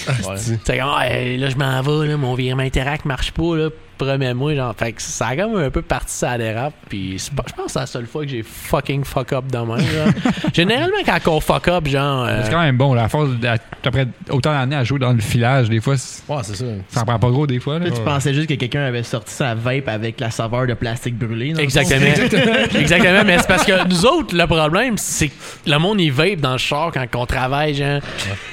F: Ah,
E: C'est comme, ouais, là, je m'en vais, là, mon virement Interact marche pas, là, promets-moi, genre. Fait que ça a comme un peu parti, ça dérape, puis c'est pas- je pense que c'est la seule fois que j'ai fucking fuck up demain, Généralement, quand on fuck up, genre. euh,
F: C'est quand même bon, la force, à- après autant d'années à jouer dans le filage, des fois, c'est-
D: Ouais, c'est ça.
F: ça en prend pas gros, des fois. Là.
B: Là, tu pensais juste que quelqu'un avait sorti sa vape avec la saveur de plastique brûlé. dans le
E: Exactement. Exactement, mais c'est parce que nous autres, le problème, c'est que le monde, il vape dans le char quand on travaille, genre.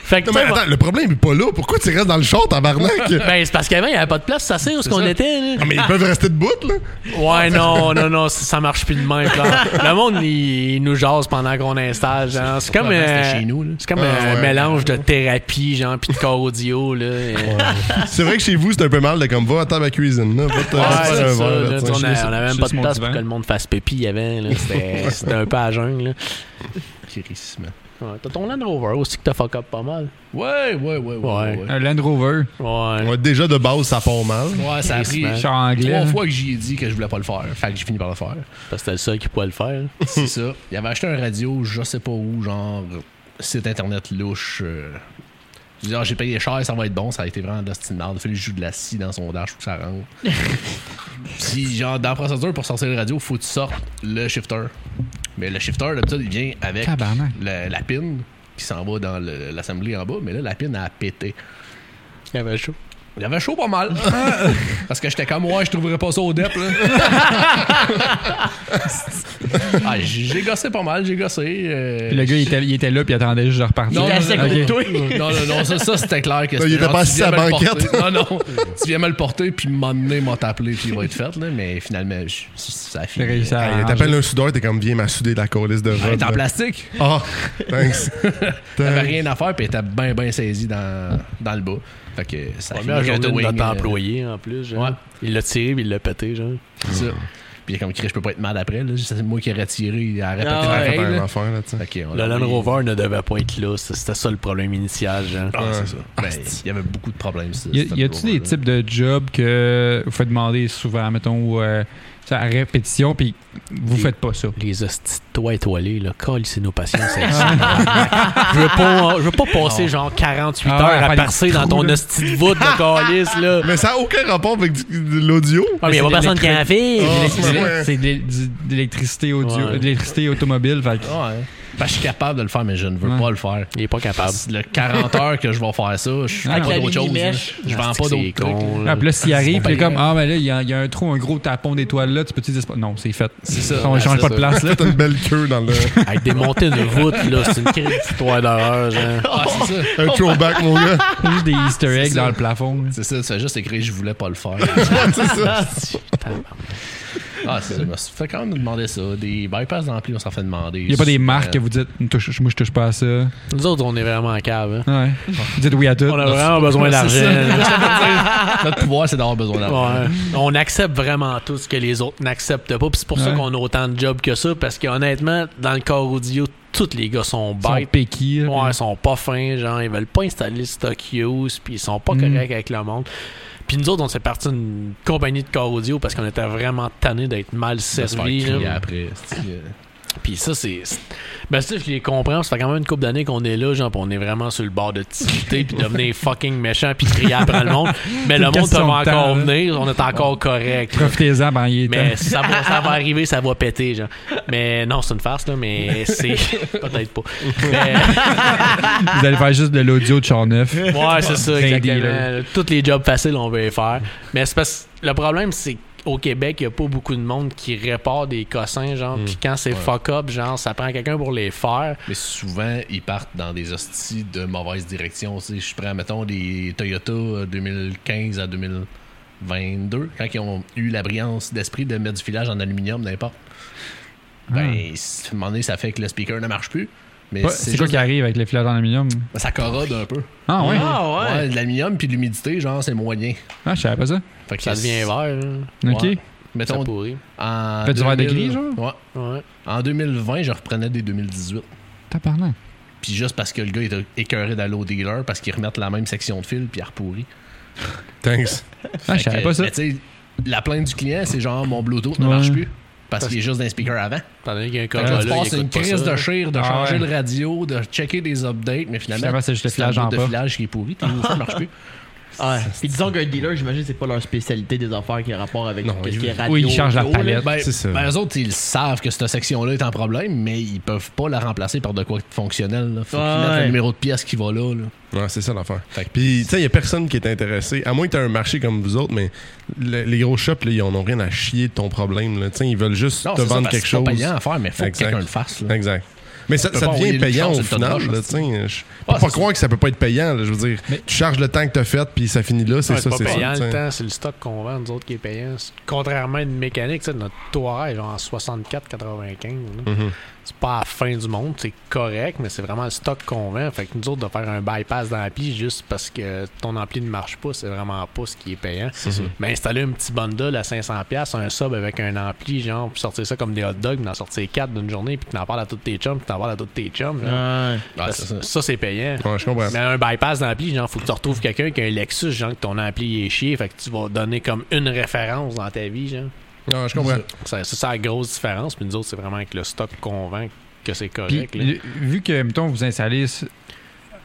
E: Fait que,
C: Non,
E: tu
C: mais
E: sais,
C: attends, le problème est pas là. Pourquoi tu restes dans le char, tabarnak?
E: ben, c'est parce qu'avant, il n'y avait pas de place, ça sert où ce qu'on
D: ça.
E: était, là.
C: Ah, mais ils peuvent rester debout, là.
E: Ouais, non, non, non, ça, ça marche plus de même. genre. Le monde, il, il nous jase pendant qu'on installe. Genre. C'est comme,
D: Probablement, c'était
E: euh,
D: chez nous, là.
E: c'est comme
C: Ah,
E: un
C: ouais.
E: mélange de thérapie, genre, puis de corps audio. Là. Et-
C: C'est vrai que chez vous, c'est un peu mal de comme va à table à cuisine, là. Va te
E: Ouais,
C: va te faire
E: c'est
C: un
E: ça,
C: verre,
E: là,
C: là,
E: tu
C: tu
E: sais, on
C: sais.
E: a- on avait même
F: suis
E: pas
F: sur
E: de
F: mon
E: place pour
F: divan.
E: que le monde fasse pépi avant. là. C'était c'était un peu à jeun. là.
D: Chérissement.
E: Ouais, T'as ton Land Rover aussi que t'as fuck up pas mal.
D: Ouais, ouais, ouais, ouais.
E: Ouais.
D: Ouais, ouais.
F: Un Land Rover,
E: Ouais.
C: Ouais, déjà, de base, ça part mal.
D: Ouais, ça a pris
E: Chérissement.
F: char anglais.
A: hein?
D: trois fois que j'y ai dit que je voulais pas le faire. Fait que j'ai fini par le faire.
E: Parce que c'était le seul qui pouvait le faire.
D: C'est ça. Il avait acheté un radio, je sais pas où, genre site internet louche. euh, je dis, Ah, j'ai payé cher, ça va être bon, ça a été vraiment d'ostinard. Il fait le jus de la scie dans son dash pour que ça rentre. Puis, genre, dans la procédure pour sortir le radio, faut que tu sortes le shifter. Mais le shifter, d'habitude, il vient avec
F: Tabarnak.
D: le- la pin qui s'en va dans le- l'assemblée en bas, mais là, la pin a pété.
E: Il y avait chaud.
D: Il avait chaud pas mal. Parce que j'étais comme, ouais, je trouverais pas ça au dep. là. Ah, j'ai j'ai gossé pas mal, j'ai gossé. euh,
F: Puis le gars, il était, il était là, puis il attendait juste de repartir.
D: non,
B: était
D: non,
B: assis à
D: non,
B: côté de
D: ok.
B: toi.
D: Non, non, non, ça, ça, c'était clair que
C: Non, il était
D: c'était genre,
C: pas
D: tu
C: assis
D: viens
C: à
D: me le
C: banquette.
D: porter. Non, non. tu viens me le porter, puis m'emmener, m'en t'appeler, puis il va être fait, là. Mais finalement, je- ça a
F: Il a
D: fini.
F: réussi à
E: Ah,
C: Hey, T'appelles Ah, un soudeur, t'es comme, viens m'assouder de la coulisse de
D: Elle
C: robe.
D: était en
C: là.
D: plastique.
C: Ah, thanks.
D: T'avais
C: Thanks.
D: rien à faire, puis elle était bien, bien saisie dans, dans le bas. Fait que ça a
E: Première
D: fini
E: journée de
D: Red Wing,
E: notre
D: euh,
E: employé, en plus. genre.
D: Ouais.
E: Il l'a tiré, puis il l'a pété, genre.
D: ça. Puis il est comme, Chris, je peux pas être mal après, là. C'est moi qui ai retiré, il a répété
B: Ah,
C: T'as
D: pareil,
C: fait un
D: là.
C: affaire, là, tu sais.
D: Fait que on
E: Le
D: l'a
E: Land
D: envoyé-
E: Rover ne devait pas être là. ça, C'était ça le problème initial, genre.
D: Ah,
C: Ouais.
D: c'est ça. Ben, il y avait beaucoup de problèmes. ça,
F: Y a-
D: ce
F: y a-tu des
D: Land Rover-là.
F: types de jobs que vous faites demander souvent, mettons, ou, euh, ça, à répétition, puis vous
E: Les-
F: faites pas ça?
E: Les hosties de toits étoilés, là, colle, c'est nos patients, c'est ça. je, veux pas, je veux pas passer genre 48
F: Ah ouais, à
E: heures
F: faire
E: à
F: des
E: percer
F: petits
E: dans
F: trous,
E: ton
F: là.
E: hostie de voûte de calice, là.
C: Mais ça n'a aucun rapport avec du- de l'audio.
E: Ah, mais y a pas personne qui en fait.
C: Ah,
F: C'est
C: c'est
F: de l'é-
C: vrai.
F: C'est de l'é- du- de l'électricité audio,
E: Ouais.
F: de l'électricité automobile, fait que-
C: Ah,
D: Ouais. Parce que je suis capable de le faire, mais je ne veux
F: Ouais.
D: pas le faire.
E: Il est pas capable.
D: Parce que Le 40 heures que je vais faire ça, je fais
F: Avec
D: pas
B: la
D: d'autre chose. Ah, là.
B: mini-mèche.
D: Je vends pas d'autres trucs. là.
F: Ah, puis là, s'il arrive, puis il est
D: pas
F: comme Ah, mais là, il y, a- il y a un trou, un gros tapon d'étoile là, tu peux-tu dire c'est pas- Non, c'est fait.
D: C'est ça.
F: On
D: Ouais,
F: change pas
D: c'est
F: de
D: ça.
F: place, là.
C: T'as une belle queue dans le.
E: Avec des montées de voûte, là, c'est une crise histoire d'horreur, genre.
D: Ah, c'est ça.
C: Un throwback, mon gars.
F: juste des Easter eggs
D: C'est
F: dans
D: ça.
F: le plafond. là.
D: C'est ça, tu fais juste écrire je voulais pas le faire.
C: C'est ça.
D: Ah, c'est ça. Je me suis fait quand même demander ça. Des bypass d'ampli, on s'en fait demander.
F: Il y a pas des marques que
D: euh,
F: vous dites Touche- Moi, je touche pas à ça.
E: Nous autres, on est vraiment en cave, hein.
F: Ouais. Vous dites oui à tout.
E: On a vraiment besoin
D: Ouais,
E: d'argent.
D: c'est ça.
E: là.
D: Notre pouvoir, c'est d'avoir besoin
F: Oh,
D: d'argent.
E: Ouais. On accepte vraiment tout ce que les autres n'acceptent pas. Puis c'est pour ça
F: Ouais.
E: qu'on a autant de jobs que ça. Parce qu'honnêtement, dans le corps audio, tous les gars sont
F: Ils sont hein.
E: bêtes.
F: péquis, là,
E: Ouais, ils sont pas fins, genre, ils veulent pas installer le stock use, puis ils sont pas
F: Mm.
E: corrects avec le monde. Puis nous autres, on s'est parti d'une compagnie de corps audio parce qu'on était vraiment tannés d'être mal
D: Ça se faire
E: servis.
D: crier
E: là.
D: après. c'est-tu, euh,
E: Puis ça, c'est. c'est- Ben, ça, je les comprends. Ça fait quand même une couple d'années qu'on est là, genre, pis on est vraiment sur le bord de tilter, puis devenir fucking méchant, puis crier après le monde. Mais le monde peut
F: Question
E: encore
F: de temps, là.
E: venir, on est encore correct.
F: puis Profitez-en, ben, il est
E: Mais
F: temps.
E: ça va, ça va arriver, ça va péter, genre. Mais non, c'est une farce, là, mais c'est. Peut-être pas. Mais-
F: Vous allez faire juste de l'audio de char neuf.
E: Ouais, c'est ça,
F: D'un
E: exactement.
F: dealer.
E: Tous les jobs faciles, on veut les faire. Mais c'est parce le problème, c'est qu'au Québec, il n'y a pas beaucoup de monde qui répare des cossins, genre. Puis quand c'est fuck up, genre, ça prend quelqu'un pour les faire.
D: Mais souvent, ils partent dans des hosties de mauvaise direction. Tu sais, je prends, mettons, des Toyota euh, 2015 à 2022, quand ils ont eu la brillance d'esprit de mettre du filage en aluminium, n'importe. Ben, à un moment donné, ça fait que le speaker ne marche plus. Mais
F: Hmm. Ouais,
D: c'est
F: C'est quoi
D: juste-
F: qui arrive avec les fleurs en aluminium?
D: Ça corrode un peu.
F: Ah ouais?
E: Ah
D: Ouais, de l'aluminium puis de l'humidité, genre, c'est moyen.
F: Ah, je savais pas ça.
D: Fait que
E: Ça
D: c'est-
E: devient vert, hein.
F: Ok.
D: Ouais.
E: ça
D: Mettons,
E: pourrit.
D: en.
F: Fait du verre de
D: 2000,
F: gris, genre?
D: Ouais.
E: Ouais.
D: En 2020, je reprenais des 2018.
F: Tabarnak. Ah,
D: Puis juste parce que le gars était écœuré d'aller au dealer parce qu'ils remettent la même section de fil puis il repourrit.
C: Thanks.
F: Ah, je
D: Fait
F: savais
D: que,
F: pas ça.
D: mais tu sais, la plainte du client, c'est genre mon Bluetooth ne
F: Ouais.
D: marche plus. Parce qu'il est juste dans le speaker avant.
E: T'en as qu'il y a un
C: Ah,
D: Quand
E: corps
D: tu
E: là,
D: passes
E: il écoute
D: une
E: pas
D: crise
E: ça.
D: de chire, de
F: Ah
D: changer
F: ouais.
D: le radio, de checker des updates, mais finalement,
F: Finalement, c'est juste le
D: c'est le
F: filage en
D: bout de
F: bas.
D: filage qui est pourri, puis le ça marche plus.
B: Ouais. Puis disons qu'un dealer, j'imagine, c'est pas leur spécialité des affaires qui a rapport avec
C: Non,
B: qu'est-ce
C: ils-
B: qui est radio.
F: Oui, ils changent la
B: audio, là.
F: palette.
D: Ben,
C: C'est ça.
D: ben, eux autres, ils savent que cette section-là est en problème, mais ils peuvent pas la remplacer par de quoi de fonctionnel. Là. Faut qu'ils
B: Ouais.
D: mettent le numéro de pièce qui va là. là.
C: Ouais, c'est ça l'affaire.
D: Fait que-
C: Puis, tu sais, il n'y a personne qui est intéressé. À moins que tu aies un marché comme vous autres, mais le- les gros shops, là, ils en ont rien à chier de ton problème. là. Tu sais, ils veulent juste
D: Non,
C: te
D: c'est ça,
C: vendre
D: parce que
C: quelque
D: c'est
C: chose.
D: pas payant à faire, mais faut que
C: Exact.
D: quelqu'un le fasse. là.
C: Exact. Mais ça,
D: peut
C: ça
D: pas envoyer
C: devient
D: le
C: payant
D: char
C: au
D: sur le tas de
C: final.
D: roches,
C: là,
D: c'est-
C: tu sais. Je
D: Ah,
C: peux pas
D: c'est
C: croire que ça peut pas être payant. là. Je veux dire,
F: Mais-
C: tu charges le temps que t'as fait, puis ça finit là, c'est
E: Ouais,
C: ça,
E: pas
C: c'est ça.
E: payant
C: tu
E: le
C: sais.
E: temps, c'est le stock qu'on vend, nous autres, qui est payant. C'est- Contrairement à une mécanique, tu sais, notre toit est genre en 64-95. là.
C: Mhm.
E: C'est pas à la fin du monde, c'est correct, mais c'est vraiment le stock qu'on vend. Fait que nous autres, de faire un bypass d'ampli juste parce que ton ampli ne marche pas, c'est vraiment pas ce qui est payant. Mais installer un petit bundle à 500$, un sub avec un ampli, genre, puis sortir ça comme des hot dogs, puis en sortir 4 d'une journée, puis que t'en parles à tous tes chums, puis t'en parles à tous tes chums.
B: Ouais.
E: genre.
D: Ah, c'est
E: Parce-
D: ça.
E: ça, c'est payant.
C: Ouais, je comprends.
E: Mais un bypass d'ampli, genre, faut que tu retrouves quelqu'un qui a un Lexus, genre, que ton ampli est chier, fait que tu vas donner comme une référence dans ta vie, genre.
C: Ouais, je comprends.
E: Ça, ça, c'est la grosse différence, puis nous autres, c'est vraiment avec le stock qu'on vend que c'est
F: Puis,
E: correct. là.
F: le- vu que, mettons, vous installez. ce-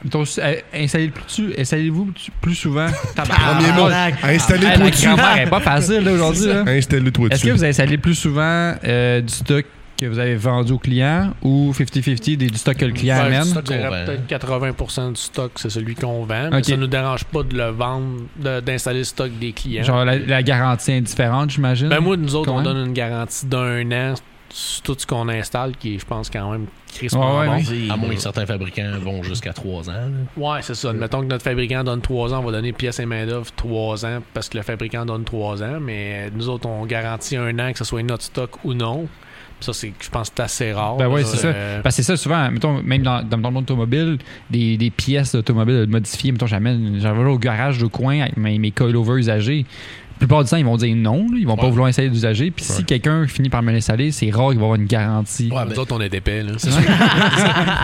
F: Mettons, euh, installez le plus, tu- installez-vous plus- plus souvent. Tabarnak.
C: Ah, Premier mot.
B: Tabarnak.
C: Installer
F: Hey,
C: toi
F: la
C: dessus.
F: grand-mère est pas facile là, aujourd'hui. là.
C: Installer toi
F: Est-ce que
C: dessus.
F: vous installez plus souvent euh, du stock que vous avez vendu au client ou 50-50 des- du stock que le client
E: Ouais, du
F: amène?
E: stock, je dirais
D: qu'on vend.
E: peut-être 80 du stock, c'est celui qu'on vend. Mais
F: Ok.
E: ça nous dérange pas de le vendre, de- d'installer le stock des clients.
F: Genre la, la garantie indifférente, j'imagine?
E: Ben moi, nous autres,
F: Quand
E: on
F: même.
E: donne une garantie d'un an sur tout ce qu'on installe, qui est, je pense, quand même crissement
F: Ouais, ouais,
E: bon.
D: À
B: euh,
D: moins que certains fabricants vont jusqu'à 3 ans. là.
E: Ouais, c'est ça. Admettons que notre fabricant donne 3 ans, on va donner pièces et main-d'œuvre 3 ans parce que le fabricant donne 3 ans, mais nous autres, on garantit un an que ce soit notre stock ou non. Puis Ça, c'est, je pense, c'est assez rare.
F: Ben ouais, c'est ça.
E: Euh,
F: Parce que c'est ça, souvent, mettons, même dans, dans, dans le monde automobile, des, des pièces d'automobile modifiées, mettons, j'amène, j'en vais au garage de coin avec mes, mes coilovers usagés. La plupart du temps, ils vont dire non, là. ils vont pas
D: Ouais.
F: vouloir installer d'usager. Puis
D: Ouais.
F: si quelqu'un finit par me l'installer, c'est rare qu'il va avoir une garantie.
D: Ouais,
E: nous
D: ben,
E: autres, on est épais, là.
D: C'est sûr,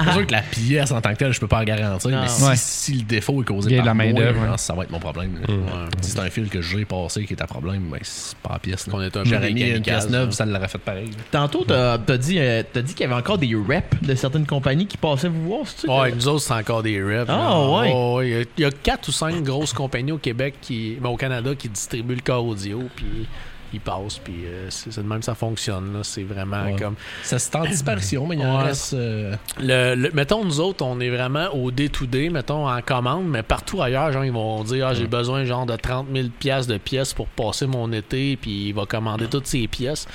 D: c'est sûr que la pièce en tant que telle, je peux pas la garantir,
B: Non.
D: mais si,
F: Ouais.
D: si le défaut est causé
F: Il y a
D: par
F: de la
D: moi,
F: main-d'œuvre,
D: genre,
F: ouais.
D: ça va être mon problème. là.
E: Ouais.
D: Si c'est un fil que j'ai passé qui est à problème, ben, c'est pas la pièce. là.
E: On est un peu
D: J'aurais
E: des
D: mis une
E: kamikazes,
D: pièce neuve,
E: là.
D: ça l'aurait fait pareil. là.
B: Tantôt, t'as t'as dit, euh, t'as dit qu'il y avait encore des reps de certaines compagnies qui passaient vous voir, c'est-tu? que-
E: Ouais, nous autres, c'est encore des reps.
B: Ah,
E: là.
B: ouais.
E: ouais. Il y a- il y, a quatre ou cinq grosses compagnies au Québec, qui, ben, au Canada, qui distribuent le corps audio, puis ils passent, puis euh, c'est, c'est de même que ça fonctionne. Là. C'est vraiment
D: Ouais.
E: comme.
D: Ça c'est en disparition, mais il en
E: Ouais.
D: reste. euh,
E: Le, le- mettons, nous autres, on est vraiment au day-to-day, mettons, en commande, mais partout ailleurs, genre, ils vont dire
D: Mm.
E: Ah, j'ai besoin, genre, de 30 000 pièces de pièces pour passer mon été, puis il va commander
D: Mm.
E: toutes ces pièces.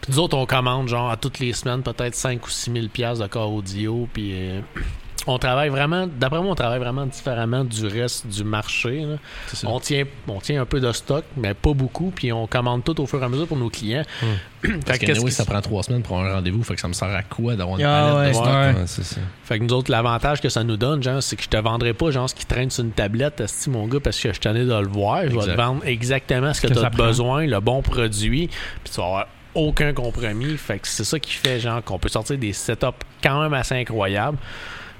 E: Puis nous autres, on commande, genre, à toutes les semaines, peut-être 5 ou 6 000 pièces de corps audio, puis. euh, on travaille vraiment, d'après moi, on travaille vraiment différemment du reste du marché. là.
D: c'est ça.
E: On tient, on tient un peu de stock, mais pas beaucoup, puis on commande tout au fur et à mesure pour nos clients. Fait
D: Mm. Parce
E: que
D: que,
E: qu'est-ce
D: anyway,
E: qui-
D: ça prend trois semaines pour un rendez-vous, fait que ça me sert à quoi d'avoir une
B: Ah,
D: palette de
B: ouais.
D: stock?
F: Ouais.
D: Ouais, c'est ça.
E: Fait que nous autres, l'avantage que ça nous donne, genre, c'est que je te vendrai pas, genre, ce qui traîne sur une tablette, si mon gars, parce que je suis tanné de le voir. Je vais
D: Exact.
E: te vendre exactement ce que,
F: Que
E: tu
F: ça
E: as
F: prend.
E: besoin, le bon produit, puis tu vas avoir aucun compromis. Fait que c'est ça qui fait, genre, qu'on peut sortir des setups quand même assez incroyables.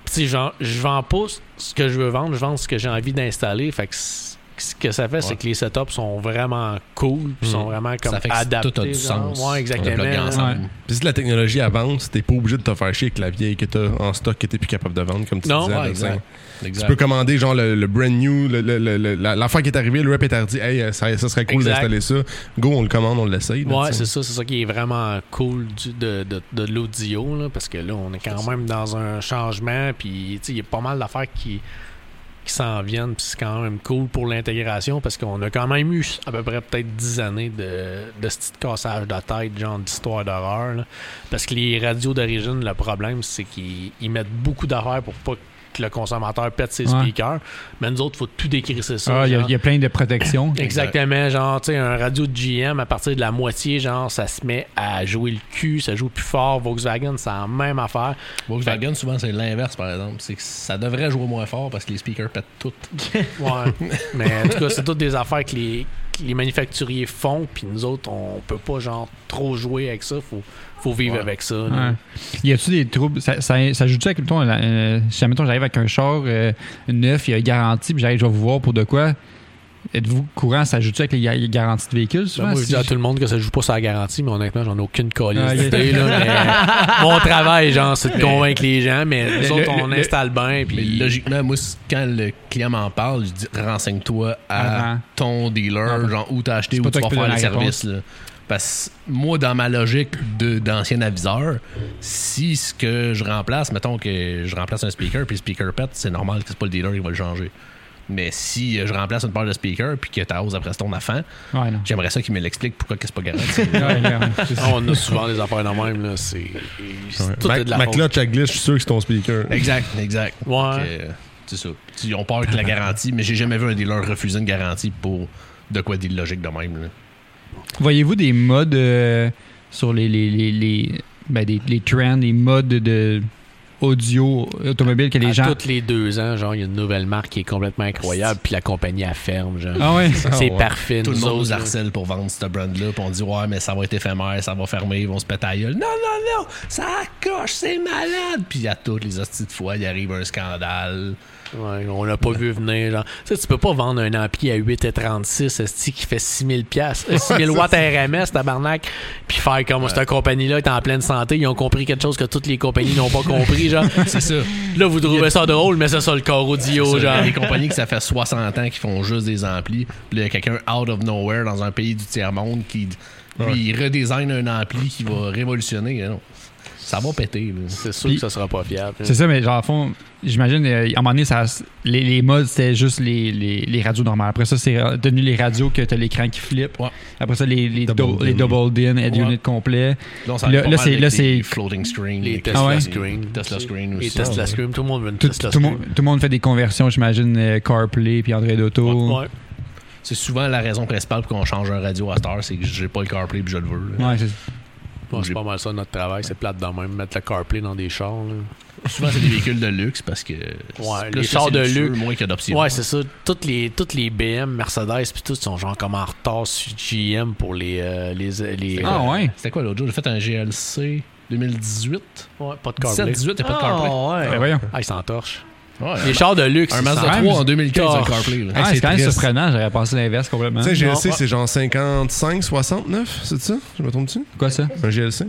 E: Puis tu sais, genre, je vends pas ce que je veux vendre, je vends ce que j'ai envie d'installer. Fait que c- ce que ça fait, c'est
D: Ouais. Hmm.
E: que les setups sont vraiment cool, puis sont vraiment comme
D: ça fait que
E: adaptés.
D: tout a du
E: genre.
D: sens.
E: Ouais,
D: On a bloqué
E: exactement.
D: ensemble.
F: Ouais.
C: Puis si la technologie avance, t'es pas obligé de te faire chier avec la vieille que t'as en stock que t'es plus capable de vendre, comme tu
E: Non,
C: disais.
E: ouais,
C: là,
D: exact.
C: t'sais.
D: Exact.
C: Tu peux commander genre le, le brand new, le- le- le- le- la- l'affaire qui est arrivée, le rep est tardi, hey, euh, ça, ça serait cool
E: Exact.
C: d'installer ça. Go, on le commande, on l'essaye. là,
E: Ouais,
C: t'sais.
E: c'est ça, c'est ça qui est vraiment cool du- de, de, de l'audio, là, parce que là, on est quand même dans un changement, puis tu sais, il y a pas mal d'affaires qui, qui s'en viennent, puis c'est quand même cool pour l'intégration, parce qu'on a quand même eu à peu près peut-être 10 années de, de ce petit cassage de tête, genre d'histoire d'horreur, là. parce que les radios d'origine, le problème, c'est qu'ils ils mettent beaucoup d'affaires pour pas que le consommateur pète ses
F: Ouais.
E: speakers, mais nous autres, faut tout décrire ça.
F: Ah, il y a-
E: genre.
F: il y, a plein de protections.
E: Exactement, genre, tu sais, un radio de GM, à partir de la moitié, genre, ça se met à jouer le cul, ça joue plus fort. Volkswagen, c'est la même affaire.
D: Volkswagen, souvent, c'est l'inverse, par exemple. C'est que ça devrait jouer moins fort parce que les speakers pètent tout.
E: Ouais. Mais en tout cas, c'est toutes des affaires que les, que les manufacturiers font, puis nous autres, on peut pas, genre, trop jouer avec ça. Faut, faut vivre
D: Ouais.
E: avec ça. là.
F: Ouais. Y a-tu des troubles Ça, ça, ça joue-tu avec, mettons, la- euh, si mettons, j'arrive avec un char euh, neuf, il y a une garantie, puis j'arrive, je vais vous voir pour de quoi Êtes-vous courant Ça joue-tu avec les, ga- les garanties de véhicules
E: Ben,
F: souvent
E: moi, je
F: Si
E: dis à
F: je-
E: tout le monde que ça joue pas sur la garantie, mais honnêtement, j'en ai aucune colise.
F: Ah, ok.
E: d'idée, là, mais mon travail, genre, c'est de convaincre les gens, mais nous
F: Le-
E: autres,
F: le-
E: on
F: le-
E: installe bien.
D: Puis
E: Puis
D: logiquement, moi, c- quand le client m'en parle, je dis renseigne-toi
E: euh,
D: à
F: Avant.
D: ton dealer,
F: Avant.
D: genre où t'as acheté,
F: Ah, ben, C'est
D: où
F: pas
D: tu
F: toi
D: vas
F: qui
D: faire
F: peux
D: les
F: donner la
D: services. là. Parce que moi, dans ma logique de- d'ancien aviseur, si ce que je remplace, mettons que je remplace un speaker, puis le speaker pète, c'est normal que c'est pas le dealer qui va le changer. Mais si euh, je remplace une paire de speaker puis que ta hausse après c'est ton enfant,
F: Ouais, non.
D: j'aimerais ça qu'il me l'explique pourquoi que c'est pas garanti.
F: Ouais, ouais, ouais.
E: Ah, on a souvent des affaires de même, là. C'est. c'est- Tout
C: Ma,
E: est de la
C: ma
E: faute.
C: clutch, elle glisse, je suis sûr que c'est ton speaker.
D: exact, exact.
E: Ouais.
D: Fait que, euh, c'est ça. Ils ont peur que la garantie, mais j'ai jamais vu un dealer refuser une garantie pour de quoi d'illogique de même. là.
F: Voyez-vous des modes euh, sur les, les, les, les- ben, des- les trends, les modes de audio automobile que les
E: à
F: gens.
E: Toutes les deux ans, genre, il y a une nouvelle marque qui est complètement incroyable, puis la compagnie elle ferme, genre.
F: Ah ouais.
E: C'est
C: ouais.
E: parfait.
D: Tout le
E: nous
D: monde nous
E: autres, là.
D: harcèle pour vendre ce brand-là, puis on dit ouais, mais ça va être éphémère, ça va fermer, ils vont se péter à la gueule. Non, non, non, ça coche, c'est malade. Puis à toutes les hosties de fois, il arrive un scandale.
E: Ouais, on l'a pas vu venir. Genre. Tu sais, tu peux pas vendre un ampli à 8,36 esti qui fait 6000 pièces, 6000 Euh, watts RMS tabarnak, puis faire comme cette compagnie là est en pleine santé, ils ont compris quelque chose que toutes les compagnies n'ont pas compris genre.
D: C'est ça.
E: Là vous trouvez ça drôle, mais c'est ça le corps audio
D: Il y a
E: genre.
D: des compagnies que ça fait 60 ans qui font juste des amplis. Puis là, il y a quelqu'un out of nowhere dans un pays du tiers-monde qui lui, il redesign un ampli qui va révolutionner. hein, non. ça va péter. là.
E: C'est sûr
F: Puis-
E: que ça sera pas fiable.
F: C'est ça, mais genre, en fond, j'imagine, euh, à un moment donné, ça, les, les modes, c'était juste les, les, les radios normales. Après ça, c'est euh, devenu les radios que t'as l'écran qui flippe.
D: Ouais.
F: Après ça, les, les
D: Double
F: double,
D: din.
F: les double din, head
D: Ouais.
F: unit complet.
D: Là,
F: Là- là, c'est- là, c'est-
D: floating screen.
E: Les
D: les-
E: Tesla
F: Ah ouais?
E: Screen.
D: Tesla Screen
E: Les
D: aussi.
E: Tesla
D: Ouais.
E: Screen, tout le monde veut une
F: Tout,
E: Tesla
F: tout le
E: Screen.
F: monde, tout le monde fait des conversions, j'imagine, euh, CarPlay puis Android Auto.
E: Ouais.
D: C'est souvent la raison principale pour qu'on change un radio à cette heure, c'est que j'ai pas le CarPlay et je le veux. là.
F: Ouais, c'est-
E: Bon, c'est pas mal ça notre travail, c'est plate dans même mettre le CarPlay dans des chars. là.
D: Souvent, c'est des véhicules de luxe parce que.
E: Ouais,
D: plus
E: les
D: que
E: chars
D: c'est
E: de
D: luxueux,
E: luxe.
D: Moins que d'options.
E: Ouais, c'est ça. Toutes les, toutes les BM, Mercedes, puis tout sont genre comme en retard sur GM pour les. euh, les, les
F: Ah ouais?
D: C'était quoi l'autre jour? J'ai fait un GLC 2018.
E: ouais, Pas de CarPlay.
D: 17-18, t'as pas de
C: Ah.
D: CarPlay.
F: Ben voyons.
E: Ah, ils s'entorchent.
D: Ouais,
E: Les chars de luxe.
D: un
E: ils
D: Mazda
E: s'en-
D: 3 en 2015, c'est
E: torche.
D: le CarPlay. là.
F: Ah,
C: c'est
F: c'est quand même
C: triste.
F: surprenant, j'aurais pensé l'inverse complètement.
C: Tu sais, GLC,
E: ouais.
C: c'est genre 55, 69, c'est ça? Je me trompe-tu?
F: Quoi ça?
C: Un GLC?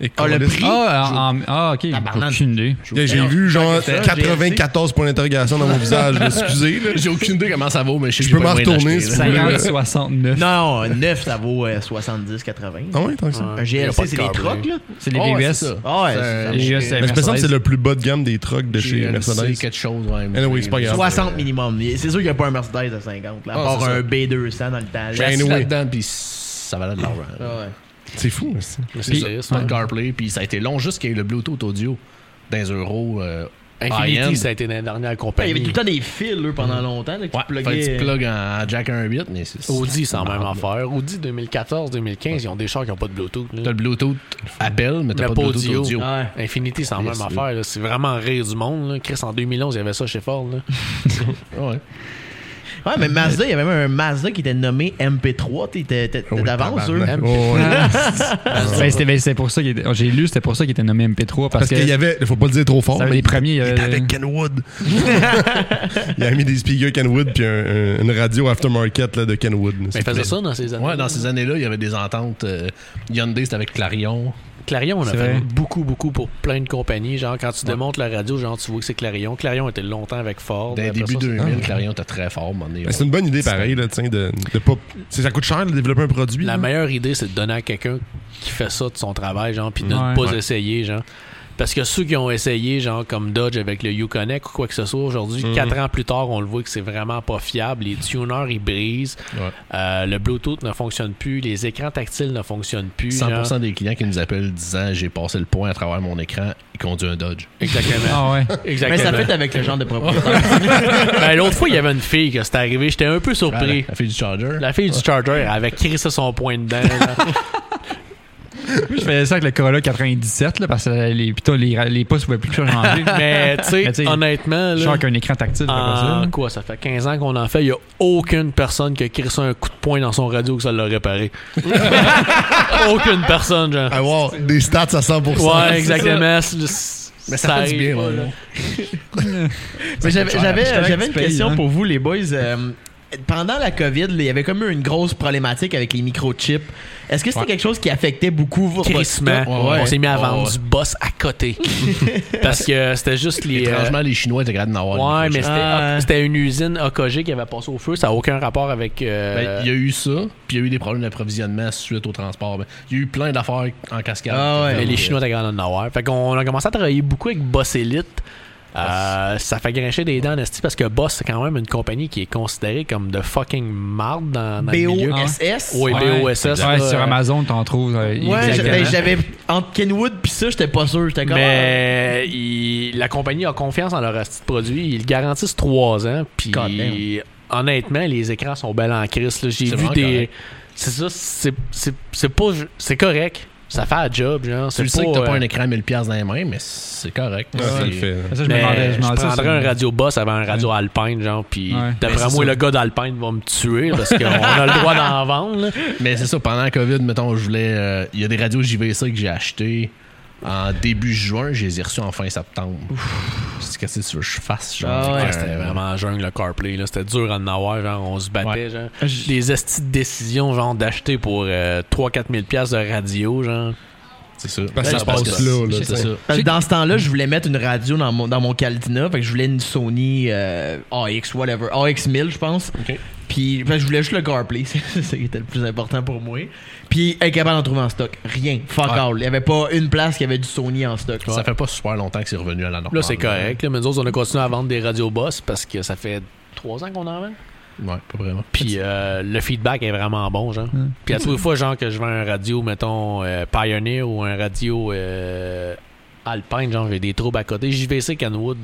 C: Et
B: Ah, le
C: câlisse.
B: prix?
F: Ah, en- en- ah, ok, j'ai
D: Tabarnak.
F: aucune idée.
C: Yeah, J'ai vu genre 94 points d'interrogation dans mon visage, là, excusez. là.
D: J'ai aucune idée comment ça vaut, mais je sais que
C: Je peux
D: j'ai pas
C: me
D: le moyen
C: retourner,
D: d'acheter,
C: c'est
D: là.
C: Ouais.
F: 50, 69.
B: Non, non, 9, ça vaut 70-80.
C: Ah ouais, tant que ça.
E: Ouais.
B: Un
E: Y a pas
B: GLC,
E: de
B: c'est des
E: CarPlay.
B: trocs, là.
F: C'est les
D: Ah ouais,
F: VVS.
D: c'est ça.
B: Ah ouais,
D: Euh,
F: Les
B: c'est-
F: VVS,
C: Mais c'est parce que c'est le plus bas de gamme des trucks de chez
D: GLC,
C: Mercedes.
D: quelque chose, ouais.
C: Anyway, c'est pas grave.
B: 60 minimum. C'est sûr qu'il n'y a pas un Mercedes à 50, là, à
D: Ah,
B: part
D: c'est
B: un
D: ça.
B: B200 dans le temps. là.
D: J'ai assis
C: Anyway.
D: là-dedans, puis ça valait de l'argent.
B: Ah ouais.
C: C'est fou, mais c'est-
E: Mais
D: Puis,
E: C'est ça, c'est
D: pas
E: pas
D: de CarPlay, puis ça a été long jusqu'à le Bluetooth audio dans les euros. euh, high-end.
E: Infinity, ça a été la dernière
B: Il y avait tout
E: compagnie.
B: le temps des fils là, pendant longtemps là, que
D: Ouais,
B: tu pluguais.
D: fallait que tu plugues en jack 1.8, mais c'est...
E: Audi, c'est la même affaire. Audi 2014-2015, ils ont des chars qui n'ont pas de Bluetooth. là.
D: T'as le Bluetooth appel, mais t'as pas
E: Mais
D: de
E: pas
D: Bluetooth
E: audio.
D: audio.
B: euh, Ouais.
E: Infinity, c'est la même
D: Yes,
E: affaire. là. C'est vraiment rire du monde. là. Chris, en 2011, il y avait ça chez Ford. là.
D: Ouais.
B: Ouais, mais Mazda, il y avait même un Mazda qui était nommé MP3. T'étais t'étais
C: Oh,
B: d'avance, eux.
C: tabarnak. Oh, ouais.
F: Ben, c'était- ben, c'est pour ça qu'il était- J'ai lu, c'était pour ça qu'il était nommé MP3 parce,
C: Parce qu'il
F: que
C: y avait, faut pas le dire trop fort,
F: ça avait
C: mais
F: les premiers.
C: il
F: euh,
C: était avec Kenwood. il a mis des speakers Kenwood puis un- un- une radio aftermarket là, de Kenwood.
E: Mais ils faisaient ça dans ces années.
D: Ouais, dans ces années-là, il y avait des ententes. euh, Hyundai, c'était avec Clarion.
E: Clarion, on a
F: C'est
E: fait
F: vrai.
E: beaucoup, beaucoup pour plein de compagnies. Genre, quand tu démontes la radio, genre, tu vois que c'est Clarion. Clarion était longtemps avec Ford.
D: Dans les
E: Après
D: débuts
E: ça,
D: 2000, Clarion était très fort. mon
C: Mais C'est une bonne idée pareil, là, tiens, de, de pas. c'est- Ça coûte cher de développer un produit.
E: La
C: là.
E: meilleure idée, c'est de donner à quelqu'un qui fait ça de son travail, genre, puis de
F: Ouais.
E: ne pas
F: Ouais.
E: essayer, genre. Parce que ceux qui ont essayé, genre, comme Dodge avec le Uconnect ou quoi que ce soit, aujourd'hui, quatre ans plus tard, on le voit que c'est vraiment pas fiable. Les tuners, ils brisent.
D: Ouais.
E: Euh, le Bluetooth ne fonctionne plus. Les écrans tactiles ne fonctionnent plus. genre.
D: 100% des clients qui nous appellent disant j'ai passé le point à travers mon écran, ils conduisent un Dodge.
E: Exactement.
F: Ah ouais.
E: Exactement.
B: Mais ça fait avec le genre de propriétaire.
E: Ben, L'autre fois, il y avait une fille que c'était arrivé. J'étais un peu surpris.
D: Ah, La fille du Charger.
E: La fille du Charger elle avait crissé son point dedans. genre.
F: Moi, je faisais ça avec le Corolla 97 là, parce que les, putain, les, ra- les pouces pouvaient plus changer.
E: Mais
F: Mais
E: tu
F: tu
E: sais,
F: sais,
E: honnêtement,
F: Je suis
E: là,
F: avec un écran tactile. c'est pas ça,
E: en
F: là.
E: quoi ça fait 15 ans qu'on en fait, il n'y a aucune personne qui a crissé un coup de poing dans son radio que ça l'a réparé. aucune personne, genre.
D: Ah,
C: Avoir des stats à 100%.
E: Ouais, exactement. C'est- c'est-
D: Mais ça, fait du
E: arrive
D: bien,
E: pas,
D: ouais,
E: là.
D: ouais.
B: Mais j'avais,
F: cher.
B: j'avais,
F: C'est correct,
B: j'avais
F: tu
B: une
F: payes,
B: question
F: hein.
B: pour vous, les boys. Euh, pendant la COVID, là, il y avait comme eu une grosse problématique avec les microchips. Est-ce que c'était quelque chose qui affectait beaucoup votre
E: Crissement.
B: stock?
D: Ouais, ouais.
E: On s'est mis à
D: Ouais,
E: vendre
D: ouais.
E: du boss à côté. Parce que c'était juste les. euh,
D: Étrangement, les Chinois étaient capables d'en avoir.
E: Ouais,
D: une
E: mais
D: fois.
E: c'était
B: Ah.
E: c'était une usine AKG qui avait passé au feu. Ça n'a aucun rapport avec. euh,
D: Ben, Il y a eu ça, puis il y a eu des problèmes d'approvisionnement suite au transport. Ben, Il y a eu plein d'affaires en cascade.
B: Ah ouais.
E: Mais les
D: Donc,
E: Chinois étaient capables de Nowhere. Fait qu'on a commencé à travailler beaucoup avec Boss Elite. Euh, ça fait grincher des dents, Nasty, parce que Boss, c'est quand même une compagnie qui est considérée comme de fucking marde dans, dans le milieu. Ah.
B: BOSS?
E: Oui, BOSS. là,
F: Ouais, sur
E: euh,
F: Amazon, t'en trouves. euh,
B: Ouais, j'a-
F: exactement.
B: ben, j'avais, entre Kenwood puis ça, j'étais pas sûr. J'étais comme,
E: Mais il- la compagnie a confiance en leur asti de produit. Ils le garantissent trois ans.
B: God
E: Puis
B: damn.
E: honnêtement, les écrans sont belles en crise. là. J'ai
D: C'est
E: vu
D: vraiment
E: des.
D: correct.
E: C'est ça, c'est- c'est c'est pas. C'est correct. Ça fait un job, genre.
D: Tu
E: C'est
D: le sais que t'as pas
E: euh,
D: un écran 1000$ dans les mains, mais c'est correct.
C: Ouais,
D: C'est-
C: Ah, ça le fait, là.
F: Ça, je me
E: Mais
F: demandais. Je,
E: je
F: me demandais ça,
E: prendrais
F: ça-
E: un radio boss avant un radio Alpine, genre, puis
F: Ouais.
E: d'après
D: Ben, c'est
E: moi,
D: ça.
E: le gars d'Alpine va me tuer parce qu'on a le droit d'en vendre. là.
D: Mais c'est ça, pendant la COVID, mettons, je voulais. euh, Il y a des radios JVC que j'ai achetées en début juin, je les ai reçues en fin septembre. C'est qu'est-ce que tu veux que je fasse, genre?
B: Ah ouais.
E: Ah,
D: Euh,
E: c'était vraiment jungle le CarPlay, là. C'était dur à en avoir, genre, on se battait,
D: Ouais.
B: ah,
E: genre. Les estis de décision, genre, d'acheter pour euh, 3-4 000 piastres de radio, genre.
D: C'est ça.
C: Parce que ça se
D: Parce
C: passe
D: que-
C: là, là,
D: C'est
C: tu sais.
D: ça.
B: Parce que dans ce temps-là, je voulais mettre une radio dans mon, dans mon Caldina. Fait que je voulais une Sony euh, AX, whatever, AX1000, je pense.
D: Ok.
B: Puis Puis ben, je voulais juste le CarPlay, c'est c'est ça qui était le plus important pour moi. Puis incapable d'en trouver en stock. Rien. Fuck
D: Ouais.
B: all. Il n'y avait pas une place qui avait du Sony en stock.
D: Ça fait pas super longtemps que c'est revenu à la normale.
E: Là, c'est correct. Là, mais nous autres, on a continué à vendre des radios boss parce que ça fait trois ans qu'on en vend.
D: Ouais, pas vraiment.
E: Puis euh, le feedback est vraiment bon, genre.
B: Hmm.
E: Puis à toutes les fois, genre, que je vends un radio, mettons, euh, Pioneer ou un radio euh, Alpine, genre, j'ai des troubles à côté. JVC Canwood,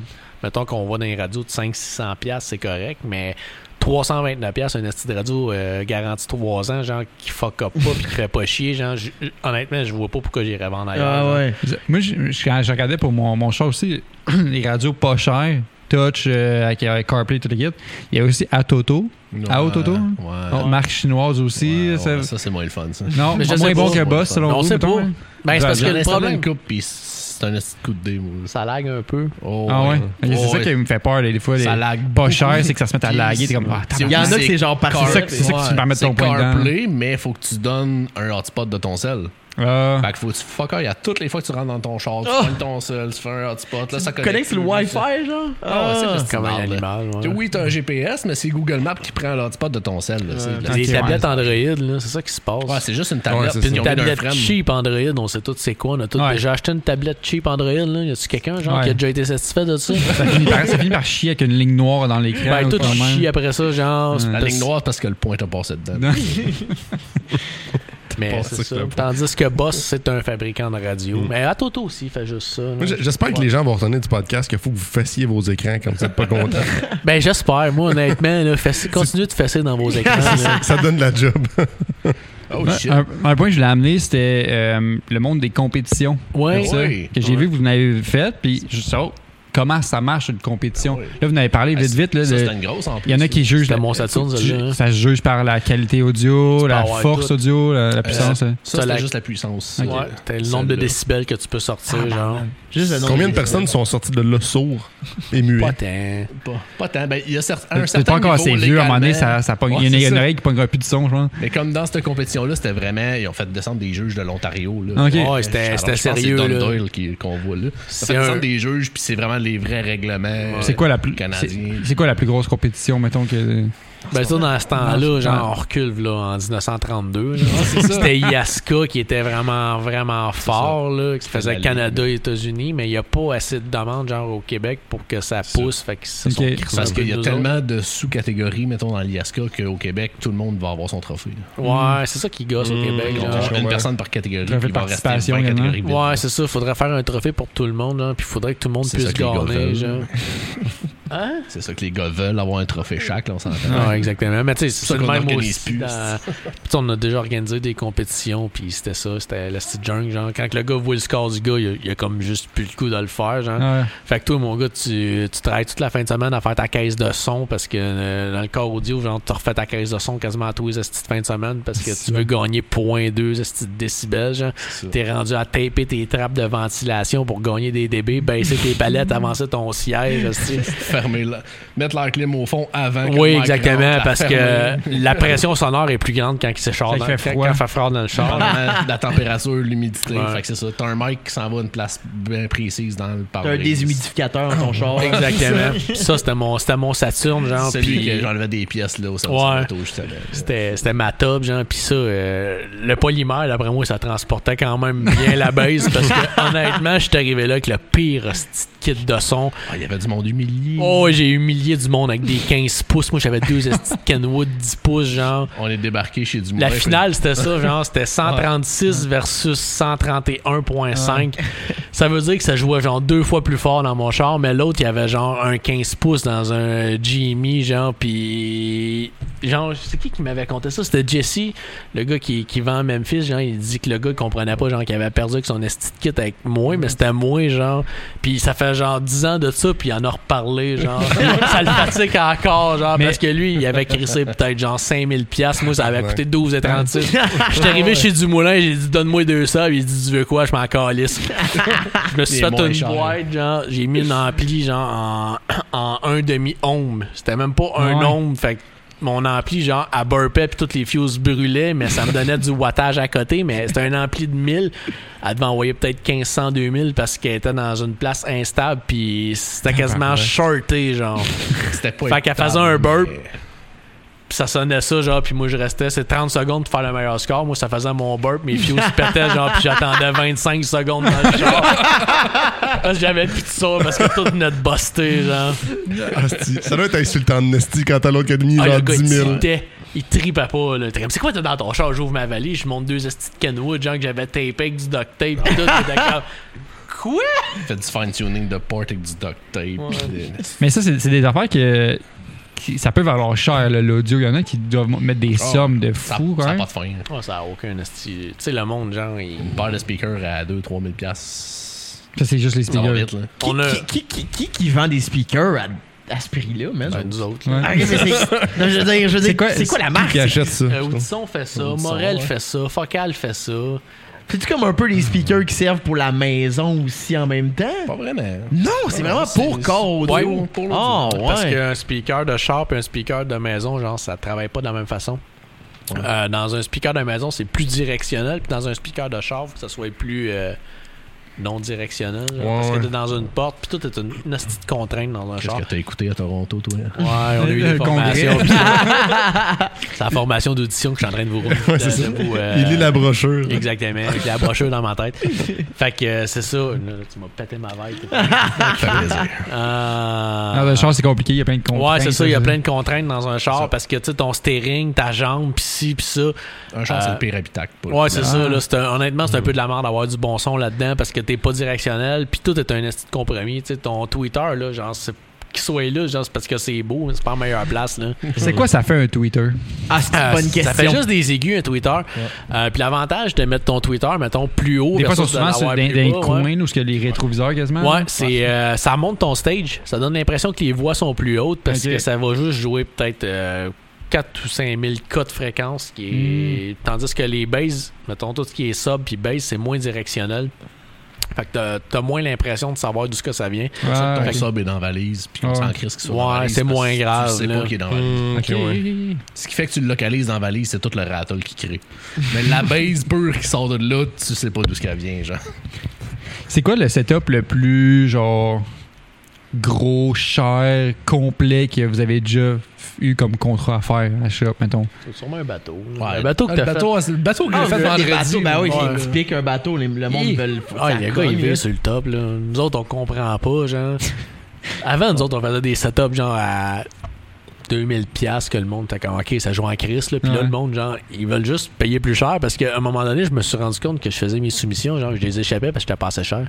E: mettons qu'on va dans les radios de 500-600$, piastres, c'est correct, mais 329$, piastres, un esti de radio euh, garanti 3 ans, genre, qui fuck up pas puis qui fait pas chier, genre, j- honnêtement, je vois pas pourquoi j'irais vendre ailleurs.
B: Ah
E: genre.
B: ouais.
A: hein.
F: Moi, je, je- quand je regardais pour mon, mon chat aussi, les radios pas chères, Touch, euh, avec, avec CarPlay, tout le kit. Il y a aussi Atoto,
D: Non,
F: Ah, Autoto?
D: Euh, Ouais.
F: autre marque chinoise aussi.
D: Ouais, ouais,
F: ça-
D: ça, c'est moins le fun, ça.
F: Non,
E: Mais je
F: moins
E: sais
F: bon
E: pas.
F: que Boss, selon vous.
E: On sait
F: mettons,
E: pas.
F: hein.
E: Ben, c'est parce que
D: J'en ai
E: le
D: installé
E: problème,
D: une coupe, puis c'est un petit coup de dé, moi.
E: ça lag un peu.
D: Oh,
F: Ah ouais?
D: Oh,
F: C'est ça
D: ouais.
F: qui me fait peur, des fois. Les
D: Ça lag
F: pas cher, c'est que ça se met à
D: Puis
F: laguer. T'es comme, ah,
D: c'est-
B: Il y en a
F: tabarnak.
B: que c'est genre par
F: C'est ça que- c'est ça que tu me permets de
D: C'est
F: ton point de vente.
D: CarPlay, mais faut que tu donnes un hotspot de ton sel.
F: Ah.
D: Fait que faut que tu fuck all, il y a toutes les fois que tu rentres dans ton char, tu
B: Oh!
D: prends ton sel, tu fais un hotspot, là ça connecte.
B: Connecte le
D: plus, ça-
B: Wi-Fi, genre.
D: Ah ouais, c'est parce que
E: Comme un
D: merde, là.
E: animal. ouais.
D: Tu sais, Oui, t'as un GPS, mais c'est Google Maps qui prend l'hotspot de ton sel. là, c'est de la-
E: Les
F: Ok,
E: tablettes Android, là, c'est ça qui se passe.
D: Ouais, c'est juste une tablette.
C: Ouais, c'est
D: puis
C: ça.
D: ils
E: une
D: ont mis d'un
E: tablette
D: frame.
E: cheap Android, on sait tous c'est quoi. On a tous
F: Ouais.
E: déjà acheté une tablette cheap Android. Là. Y a-tu quelqu'un genre,
F: Ouais.
E: qui a déjà été satisfait de ça?
F: ça, finit par, ça finit par chier avec une ligne noire dans l'écran.
E: ben,
F: ou
E: tout
F: quand même.
E: chie après ça, genre. c'est
D: La
E: parce-
D: ligne droite parce que le point t'a passé dedans.
F: Non.
E: Mais
C: Pas
E: c'est
C: ça que
E: ça.
C: t'as pas.
E: Tandis que Boss, c'est un fabricant de radio. Mais à Toto aussi, il fait juste ça. là.
C: Moi, j- J'espère que les gens vont retenir du podcast qu'il faut que vous fassiez vos écrans comme ça, pas content.
E: Ben, j'espère. Moi, honnêtement, là, fessez- continuez de fesser dans vos écrans. là.
C: ça donne de la job.
D: Oh
F: Ouais,
D: shit.
F: un, un point que je voulais amener, c'était euh, le monde des compétitions.
E: Ouais.
F: Comme ça,
D: Ah Oui.
F: que j'ai vu que vous en avez fait, puis je sais comment ça marche une compétition.
D: Ah oui.
F: Là, vous en avez parlé vite, vite. là,
D: Ça,
F: de-
D: c'était une grosse en plus.
F: Il y en a qui jugent.
E: C'était
F: la-
E: mon Saturn,
F: tu-
E: celle-là, hein.
F: Ça se juge par la qualité audio,
E: Tu
F: la
E: peux avoir
F: force
E: tout.
F: audio, la, la puissance. hein.
D: Ça, c'était
E: la-
D: juste la puissance.
E: Ouais,
D: Euh,
E: t'as le nombre de
D: celle-là.
E: décibels que tu peux sortir, genre.
B: Juste le nom
C: Combien de
B: des-
C: personnes sont sorties de là sourds et muets?
E: Pas tant.
D: Pas, pas tant. Ben, il y a certes- un
F: C'est
D: certain
F: pas encore
D: niveau
F: assez vieux. À un moment donné,
D: légalement.
F: ça, ça pogne-
D: Ouais,
F: il y a une,
D: c'est
F: une
D: ça.
F: oreille qui pognera plus de son, je pense.
D: Mais comme dans cette compétition-là, c'était vraiment. Ils ont fait descendre des juges de l'Ontario. là.
F: Ok.
E: Ouais, c'était-
D: Alors,
E: c'était
D: je pense que
E: sérieux,
D: C'est Don
E: là.
D: Doyle qui- qu'on voit là. Ça
E: C'est
D: fait descendre
E: un-
D: des juges, puis c'est vraiment les vrais règlements.
F: C'est quoi la plus
D: Canadien.
F: c'est- c'est quoi la plus grosse compétition, mettons que
E: Ben ça, dans ce temps-là,
F: Ouais.
E: genre, on recule là, en 1932. là.
D: Ah, c'est ça.
E: C'était Yaska qui était vraiment, vraiment fort, là, qui faisait
D: la
E: Canada et États-Unis, mais il n'y a pas assez de demandes, genre, au Québec pour que ça pousse. Fait que ça
F: Ok.
D: Parce qu'il y a tellement de sous-catégories, mettons, dans l'IASCA, qu'au Québec, tout le monde va avoir son trophée. là.
E: Ouais, c'est ça qui gosse au Québec.
D: Mmh, Ils ont
E: genre.
D: genre une
C: Ouais.
D: personne par catégorie.
F: Trophée
D: puis
F: de
D: il va rester
F: participation,
D: 20
F: il y en a.
D: catégories vides.
E: Ouais, c'est ça. Faudrait faire un trophée pour tout le monde, là, puis faudrait que tout le monde
D: C'est
E: puisse
D: ça que les gars
E: gagner,
D: veulent.
E: genre.
D: C'est ça que les gars veulent, avoir un trophée chaque, là, on s'entend.
E: Ouais, exactement. Mais tu sais, c'est
D: ça
E: le
D: qu'on
E: même
D: organise
E: aussi.
D: plus.
E: dans- Puis tu sais, on a déjà organisé des compétitions, puis c'était ça, c'était la petite junk. Genre, quand le gars voit le score du gars, il a, il a comme juste plus le coup de le faire, genre.
F: Ouais.
E: Fait que toi, mon gars, tu, tu travailles toute la fin de semaine à faire ta caisse de son parce que euh, dans le corps audio, genre, tu refais ta caisse de son quasiment à tous les estis de fin de semaine parce que tu veux gagner 0.2 estis de décibels, genre.
D: C'est ça.
E: T'es rendu à taper tes trappes de ventilation pour gagner des dB, baisser tes palettes, avancer ton siège, esti.
D: Fermer la... Mettre l'air clim au fond avant que
E: Oui,
D: le mic rentre,
E: exactement,
D: la
E: parce que
D: fermer.
E: la pression sonore est plus grande quand il s'écharde
F: Quand il
E: dans,
F: fait
E: quand-
F: froid.
E: quand il fait froid dans le char.
D: Dépendamment de la température, l'humidité.
E: Ouais.
D: Fait que c'est ça. T'as un mic qui s'en va à une place bien précise dans le
B: T'as un
D: pare-brise.
B: déshumidificateur dans ton char.
E: Ah Exactement. Puis ça, c'était mon, c'était mon Saturn, genre.
D: Celui
E: puis-
D: que j'enlevais des pièces là, au centre
E: Ouais.
D: de l'auto, justement.
E: C'était, c'était ma top, genre. Puis ça, euh, le polymère, d'après moi, ça transportait quand même bien la base. parce que, honnêtement, je suis arrivé là avec le pire hostie de kit de son.
D: Ah, il y avait du monde humilié.
E: Oh, j'ai humilié du monde avec des 15 pouces. Moi, j'avais deux hosties de Kenwood 10 pouces, genre.
D: On est débarqué chez du
E: La finale, c'était ça, genre, c'était 136 versus 131.5. Ça veut dire que ça jouait genre deux fois plus fort dans mon char, mais l'autre, il y avait genre un 15 pouces dans un Jimmy, genre, puis genre, c'est qui qui m'avait conté ça? C'était Jesse, le gars qui, qui vend à Memphis, genre, il dit que le gars comprenait pas, genre, qu'il avait perdu avec son esti de kit avec moi, mais c'était moi, genre, puis ça fait genre 10 ans de ça, puis il en a reparlé, genre, ça le fatigue encore, genre,
F: Mais-
E: parce que lui, il avait crissé peut-être genre 5000 pièces moi, ça avait
C: Ouais.
E: coûté 12 et 36. J'étais arrivé chez Dumoulin, j'ai dit donne-moi 200, il dit tu veux quoi, je m'en calisse. Je me suis
D: Il
E: fait
D: est moins
E: une
D: cher.
E: boîte, genre, j'ai mis une ampli, genre, en, en un demi-ohm. C'était même pas un
F: Ouais.
E: ohm, fait que mon ampli, genre, à burpait, puis toutes les fuses brûlaient, mais ça me donnait du wattage à côté, mais c'était un ampli de 1000. Elle devait envoyer peut-être 1500, 2000 parce qu'elle était dans une place instable, puis c'était quasiment
F: Tabarouette.
E: shorté, genre.
D: C'était pas
E: Fait qu'elle
D: écoutable,
E: faisait un burp.
D: mais-
E: Puis Puis ça sonnait ça, genre, puis moi je restais, c'est 30 secondes pour faire le meilleur score. Moi, ça faisait mon burp, mes fuse se pétaient, genre, puis j'attendais 25 secondes dans le genre. Parce que j'avais plus de ça, parce que tout venait de buster, genre.
C: Asti, Ah, ça doit être insultant de Nesty quand t'as l'autre qui a mis
E: Ah,
C: genre
E: le gars,
C: 10
E: il
C: 000.
E: tiltait. Il tripait pas, là. Il était comme, c'est quoi, t'as dans ton char? J'ouvre ma valise, je monte deux estis de Kenwood, genre, que j'avais tapé avec du duct tape, pis tout, j'étais comme, quoi?
D: Fait du fine-tuning de port avec du duct tape. pis des-
F: Mais ça, c'est c'est des affaires que. qui- ça peut valoir cher, là, l'audio. Il y en a qui doivent mettre des
D: Ah,
F: sommes de
D: Ça
F: fou, quand
D: n'a
F: même.
D: pas de fin.
E: Oh, ça a aucun esti. Tu sais, le monde, genre, il.
D: Une paire de speakers à 2-3 000 piastres.
F: Ça, c'est juste les
D: Ça va
F: speakers.
D: vite, là.
B: Qui,
E: On a.
B: qui, qui, qui, qui- qui vend des speakers à, à ce prix-là, man?
E: Ben, nous autres,
F: Ouais.
E: là.
B: Ah, mais c'est- non, je veux dire, je veux dire,
F: quoi-
B: c'est quoi la marque?
C: Qui achète ça?
E: Euh, Oudisson fait ça,
D: Oudisson,
E: Morel
D: ouais.
E: fait ça, Focal fait ça.
B: C'est-tu comme un peu les speakers qui servent pour la maison aussi en même temps?
D: Pas vraiment.
B: Non, c'est vraiment
D: c'est-
B: pour code.
E: Ah, Ouais,
B: Oh,
D: pour l'audio.
B: ouais.
E: Parce qu'un speaker de char et un speaker de maison, genre, ça travaille pas de la même façon. Euh, dans un speaker de maison, c'est plus directionnel, puis dans un speaker de char, faut que ça soit plus euh, non directionnel. genre,
C: Ouais,
E: parce que
C: ouais.
E: t'es dans une porte, puis tout est une, une hostie de contrainte dans un char.
D: Qu'est-ce que t'as écouté à Toronto, toi?
E: Ouais, on a eu
F: Le
E: des formations. puis- c'est la formation d'audition que je suis en train de vous
C: Ouais, c'est ça.
E: de vous, euh,
C: Il lit la brochure.
E: Exactement, avec la brochure dans ma tête. Fait que euh, c'est ça. Là, tu m'as pété ma Euh, veille.
D: Fait plaisir.
E: Euh,
F: Dans le char, c'est compliqué. Il y a plein de
E: Ouais,
F: contraintes.
E: c'est ça, il y a plein
F: de.
E: de contraintes dans un char
D: ça.
E: parce que tu sais ton steering, ta jambe, pis ci, pis ça.
D: Un char,
E: Euh,
D: c'est le pire habitacle. pour le
E: Ouais,
D: coup.
E: c'est ça. Là, c'est un- honnêtement,
F: Mm.
E: c'est un peu de la merde d'avoir du bon son là-dedans parce que t'es pas directionnel, puis tout est un esti de compromis. Tu sais, ton Twitter, là, genre, c'est qu'il soit là, genre, c'est parce que c'est beau, c'est pas la meilleure place, là.
F: C'est quoi ça fait un Twitter?
B: Ah, c'est
E: Euh,
B: une bonne question.
E: Ça fait juste des aigus, un Twitter. Euh, puis l'avantage de mettre ton Twitter, mettons, plus haut.
F: Des fois, ils sont
E: versus de
F: souvent sur
E: l'avoir
F: des,
E: plus
F: des
E: bas, ouais.
F: coins où ce que les rétroviseurs
A: Ah,
F: quasiment.
E: Ouais,
F: là.
E: c'est euh, ça monte ton stage. Ça donne l'impression que les voix sont plus hautes parce
F: Ok.
E: que ça va juste jouer peut-être euh, 4 ou 5 000 cas de fréquence. Qui est... Tandis que les basses, mettons tout ce qui est sub puis bass, c'est moins directionnel. Fait que t'as- t'as moins l'impression de savoir d'où ce que ça vient.
F: Ouais,
D: Ton
F: ok.
D: sub est dans la valise, puis on
F: Ouais.
D: s'en crisse qu'il soit dans la
E: Ouais,
D: valise.
E: c'est
D: parce
E: moins
D: que
E: grave,
D: Tu sais
E: là. Mm.
D: pas qu'il est dans la valise.
C: Hmm, ok, ouais.
D: Ce qui fait que tu le localises dans la valise, c'est tout le rattle qui crée. Mais la base pure qui sort de là, tu sais pas d'où ce qu'elle vient, genre.
F: C'est quoi le setup le plus genre gros, cher, complet que vous avez déjà eu comme contrat à faire à shop, mettons?
E: C'est sûrement un bateau.
D: Ouais,
E: un bateau que
D: le
E: t'as fait.
D: bateau, c'est Le bateau que
B: Ah,
D: j'ai fait
B: des
D: vendredi.
B: bateaux, ben oui,
E: ouais.
B: explique un bateau, les- le monde
E: Hi.
B: veut le
E: Ah,
B: ça
E: le gars, il
B: cogne, là.
E: vit sur le top, là. Nous autres, on comprend pas, genre. Avant, nous autres, on faisait des setups, genre, à 2000 pièces que le monde était comme, OK, ça joue en crise, là. Puis là,
F: Ouais.
E: le monde, genre, ils veulent juste payer plus cher parce qu'à un moment donné, je me suis rendu compte que je faisais mes soumissions, genre, je les échappais parce que j'étais passé cher.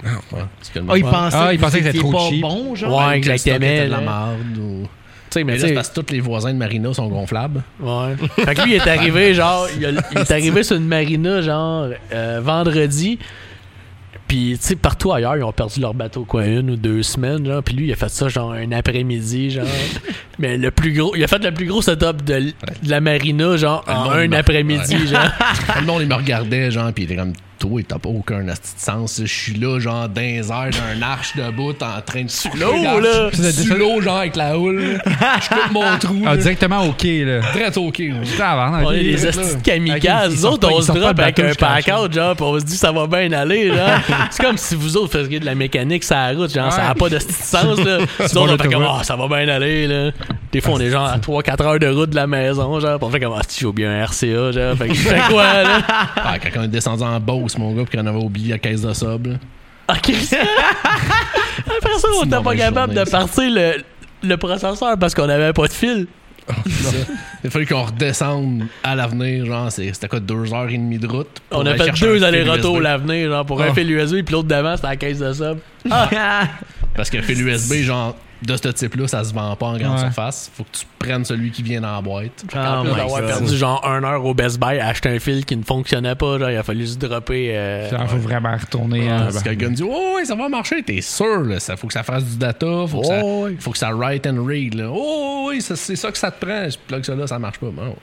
D: Parce que le
B: Ah, il
D: monde-
B: pensait,
F: Ah, il
B: que
F: pensait que c'était
B: c'était
F: trop
B: pas
F: cheap.
B: bon, genre.
E: Ouais,
D: que le stock
E: exactement,
D: était de la
E: là.
D: marde. Ou...
E: Tu sais, mais
D: Mais
E: tu
D: là, c'est
E: sais.
D: parce que tous les voisins de Marina sont gonflables.
E: Ouais. Fait que lui, il est arrivé, genre, il, a- il est arrivé sur une marina, genre, euh, vendredi. Puis, tu sais, partout ailleurs, ils ont perdu leur bateau, quoi, une ou deux semaines, genre. Puis lui, il a fait ça, genre, un après-midi, genre. Mais le plus gros, il a fait le plus gros setup de, l- de la marina, genre,
D: Le
E: en
D: monde
E: un
D: meurt.
E: après-midi,
D: Ouais.
E: genre.
D: Tout le monde, il me regardait, genre, pis il était comme, toi, t'as pas aucun asti de sens. Je suis là, genre, dans les airs, dans un arche de bout, en train de sous
E: l'eau, là.
D: Sous l'eau, genre, avec la houle. Je coupe mon trou.
F: Ah,
D: là.
F: directement OK, là.
D: Très ok. là.
F: Tabarnak,
E: On
F: ok.
E: est des
D: là.
E: estis de kamikazes.
F: Ok, ils
E: Nous
F: sortent
E: autres,
F: pas-
E: on
F: ils sortent
E: se
F: pas
E: drop
F: de
E: avec
F: bateau
E: un
F: jusqu'à la
E: pack-out, genre, pis on se dit, ça va bien aller, genre. c'est comme si vous autres faisiez de la mécanique, ça la route, genre, ça n'a
F: Ouais.
E: pas de sti de sens, là. Nous
F: pas
E: autres, on fait comme,
F: l'autoroute.
E: ah, ça va bien aller, là. Des fois, on est genre à 3-4 heures de route de la maison, genre, pis on fait comme, ah, si, j'ai oublié un RCA, genre, fait que je fais quoi, là?
D: Ah, quand on est descendu en Beauce, mon gars, pis qu'on avait oublié la caisse de sable.
E: Ah, Christ! Après ça, on
D: C'est
E: n'était
D: une
E: pas
D: mauvaise
E: capable
D: journée,
E: de partir le, le processeur parce qu'on n'avait pas de fil.
D: Il a fallu qu'on redescende à l'avenir, genre, c'est- c'était quoi, deux heures et demie de route? pour
E: On a
D: aller
E: fait
D: chercher un
E: deux
D: fil
E: allers-retours
D: USB.
E: l'avenir, genre, pour un
D: Ah.
E: fil USB, puis l'autre d'avant, c'était la caisse de sub.
B: Ah,
E: Ah,
D: Parce que fil USB, genre, de ce type-là, ça se vend pas en grande
F: Ouais.
D: surface. Faut que tu prennes celui qui vient dans la boîte.
B: Ah,
E: En plus
B: my
E: d'avoir
B: God.
E: perdu genre un heure au Best Buy, acheter un fil qui ne fonctionnait pas, genre il a fallu se dropper. euh,
F: Il faut vraiment retourner.
A: Ah,
F: hein.
A: ben.
D: Parce que le gars me dit, oh, ouais, ça va marcher, t'es sûr, là. Ça, faut que ça fasse du data, faut, que, ça,
E: Oh, ouais.
D: faut que ça write and read, là. Oh, oui, ça- c'est ça que ça te prend. Je plug ça là, ça marche pas. Bon.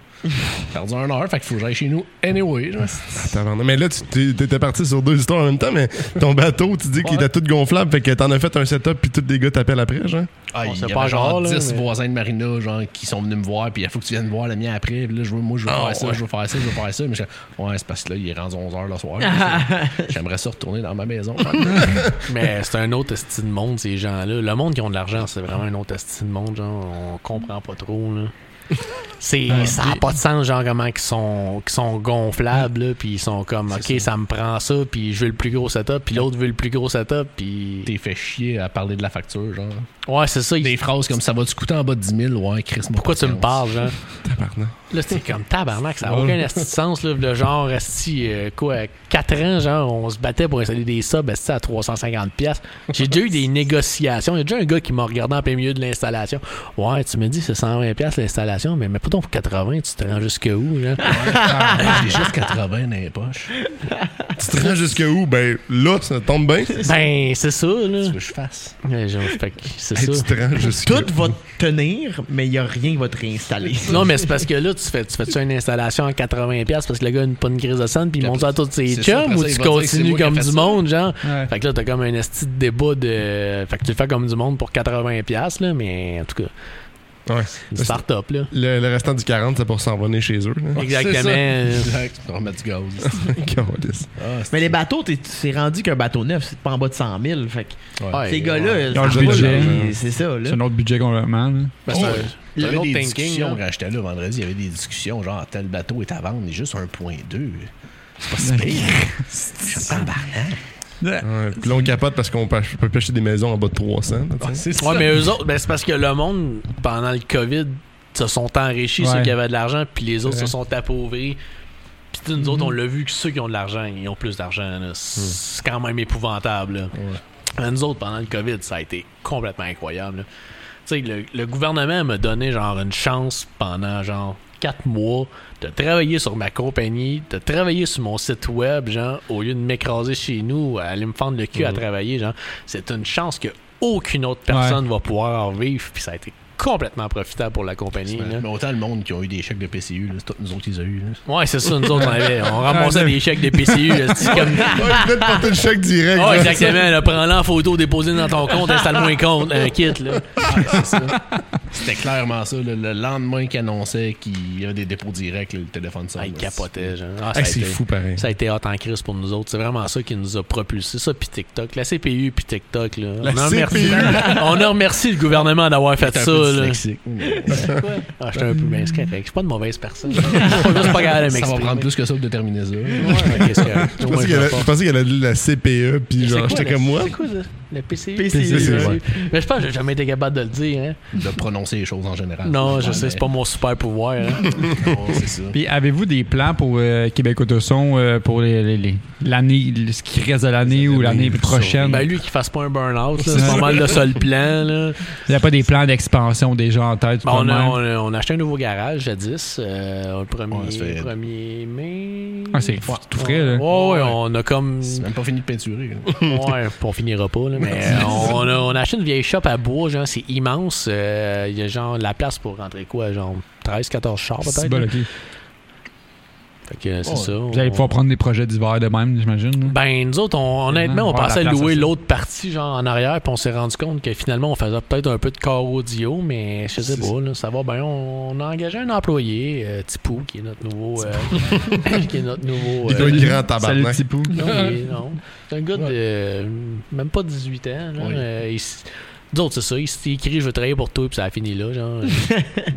D: perdu une heure, fait qu'il faut que j'aille chez nous anyway. genre.
C: Ah, tabarnak. Mais là, tu t'es- t'étais parti sur deux histoires en même temps, mais ton bateau, tu dis qu'il
D: Ouais.
C: était tout gonflable, fait que t'en as fait un setup, puis tous les gars t'appellent après, genre.
D: Ah, il y
E: sait
D: avait
E: pas
D: genre
E: encore, là,
D: 10
E: mais-
D: voisins de Marina genre, qui sont venus me voir, puis il faut que tu viennes voir le mien après. Puis là, je veux, moi, je veux
C: Ah,
D: faire ça,
C: ouais.
D: je veux faire ça, je veux faire ça. Mais je fais, ouais, c'est parce que là, il est rendu 11h le soir. là, c'est- J'aimerais ça retourner dans ma maison.
E: Mais c'est un autre esti de monde, ces gens-là. Le monde qui ont de l'argent, c'est vraiment un autre esti de monde, genre on comprend pas trop. Là. C'est, ça n'a pas de sens, genre, comment qu'ils sont, qu'ils sont gonflables, là, puis ils sont comme, OK, ça. me prend ça, puis je veux le plus gros setup, puis l'autre veut le plus gros setup, puis...
D: T'es fait chier à parler de la facture, genre.
E: Ouais, c'est ça. ils-
D: Des phrases comme ça va-tu coûter en bas de 10 000? Ouais, Chris, moi,
E: Pourquoi tu me
D: patience.
E: parles, genre?
C: Tabarnak.
E: Là, c'était comme tabarnak, ça n'a aucun esti de sens. Là, le genre, esti, euh, quoi, 4 ans, genre, on se battait pour installer des subs esti, à 350$. piastres. J'ai déjà eu des négociations. Il y a déjà un gars qui m'a regardé en plein milieu de l'installation. Ouais, tu me dis, c'est 120$ piastres, l'installation, mais, mais pas ton pour 80$, tu te rends jusque où, là?
D: J'ai juste 80 dans les poches.
C: Tu te rends jusqu'à où? Ben là, ça tombe bien.
E: ben, c'est ça, là.
D: Tu veux que je fasse?
E: Ouais, genre, fait que c'est
C: Hey,
E: ça.
C: tu te rends jusqu'à
B: Tout va tenir, mais il n'y a rien qui va te réinstaller.
E: Non, mais c'est parce que là, tu fais, tu fais une installation à 80$ piastres parce que le gars n'a pas une crise de scène, puis il monte ça à tous ses
D: C'est ça,
E: chums,
D: après
E: ou
D: ça, il
E: tu
D: va dire que c'est
E: continues
D: moi qui ai
E: comme
D: fait
E: du
D: ça.
E: monde, genre.
F: Ouais.
E: Fait que là, t'as comme un esti de débat de. Fait que tu le fais comme du monde pour 80$, là, mais en tout cas,
C: Ouais.
E: une start-up, là.
C: Le, le restant du 40, c'est pour s'en venir chez eux. là.
E: Exactement.
D: C'est ça. Exact. On remet du gaz.
C: Calisse.
D: Ah, c'est-
B: Mais les bateaux, t'es- c'est rendu qu'un bateau neuf, c'est pas en bas de 100 000. Fait que
E: Ouais,
B: ces gars-là,
E: ouais.
F: Ils ont
B: ça
F: le
B: va,
F: budget.
B: là, hein. c'est ça. Là.
F: C'est un autre budget complètement. là.
E: Ben,
D: Oh,
E: c'est un-
D: Ouais. Il y
E: c'est un
D: avait
E: autre
D: des
E: thinking,
D: discussions
E: là.
D: quand j'étais là vendredi, il y avait des discussions genre tel bateau est à vendre, il est juste 1.2. C'est pas si pire. C'est pas
C: Ouais, puis là, on capote parce qu'on peut ach- peut acheter des maisons en bas de 300. là, tu sais.
D: C'est ça.
E: Ouais, mais eux autres, ben, c'est parce que le monde, pendant le COVID, se sont enrichis,
F: Ouais.
E: ceux qui avaient de l'argent, puis les autres
F: Ouais.
E: se sont appauvris. Puis tu sais, nous autres, on l'a vu que ceux qui ont de l'argent, ils ont plus d'argent. là. C'est quand même épouvantable. là. Mais Nous autres, pendant le COVID, ça a été complètement incroyable. là. Tu sais, le, le gouvernement m'a donné genre une chance pendant genre quatre mois de travailler sur ma compagnie, de travailler sur mon site web, genre, au lieu de m'écraser chez nous, aller me fendre le cul
C: Mhm.
E: à travailler, genre, c'est une chance que aucune autre personne va pouvoir vivre, puis ça a été complètement profitable pour la compagnie. là.
D: Mais autant le monde qui a eu des chèques de PCU, là, c'est tous nous autres qui les a eu. là.
E: Ouais, c'est ça, nous autres, on, avait, on ramassait des chèques de PCU, là, c'est comme
C: Ouais, il venait de porter le chèque direct.
E: Ah,
C: là.
E: exactement. là, Prends-le en photo, dépose-le dans ton compte, installe-moi un compte, un kit. Là.
D: C'était clairement ça. là, le lendemain qu'il annonçait qu'il y avait des dépôts directs, là, le téléphone sonne.
E: Ah, il
D: là,
E: capotait. genre. Ah, ça,
C: Hey,
E: a
C: c'est
E: été,
C: fou pareil.
E: ça a été hot en crise pour nous autres. C'est vraiment ça qui nous a propulsé. Ça, puis TikTok. La CPU, puis TikTok. Là.
C: La
E: on, a remercié,
C: CPU.
E: on a remercié le gouvernement d'avoir fait
D: C'est un
E: ça.
D: peu
E: là.
D: dyslexique. mais
E: Ah, J'étais un peu bien correct. Je suis pas une mauvaise personne. Je suis pas juste pas capable de
D: Ça va
E: m'exprimer.
D: prendre plus que ça pour déterminer ça.
E: Ouais, qu'est-ce que-
C: Je
E: au moins,
C: pensais
E: je
C: qu'elle a-
E: m'en
C: je pensais qu'elle a lu la CPE, puis
E: C'est
C: genre,
E: quoi,
C: j'étais
E: le-
C: comme moi.
E: C'est quoi ça? Le PCU?
B: PCU,
C: ouais.
E: Mais je pense que j'ai jamais été capable de le dire. Hein?
D: De prononcer les choses en général.
E: Non, je
D: Ouais,
E: sais, c'est pas mon super pouvoir. hein.
D: mais- Non, c'est ça.
F: Puis avez-vous des plans pour euh, Québec Autoson euh, pour les- les- les- l'année, le- ce qui reste de l'année ou l'année prochaine?
E: Ben lui, qu'il fasse pas un burn-out, là, c'est pas mal le seul plan. Là.
F: Il n'y a pas des plans d'expansion déjà en tête?
E: Ben,
F: tout
E: on,
F: de
E: a,
F: même?
E: on, a, on a acheté un nouveau garage jadis, euh, le 1er,
D: Ouais, ça fait-
E: 1er mai.
F: Ah, c'est fou- tout frais, là.
E: Ouais, ouais, on a comme.
D: C'est même pas fini de peinturer. là.
E: Ouais, on finira pas, là, mais euh, on, a, on a acheté une vieille shop à Bourges, genre, c'est immense. euh, Il y a genre la place pour rentrer quoi, genre 13-14 chars
F: C'est
E: peut-être. hein.
F: bon,
E: là.
F: ok.
E: Fait que euh, c'est
D: Ouais.
E: ça.
F: Vous allez
E: on-
F: pouvoir prendre des projets d'hiver de même, j'imagine. hein? là.
E: Ben, nous autres, on- honnêtement, on
F: Mhm. Ouais, la
E: pensait
F: place,
E: louer
F: c'est ça.
E: l'autre partie, genre en arrière, puis on s'est rendu compte que finalement, on faisait peut-être un peu de corps audio, mais je sais
D: C'est
E: pas, là, ça va bien. On, on a engagé un employé, euh, Tipou, qui est notre nouveau. euh, qui est notre nouveau.
C: Il
E: euh,
C: doit être grand
F: Salut,
C: tabarnak.
F: Tipou.
E: non, il est- non. C'est un gars de. euh, même pas 18 ans, genre.
D: Ouais.
E: euh, il s- nous autres, c'est ça. Il s'est écrit Je veux travailler pour toi, puis ça a fini là, genre.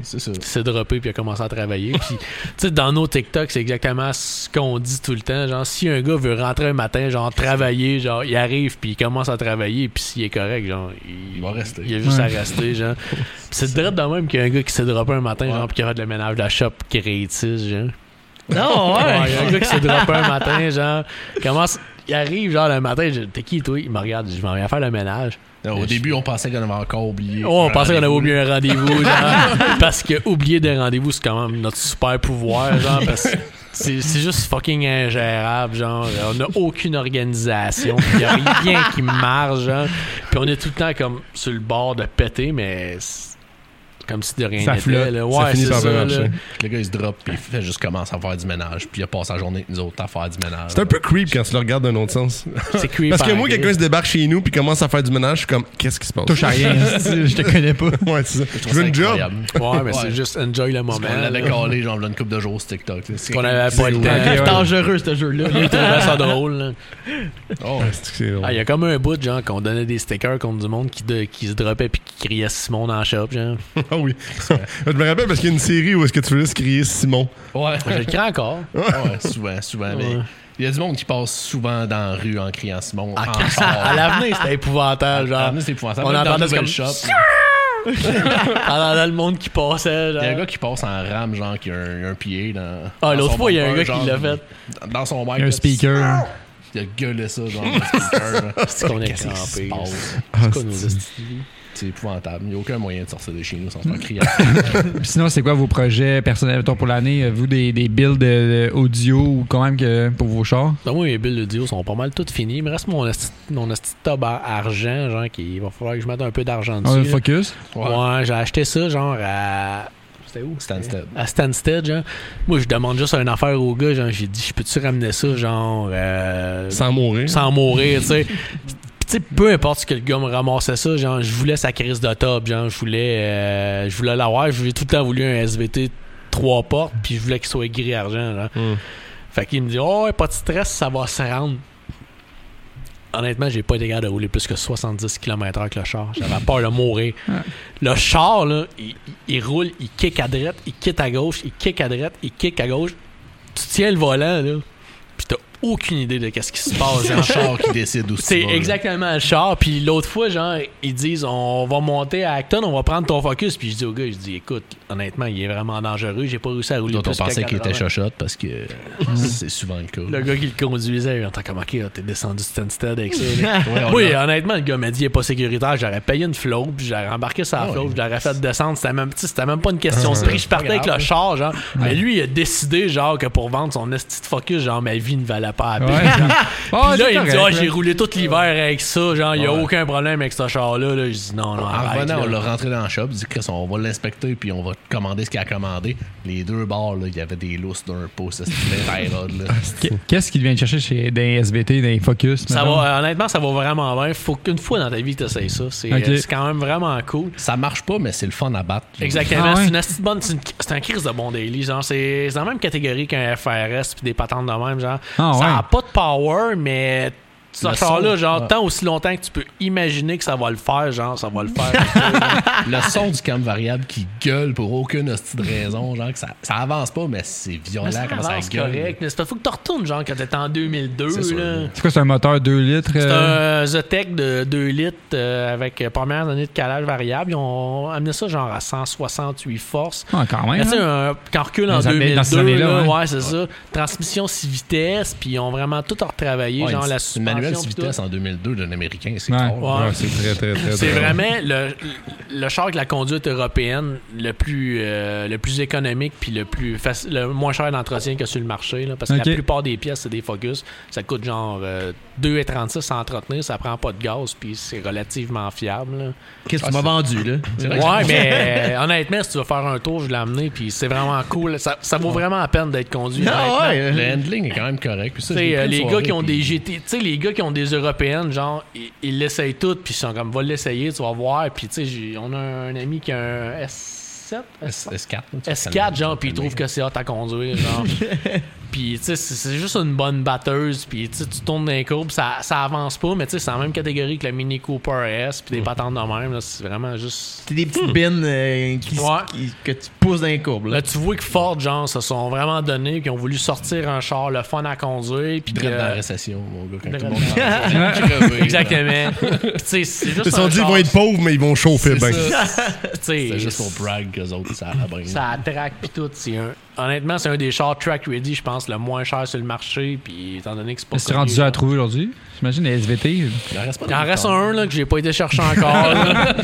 D: C'est ça.
E: Il s'est droppé puis il a commencé à travailler. Puis, tu sais, dans nos TikTok, c'est exactement ce qu'on dit tout le temps. Genre, si un gars veut rentrer un matin, genre, travailler, genre, il arrive puis il commence à travailler, puis s'il est correct, genre, il,
D: Il va rester.
E: Il a juste
F: Ouais.
E: à rester, genre. Puis c'est direct de même qu'il y a un gars qui s'est droppé un matin, genre, puis qui a fait le ménage de la shop créatrice, genre.
B: Non,
E: Ouais,
B: ouais.
E: il y a un gars qui s'est droppé un matin, genre, commence. Il arrive, genre, le matin, je- t'es qui, toi? Il me regarde, je m'en viens faire le ménage.
D: Non, au début, on pensait qu'on avait encore oublié.
E: Oh, on
D: Un
E: pensait qu'on avait
D: rendez-vous.
E: oublié un rendez-vous, genre. parce que oublier des rendez-vous, c'est quand même notre super pouvoir, genre, parce que c'est, c'est juste fucking ingérable, genre. On n'a aucune organisation, il n'y a rien qui marche, genre. Puis on est tout le temps comme sur le bord de péter, mais c'est comme si de rien
F: Ça
E: n'était.
F: flotte.
E: là.
C: Ça
E: Ouais,
C: finit
E: c'est
C: par
E: ça,
C: bien
E: là.
C: marcher.
D: Le gars, il se drop, puis il fait juste commencer à faire du ménage, puis il a passé la journée avec nous autres à faire du ménage.
C: C'est un peu creep quand tu le regardes d'un autre sens.
E: C'est creepy
C: Parce que moi,
E: pareil.
C: quelqu'un se débarque chez nous puis commence à faire du ménage, je suis comme, qu'est-ce qui se passe?
F: Touche à rien, hostie, je te connais pas.
C: Ouais, c'est ça. Je
D: trouve
C: veux
D: ça
C: une job.
D: incroyable.
E: Ouais, mais
D: Ouais.
E: c'est juste enjoy le
D: Parce
E: moment.
D: qu'on l'avait
E: là.
D: calé, genre, v'là une couple de jours, ce TikTok. là. C'est
E: ben, euh, Qu'on avait pas le
B: C'est
E: temps.
B: dangereux, ce jeu-là.
E: Il trouvait ça drôle, là.
D: Oh,
C: Ah, c'est que c'est drôle.
E: Ah, il y a comme un bout, genre, qu'on donnait des stickers contre du monde qui, de- qui se droppait puis qui criait Simon dans la shop, genre.
C: Ah
D: oui.
C: Je me rappelle parce qu'il y a une série où est-ce que tu veux juste crier Simon.
D: Ouais.
E: Je le crains encore.
D: Oh, Ouais, souvent, souvent. Mais
E: Ouais.
D: il y a du monde qui passe souvent dans la rue en criant Simon.
E: Ah,
D: en
E: ça, à l'avenir, c'était épouvantable. Genre,
D: c'est épouvantable.
E: On
D: On dans
E: entendait
D: Nouvelle
E: comme-
D: Shop.
E: pendant le monde qui passait.
D: Il y a un
E: Genre.
D: gars qui passe en rame, genre, qui a un, un pied dans.
E: Ah,
D: dans
E: l'autre
D: son
E: fois, il y a un
D: bumper,
E: gars
D: genre,
E: qui l'a fait.
D: dans- Dans son mic.
F: Il y a
D: là,
F: un speaker.
D: Il a gueulé ça, genre, dans le speaker. là.
E: C'est qu'on est
D: Qu'est-ce qui se
E: crampé.
D: passe?
F: Ah,
E: C'est quoi nos esti-
D: C'est épouvantable. Il n'y a aucun moyen de sortir de chez nous sans se faire crier.
F: Puis sinon, c'est quoi vos projets personnels mettons, pour l'année? Avez-vous des, des builds euh, audio ou quand même que pour vos chars?
E: Dans moi, mes billes de Dio sont pas mal toutes finies. Il me reste mon esti mon esti de tub à argent, genre, qui il va falloir que je mette un peu d'argent
F: On
E: dessus.
F: focus?
E: là. ouais, j'ai acheté ça, genre, à. C'était où?
D: Stansted.
E: à Stansted, genre. Moi, je demande juste une affaire au gars, genre, j'ai dit, je peux-tu ramener ça, genre, euh,
C: Sans mourir.
E: sans mourir, tu sais. Puis, tu sais, peu importe ce que le gars me ramassait ça, genre, je voulais sa crise de top, genre, je voulais, euh, je voulais l'avoir, je voulais tout le temps voulu un SVT trois portes, puis je voulais qu'il soit gris argent, genre.
C: Mm.
E: Fait qu'il me dit, oh, ouais, pas de stress, ça va se rendre. Honnêtement, j'ai pas été capable de rouler plus que 70 km/h avec le char. J'avais peur de mourir. Le char, là, il, il- il roule, il kick à droite, il kick à gauche, il kick à droite, il kick à gauche. Tu tiens le volant, là, pis t'as aucune idée de qu'est-ce qui se passe.
D: C'est
E: genre.
D: un char qui décide où tu
E: C'est
D: vas, là.
E: exactement le char. Puis l'autre fois, genre, ils disent on va monter à Acton, on va prendre ton focus. Puis je dis au gars, je dis écoute, honnêtement, il est vraiment dangereux. J'ai pas réussi à rouler.
D: D'autres
E: plus
D: on pensait
E: que
D: qu'il était
E: 80.
D: chochotte parce que
F: Mm.
D: c'est souvent le cas.
E: Le gars qui le conduisait, en tant que OK, là, t'es descendu Stansted avec ça. là.
D: Ouais, on
E: oui,
D: l'a-
E: honnêtement, le gars m'a dit il est pas sécuritaire. J'aurais payé une flotte, puis j'aurais embarqué sur la
D: Ah
E: flotte,
D: oui.
E: je l'aurais fait descendre. C'était même, tu sais, c'était même pas une question de prix. Je partais avec le
D: grave.
E: char, genre. Mais lui, il a décidé, genre, que pour vendre son esti de focus, genre, ma vie ne valait pas la peine.
F: Ah,
E: Puis là,
F: Oh, c'est
E: il me dit,
F: correct,
E: ah,
F: là.
E: j'ai roulé tout l'hiver avec ça, genre, il n'y a
D: Ouais.
E: aucun problème avec ce char-là. Là. Je dis, non, non,
D: En
E: arrête.
D: revenant, on l'a
E: là.
D: rentré dans le shop, dit Chris, on va l'inspecter puis on va te commander ce qu'il a commandé. Les deux bars, là, il y avait des lousses d'un pouce, c'était des rod, là.
F: Qu'est-ce qu'il vient de chercher chez des SBT, des Focus?
E: Ça
D: Mhm.
F: mettons?
E: va, honnêtement, ça va vraiment bien. Faut qu'une fois dans ta vie, tu essayes ça. C'est
F: Ok.
E: euh, c'est quand même vraiment cool.
D: Ça marche pas, mais c'est le fun à battre.
E: Exactement.
F: Ah ouais.
E: C'est une esti de bonne- C'est une- c'est un crise de bon daily. genre, C'est c'est dans la même catégorie qu'un FRS puis des patentes de même. Genre.
F: Ah
E: ça
F: ouais.
E: n'a pas de power, mais ce
D: Le
E: char-là,
D: son,
E: genre,
D: ouais.
E: tant aussi longtemps que tu peux imaginer que ça va le faire, genre, ça va le faire. Ah,
D: Le son du cam variable qui gueule pour aucune hostie de raison, genre que ça, ça avance pas, mais c'est violent
E: Mais ça
D: comme ça
E: avance
D: gueule.
E: correct. Mais c'est parce qu'il faut que tu retournes, genre, quand t'étais en 2002.
D: C'est sûr,
E: là.
D: oui.
F: C'est quoi, c'est un moteur 2 litres?
E: C'est
F: euh,
E: un Zotec de 2 litres euh, avec euh, première année de calage variable. Ils ont amené ça genre à 168 forces.
F: Ah, quand
E: Mais
F: même.
E: tu sais,
F: hein?
E: un- quand on recule
F: Dans
E: en
F: ces années-
E: 2002,
F: dans ces années-là,
E: là,
F: ouais.
E: ouais, c'est ça. Transmission 6 vitesses, puis ils ont vraiment tout retravaillé,
D: Ouais,
E: genre
D: une-
E: la
D: une
E: suspension.
D: manuelle
E: puis tout.
D: vitesse en 2002 d'un Américain, c'est
F: Ouais.
D: fort, là.
E: Ouais.
C: Ouais, c'est très, très, très.
E: C'est
C: très-
E: vraiment le, le char avec la conduite européenne le plus, euh, le plus économique puis le plus faci- le moins cher d'entretien que sur le marché. là, parce que
F: Ok.
E: la plupart des pièces, c'est des Focus. Ça coûte genre euh, 2,36 à entretenir. Ça prend pas de gaz puis c'est relativement fiable. là.
B: Qu'est-ce que tu m'as vendu, là?
D: C'est vrai que
E: Ouais, mais euh, honnêtement, si tu veux faire un tour, je l'ai amené puis c'est vraiment cool. Ça, ça vaut vraiment la peine d'être conduit. honnêtement.
B: Ah ouais!
D: Le handling est quand même correct. Puis ça,
E: Tu
D: je l'ai pris
E: sais, euh,
D: une
E: les
D: soirée,
E: gars qui ont
D: puis-
E: des GT, tu sais, les gars qui ont des européennes, genre, ils- ils l'essayent toutes, puis ils sont comme, va l'essayer, tu vas voir. Puis, tu sais, j'ai- on a un ami qui a un S7,
D: S- S4. là, tu vois, ça
E: S4,
D: le-
E: genre, puis il
D: ça le-
E: trouve que c'est hot à conduire, genre. puis, tu sais, c'est- c'est juste une bonne batteuse, puis, tu sais, tu tournes dans les courbes, ça, ça avance pas, mais tu sais, c'est en même catégorie que le Mini Cooper S, puis des patentes de même, là, c'est vraiment juste.
B: C'est des petites bines euh, qui-
E: Ouais.
B: qui- que tu pousses dans les courbes, là.
E: Là, tu vois que Ford, genre, se sont vraiment donnés, qu'ils ont voulu sortir un char, le fun à conduire, puis
D: Puis drette
E: que-
D: dans la récession, mon gars, quand
E: Drette
D: tout le
E: dans
D: monde
F: la récession.
D: s'en va. Crevé,
E: euh, Exactement. Puis, tu sais, c'est juste.
C: Ils se sont
E: un
C: dit, ils
E: char,
C: vont être pauvres, mais ils vont chauffer
D: C'est
C: bien.
D: ça.
E: tu sais,
D: C'est juste pour brag qu'eux autres, ça a la bringue.
E: Ça attraque pis tout. C'est un- Honnêtement, c'est un des chars track ready, je pense, le moins cher sur le marché. Puis étant donné que c'est pas.
F: Mais c'est
E: connu,
F: rendu dur à trouver aujourd'hui? J'imagine les SVT.
D: Il en reste pas
E: Il en
D: des
E: reste
D: tonnes.
E: un là, que j'ai pas été chercher encore. là.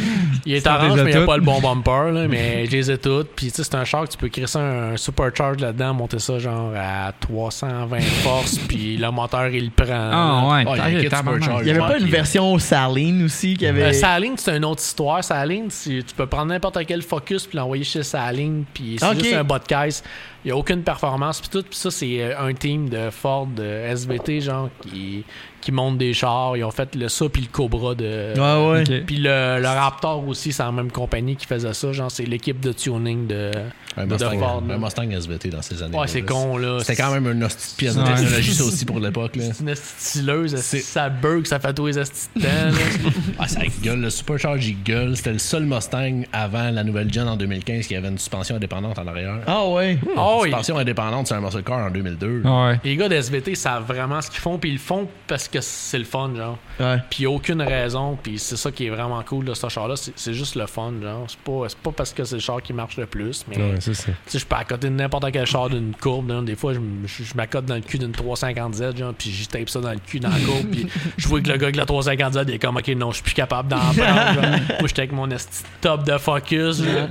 E: Il est
F: Ils sont
E: orange,
F: déjà
E: mais il a
F: toutes.
E: pas le bon bumper. Là, mais je les ai toutes. Puis tu sais, c'est un char que tu peux créer ça un supercharge là-dedans, monter ça genre à 320 forces. Puis le moteur, il le prend. là.
F: Ah, ouais.
D: Ouais, il y a
F: t'as-
D: un kit
F: t'as-
D: superchargé.
B: Il y avait pas une
D: Manqué.
B: version Saline aussi qui avait.
E: Euh, Saline, c'est une autre histoire. Saline, tu, tu peux prendre n'importe quel focus puis l'envoyer chez Saline, puis c'est
B: Ok.
E: juste un bas de caisse. Il n'y a aucune performance, puis tout. Puis ça, c'est euh, un team de Ford, de SVT, genre, qui, qui montent des chars. Ils ont fait le ça puis le Cobra de.
B: Ouais, ouais.
F: Ok.
E: Puis le, le Raptor aussi, c'est la même compagnie qui faisait ça. Genre, c'est l'équipe de tuning de,
D: Un
E: de Ford.
D: Mustang,
E: là.
D: un Mustang SVT dans ces années
E: Ouais, c'est con, là.
D: C'était quand même une hostie de pièce de
F: Ouais.
D: technologie, ça aussi, pour l'époque. là.
E: C'est une esti styleuse, esti,
D: C'est-
E: ça bug, ça fait tous les esti de temps, là.
D: Ah, ça gueule. Le Supercharge, il gueule. C'était le seul Mustang avant la nouvelle gen en 2015 qui avait une suspension indépendante en arrière.
B: Ah ouais.
E: Oh, oui. Ah.
D: suspension indépendante sur un muscle car en 2002.
F: Ah, Ouais.
E: Les gars de SVT savent vraiment ce qu'ils font, puis ils le font parce que c'est le fun, genre.
B: Ouais.
E: Puis aucune raison, puis c'est ça qui est vraiment cool de ce char-là. C'est c'est juste le fun, genre. C'est pas, c'est pas parce que c'est le char qui marche le plus, mais.
C: Ouais, c'est ça.
E: Tu sais, je peux accoter de n'importe quel char d'une courbe. là. Des fois, je, m- je- je m'accote dans le cul d'une 350Z, genre, puis j'y tape ça dans le cul dans la courbe. puis je vois que le gars avec la 350Z, il est comme, OK, non, je suis plus capable d'en prendre. genre. Moi, j'étais avec mon esti de top de focus. genre.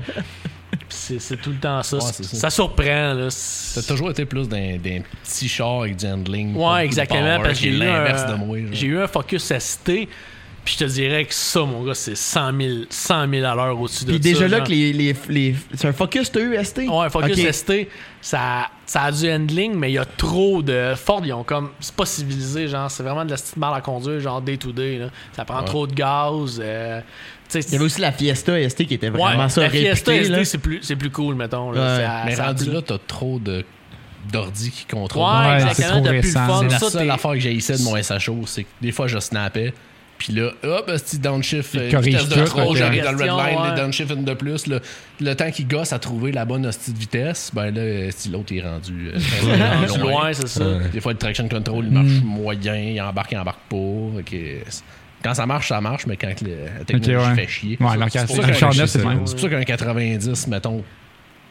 E: Puis C'est c'est tout le temps ça.
D: Ouais,
E: C'est-
D: c'est ça.
E: ça. surprend. Là.
D: Ça a toujours été plus d'un d'un petit char avec du handling. pas beaucoup de
E: Ouais, exactement.
D: power,
E: Parce que
D: qui est
E: j'ai eu,
D: l'inverse de
E: un-
D: moi. genre.
E: j'ai eu un focus ST. Puis je te dirais que ça, mon gars, c'est 100 000, 100 000 à l'heure au-dessus de
B: Puis
E: ça.
B: déjà là,
E: genre.
B: que les, les, les- c'est un Focus TUST.
E: Ouais, Focus
B: Ok.
E: ST, ça, ça a du handling, mais il y a trop de. Ford, ils ont comme. C'est pas civilisé, genre. C'est vraiment de la petite mal à conduire, genre day to day. Là. Ça prend
D: Ouais.
E: trop de gaz. euh, tu sais,
B: Il y avait aussi la Fiesta ST qui était
E: Ouais,
B: vraiment ça
E: la Fiesta
B: réputée,
E: ST,
B: là.
E: c'est plus, c'est plus cool, mettons. Là.
B: Ouais.
E: Ça-
D: Mais
E: ça a
D: rendu
E: plus-
D: là, t'as trop de d'ordi qui
E: Ouais,
D: contrôle.
F: Ouais, c'est
E: exactement.
F: trop
E: T'as plus le
F: récent.
E: fun.
D: C'est la
E: ça,
D: seule
E: t'es-
D: affaire que j'haïssais de mon SHO, c'est que des fois je snappais, puis là, hop, petit downshift,
F: Il
D: euh,
F: corrige
D: vitesse de
F: tout,
D: trop,
F: ok.
D: j'arrive dans le red
E: Gestion,
D: line,
E: ouais.
D: les downshift une de plus, le, le temps qu'il gosse à trouver la bonne hostie de vitesse, ben là, si l'autre est rendu, euh,
E: Rendu loin, c'est ça.
D: Des fois, le traction control, il marche
F: Hmm.
D: moyen, il embarque, il embarque pas. Fait que c'est- quand ça marche, ça marche, mais quand le- la technologie
F: ouais.
D: fait chier.
F: Ouais, alors,
D: c'est pour
F: c'est-
D: ça
F: un
D: que-
F: char neuf, c'est le même.
D: C'est pour ça qu'un 90, mettons,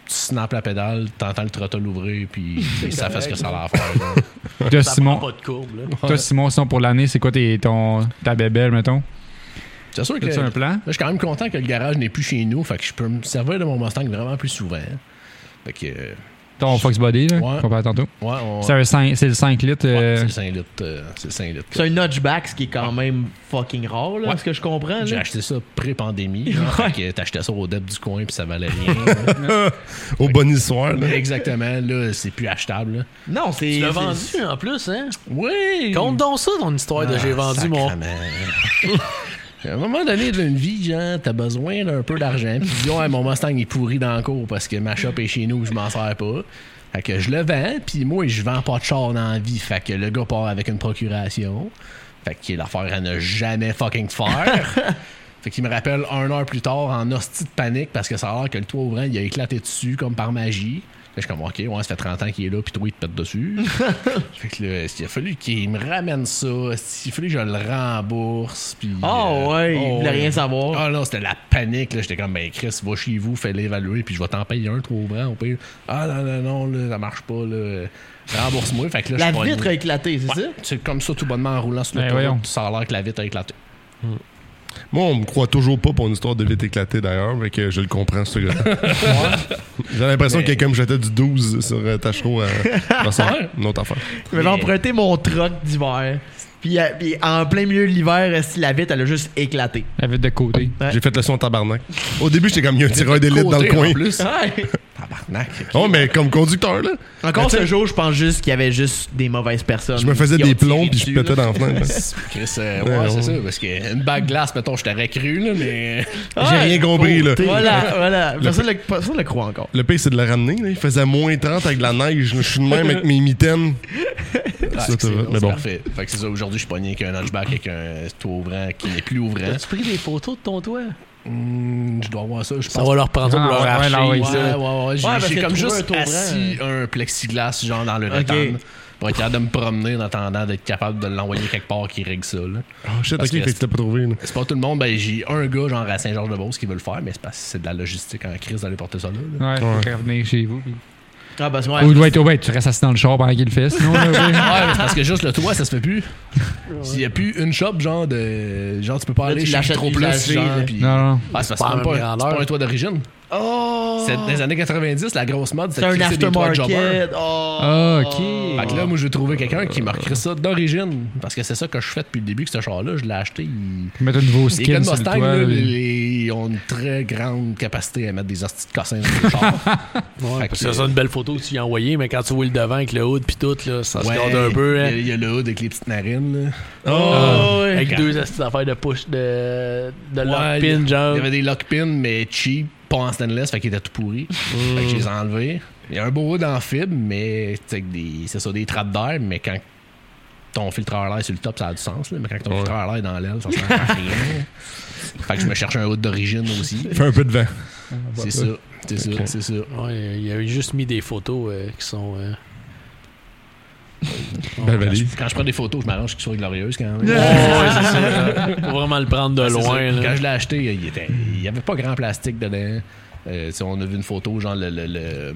D: tu snaps la pédale, t'entends le trottoir l'ouvrir, puis ça fait ce que ça a l'air à faire. là.
F: Toi,
E: Ça prend
F: Simon,
E: pas de courbe, là.
F: toi, Simon, sinon pour l'année, c'est quoi tes- ton, ta bébelle, mettons?
D: C'est sûr que
F: As-tu
D: là,
F: un plan?
D: je suis quand même content que le garage n'est plus chez nous, fait que je peux me servir de mon Mustang vraiment plus souvent. Fait que, euh,
F: Ton Fox Body, là,
D: Ouais.
F: qu'on parlait tantôt.
D: ouais, on-
F: C'est
D: ouais,
F: un cinq- c'est le 5 litres. euh,
D: c'est le 5 litres. euh, c'est le 5 litres.
B: C'est un notchback, ce qui est quand même fucking rare, là,
D: Ouais.
B: ce que je comprends. là.
D: J'ai acheté ça pré-pandémie. genre, fait que T'achetais ça au deb du coin puis ça valait rien.
C: Au bon histoire, là.
D: Exactement, là, c'est plus achetable. là.
B: Non, c'est.
E: Tu l'as
B: c'est-
E: vendu en plus, hein?
D: Oui!
E: Compte donc ça, ton histoire
D: Ah,
E: de j'ai vendu mon.
D: À un moment donné de une vie, genre, t'as besoin d'un peu d'argent. Puis tu dis, ouais, mon Mustang est pourri dans le cours parce que ma shop est chez nous je m'en sers pas. Fait que je le vends, puis moi, je vends pas de char dans la vie. Fait que le gars part avec une procuration. Fait qu'il est l'affaire à ne jamais fucking faire. fait qu'il me rappelle un heure plus tard en hostie de panique parce que ça a l'air que le toit ouvrant, il a éclaté dessus comme par magie. Là, je suis comme, ok, ouais, ça fait 30 ans qu'il est là, puis toi, il te pète dessus. fait que là, il a fallu qu'il me ramène ça, il a fallu que je le rembourse, puis.
B: Ah
D: euh,
B: ouais, il
D: oh
B: voulait rien savoir.
D: Ah non, c'était la panique, là. J'étais comme, ben Chris, va chez vous, fais l'évaluer, puis je vais t'en payer un, trop grand, au pire. Ah non, non, non, là, ça marche pas, là. Rembourse-moi, fait que là,
B: La
D: je suis
B: vitre
D: pogné.
B: a éclaté, c'est
D: Ouais, C'est comme ça, tout bonnement, en roulant sur
F: Ben voyons.
D: l'autoroute, ça a l'air que la vitre a éclaté.
C: Moi, on me croit toujours pas pour une histoire de vite éclatée, d'ailleurs, mais que je le comprends, ce gars J'ai l'impression
D: Mais-
C: que quelqu'un me jetait du 12 sur euh, Tachereau à Brossard. Une autre affaire.
B: ça? Je m'avais emprunté mon troc d'hiver. Puis, euh, puis en plein milieu de l'hiver, euh, si la vitre, elle a juste éclaté.
F: La vitre de côté.
B: Ouais.
C: J'ai fait le son en tabarnak. Au début, j'étais comme, il y a un tireur
D: Côté,
C: d'élite dans le coin.
D: En plus.
B: Ouais.
D: Tabarnak.
C: Oh, mais comme conducteur, là. Mais
B: Encore
C: tu sais,
B: ce jour, je pense juste qu'il y avait juste des mauvaises personnes.
C: Je me faisais
B: qui ont
C: des
B: tiré
C: plombs puis je
B: dessus, là.
C: pétais dans la fenêtre.
D: Chris, euh,
C: Ouais,
D: ouais,
C: ouais.
D: c'est ça, parce qu'une bague glace, mettons, je t'aurais cru, là, mais.
C: J'ai
B: Ouais.
C: rien compris, là.
B: Voilà, voilà. Personne ne le, personne le croit encore.
C: Le pire, c'est de le ramener. là. Il faisait moins 30 avec de la neige. Je suis de même avec mes mitaines.
D: Ah,
C: Ça,
D: c'est
C: t'as- mais
D: c'est
C: bon.
D: parfait. Fait que c'est ça, aujourd'hui, je suis pogné avec un hunchback, avec un toit ouvrant qui n'est plus ouvrant.
E: As-tu pris des photos de ton toit?
D: Hmm, je dois avoir ça, je
E: Ça
D: pense.
E: va leur prendre ça pour
F: Ah,
E: leur
F: ouais,
E: archive.
F: là, oui,
D: Ouais,
E: ça.
D: ouais, ouais. J'ai
B: Ouais, parce
D: j'ai
B: que
D: comme
B: trouver
D: juste
B: un toit ouvrant,
D: assis euh, un plexiglas, genre dans le
B: Ok.
D: rétable, pour être capable de me promener en attendant d'être capable de l'envoyer quelque part qui règle ça, là.
C: Oh shit, ok,
D: Parce que
C: fait que tu l'as pas trouvé. là.
D: C'est pas tout le monde, ben j'ai un gars, genre à Saint-Georges-de-Beauce, qui veut le faire, mais c'est parce que c'est de la logistique en crise d'aller porter ça là. là.
F: Ouais,
C: Ouais.
F: faut revenir chez vous. puis-
B: Ah, parce que
F: Ou doit être, ouais, tu restes assis dans le char pendant qu'il le fait, sinon. là, ouais.
D: Ouais, mais c'est parce que juste le toit, ça se fait plus. S'il y a plus une shop, genre, de. Genre, tu peux pas
B: Là,
D: aller
B: tu
D: chez
B: l'achètes
D: trop plus,
B: usagé,
D: genre,
B: là.
D: pis-
F: Non, non.
D: Ah, c'est parce que
E: Pas
D: c'est même
E: un
D: pas, un-
E: grandeur.
D: c'est pas un toit d'origine.
B: Oh!
D: C'est dans les années 90, la grosse mode,
B: C'est
D: c'était
B: un
D: crisser des toits de jobber.
B: aftermarket. Oh!
A: Ah, ok.
D: Fait que là, moi, j'ai trouvé quelqu'un qui m'a recréé ça d'origine. Parce que c'est ça que je fais depuis le début, que ce char-là, je l'ai acheté. il-
A: Mettre un nouveau
D: Les
A: skin
D: gars de
A: sur le
D: Mustang,
A: toit,
D: là,
A: là.
D: les- ils ont une très grande capacité à mettre des hosties de cossins dans les chars. Fait que-
E: Parce que ça, c'est une belle photo que tu y as envoyée, mais quand tu vois le devant avec le hood puis tout, là, ça
D: Ouais,
E: se garde un peu. hein.
D: Il y a- il y, a le hood avec les petites narines. là.
A: Ah,
C: Euh,
D: Ah.
B: Oh, ouais.
E: Avec deux astuces d'affaires de push de, de
D: Ouais,
E: lock pin,
D: Il
E: genre.
D: y avait des lockpins, mais cheap, pas en stainless, fait qu'ils étaient tout pourris. Fait que je les ai enlevés. Il y a un beau hood en fibre, mais tu sais, avec des- c'est ça, des trappes d'air, mais quand ton filtre à l'air sur le top, ça a du sens, là, mais quand ton
C: Ouais.
D: filtre à l'air est dans l'aile, ça sert à rien. fait que je me cherchais un hood d'origine aussi.
C: Fait un peu de vent.
D: C'est ça, c'est ça, c'est ça.
E: Ouais, il avait juste mis des photos euh, qui sont. euh,
C: Belle
D: Quand je,
C: valise.
D: quand je prends des photos, je m'arrange qu'ils soient glorieuses quand même.
E: Oh, ouais, c'est ça. là. Faut vraiment le prendre de
D: Ah, c'est
E: loin.
D: ça.
E: là.
D: Quand je l'ai acheté, il était- il n'y avait pas grand plastique dedans. Euh, tu sais, on a vu une photo, genre le, le- le-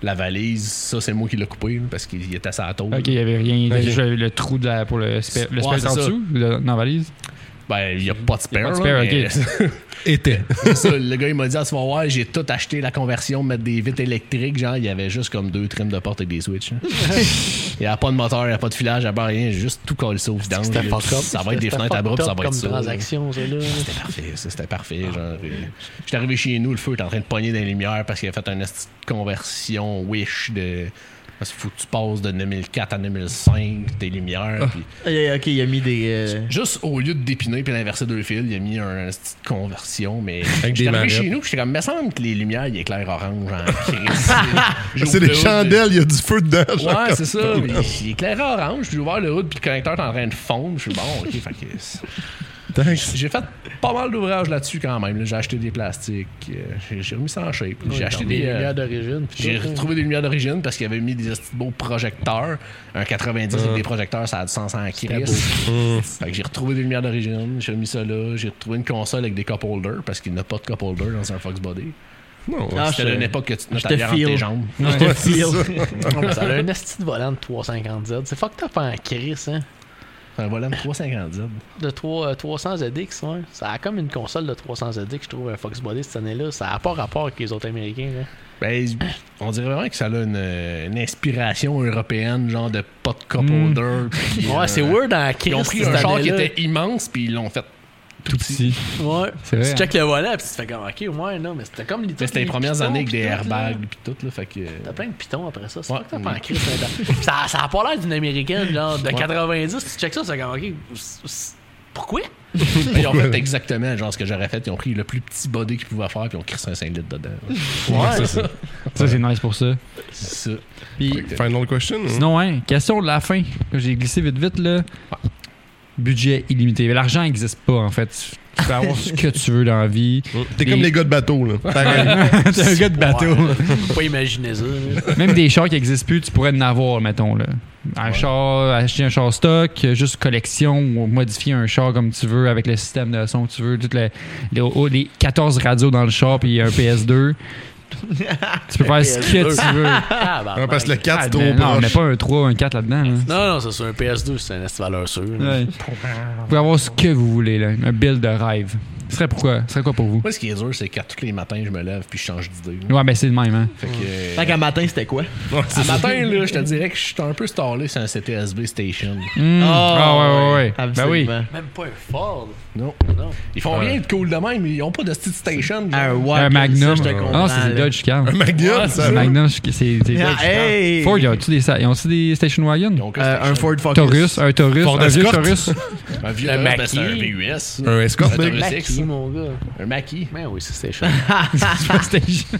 D: la valise, ça c'est moi qui l'ai coupé là, parce qu'il était à la tôle.
A: Ok, il n'y avait rien.
C: Ok.
A: Juste le trou de la- pour le spare, le
D: Ouais,
A: spare
D: c'est
A: en
D: ça.
A: dessous, le- dans la valise.
D: Ben, il n'y a pas de
A: Il y a
D: spare.
A: pas de
D: là,
A: spare,
D: mais-
A: ok.
C: Était.
D: c'est ça, le gars il m'a dit Ah, à ce moment ouais, j'ai tout acheté la conversion, mettre des vitres électriques, genre il y avait juste comme deux trims de porte avec des switches. hein. il n'y a pas de moteur, il n'y a pas de filage, il n'y a pas rien, j'ai juste tout collé ça au vidange.
E: C'était
D: là,
E: fuck
D: puis
E: up.
D: Ça va être des
E: C'était
D: fenêtres à
E: fuck
D: bras, puis ça
E: up
D: va être
E: comme
D: ça. là.
E: transaction, ça, là.
D: C'était parfait, ça, c'était parfait.
C: Ah.
D: Genre, euh, j'étais arrivé chez nous, le feu était en train de pogner dans les lumières parce qu'il a fait une esti de conversion Wish de. Parce qu'il faut que tu passes de 2004 à 2005, tes lumières.
C: Ah.
D: puis
B: Eh, Ok, il a mis des. euh,
D: Juste au lieu de dépiner puis d'inverser deux fils, il a mis un esti de conversion. Mais
C: Avec
D: j'étais
C: des
D: arrivé chez
C: manettes.
D: nous, puis j'étais comme, me semble que les lumières, il éclairent orange en crise. J'ai
C: C'est
D: ouvert
C: des
D: le hood,
C: chandelles, il y a du feu dedans. genre.
D: Ouais, c'est ça. mais Il éclaire orange, puis j'ai ouvert le hood, puis le connecteur est en train de fondre. Je suis bon, ok, fait que c'est-
C: Thanks.
D: j'ai fait pas mal d'ouvrages là-dessus quand même. là. J'ai acheté des plastiques, euh, j'ai- j'ai remis ça en shape. J'ai acheté des. euh,
E: lumières d'origine. puis
D: j'ai
E: tout, hein.
D: retrouvé des lumières d'origine parce qu'il avait mis des esti de beaux projecteurs. Un 90
B: Ah.
D: avec des projecteurs, ça a du sens en crise. Fait que j'ai retrouvé des lumières d'origine, j'ai mis ça là. J'ai retrouvé une console avec des cup holders parce qu'il n'a pas de cup holder dans un Fox Body.
C: Non,
B: Ah,
D: C'était
B: je-
D: à une époque que tu tenais
B: je
D: ta
B: te
D: bière entre tes
B: feel.
D: jambes.
C: ouais,
B: te
C: c'est
B: feel.
C: ça.
E: Ça a un esti de volant de 350Z. C'est fucked up en Chris, hein.
D: Un volant de 350 Z.
E: De 3, euh, 300ZX, ouais. Ça a comme une console de 300ZX, je trouve, un Foxbody cette année-là. Ça a pas rapport avec les autres Américains, là.
D: Ben, on dirait vraiment que ça a une, une inspiration européenne, genre de pas de cup
B: Hmm.
A: Mm.
D: holder. puis,
E: Ouais,
D: euh,
E: c'est weird en Chris.
D: Ils ont pris
E: cette
D: un char qui
E: année-là.
D: était immense, puis ils l'ont fait.
A: Tout petit.
E: Ouais.
A: C'est vrai,
E: Tu check le volant, puis tu te fais comme, ok, ouais, non, mais c'était comme
D: Mais C'était les
E: toutes
D: premières
E: pitons,
D: années avec
E: puis
D: des
E: tout, là.
D: airbags, puis tout, là. Fait que.
E: T'as plein de pitons après ça. C'est
D: Ouais.
E: pas que t'as pas en crise. là-dedans. ça, ça a pas l'air d'une américaine, genre de
D: Ouais.
E: 90. Tu check ça, c'est comme, ok, c'est- c'est- pourquoi?
D: Ben, Ils ont fait exactement genre ce que j'aurais fait. Ils ont pris le plus petit body qu'ils pouvaient faire, puis ils ont crissé un 5 litres dedans.
E: Ouais, c'est
A: hein. Ça, c'est nice pour ça.
D: C'est ça.
A: Puis,
C: Final question. hein?
A: sinon, hein, question de la fin. que J'ai glissé vite, vite, là. Budget illimité. Mais L'argent n'existe pas, en fait. Tu- Tu peux avoir ce que tu veux dans la vie.
C: T'es
A: Des-
C: comme les gars de bateau, là. Pareil.
A: T'es un gars de bateau.
E: Faut pas imaginer ça. là.
A: Même des chars qui n'existent plus, tu pourrais en avoir, mettons. Là. Un char, acheter un char stock, euh, juste collection, ou modifier un char comme tu veux, avec le système de son que tu veux, toutes les, les, oh, les 14 radios dans le char, puis un PS2. tu peux faire ce que tu veux.
E: Tabarnak.
C: Ah, parce que le 4,
A: Ah,
C: c'est
A: mais
C: trop
A: non, mais
C: proche.
A: pas un 3 un 4 là-dedans. là.
E: Non, non, ça c'est un PS2, c'est un estivaleur sûr. là.
A: Ouais. Vous pouvez avoir ce que vous voulez, là. un build de rêve. Ce serait, pourquoi? ce serait quoi pour vous?
D: Moi, ce qui est dur, c'est qu'à tous les matins, je me lève, puis je change d'idée.
A: Ouais, ben c'est le même. Hein?
D: Fait
E: Mm.
D: que. euh,
B: Fait qu'à matin, c'était quoi?
A: Hmm.
D: Ce matin, là, je te dirais que je suis un peu stallé sur un CTSB Station.
A: Hmm.
B: Oh,
A: ah ouais, ouais, ouais. Ben oui.
B: Absolument.
E: Même pas un Ford.
D: Non.
E: Non.
D: Ils font rien de cool de même, ils ont pas de style station. genre.
B: Un Wagon,
A: Un Magnum.
B: ça, je te
A: Ah
B: comprends,
A: non, c'est
B: là.
A: le Dodge Car.
C: Un Magnum,
A: Un
C: ça.
A: Magnum, c'est c'est Dodge Car.
B: Ah, hey!
A: Ford, ils ont-tu des, sa- ils ont-tu des station
D: Ils
A: wagon?
D: ont que
B: Euh,
D: station.
B: un Ford Focus.
A: Taurus, un Taurus,
C: Ford
A: un vieux
C: Escort.
A: Taurus.
D: Un vieux
E: Le
D: Taurus, ben,
E: Maquis.
D: c'est un VUS.
C: Un Escort,
D: Un
C: mec.
D: Taurus.
E: Mackie,
D: Six.
E: mon gars.
D: Un Maquis.
E: Ben oui, ça, c'est cher.
A: Station.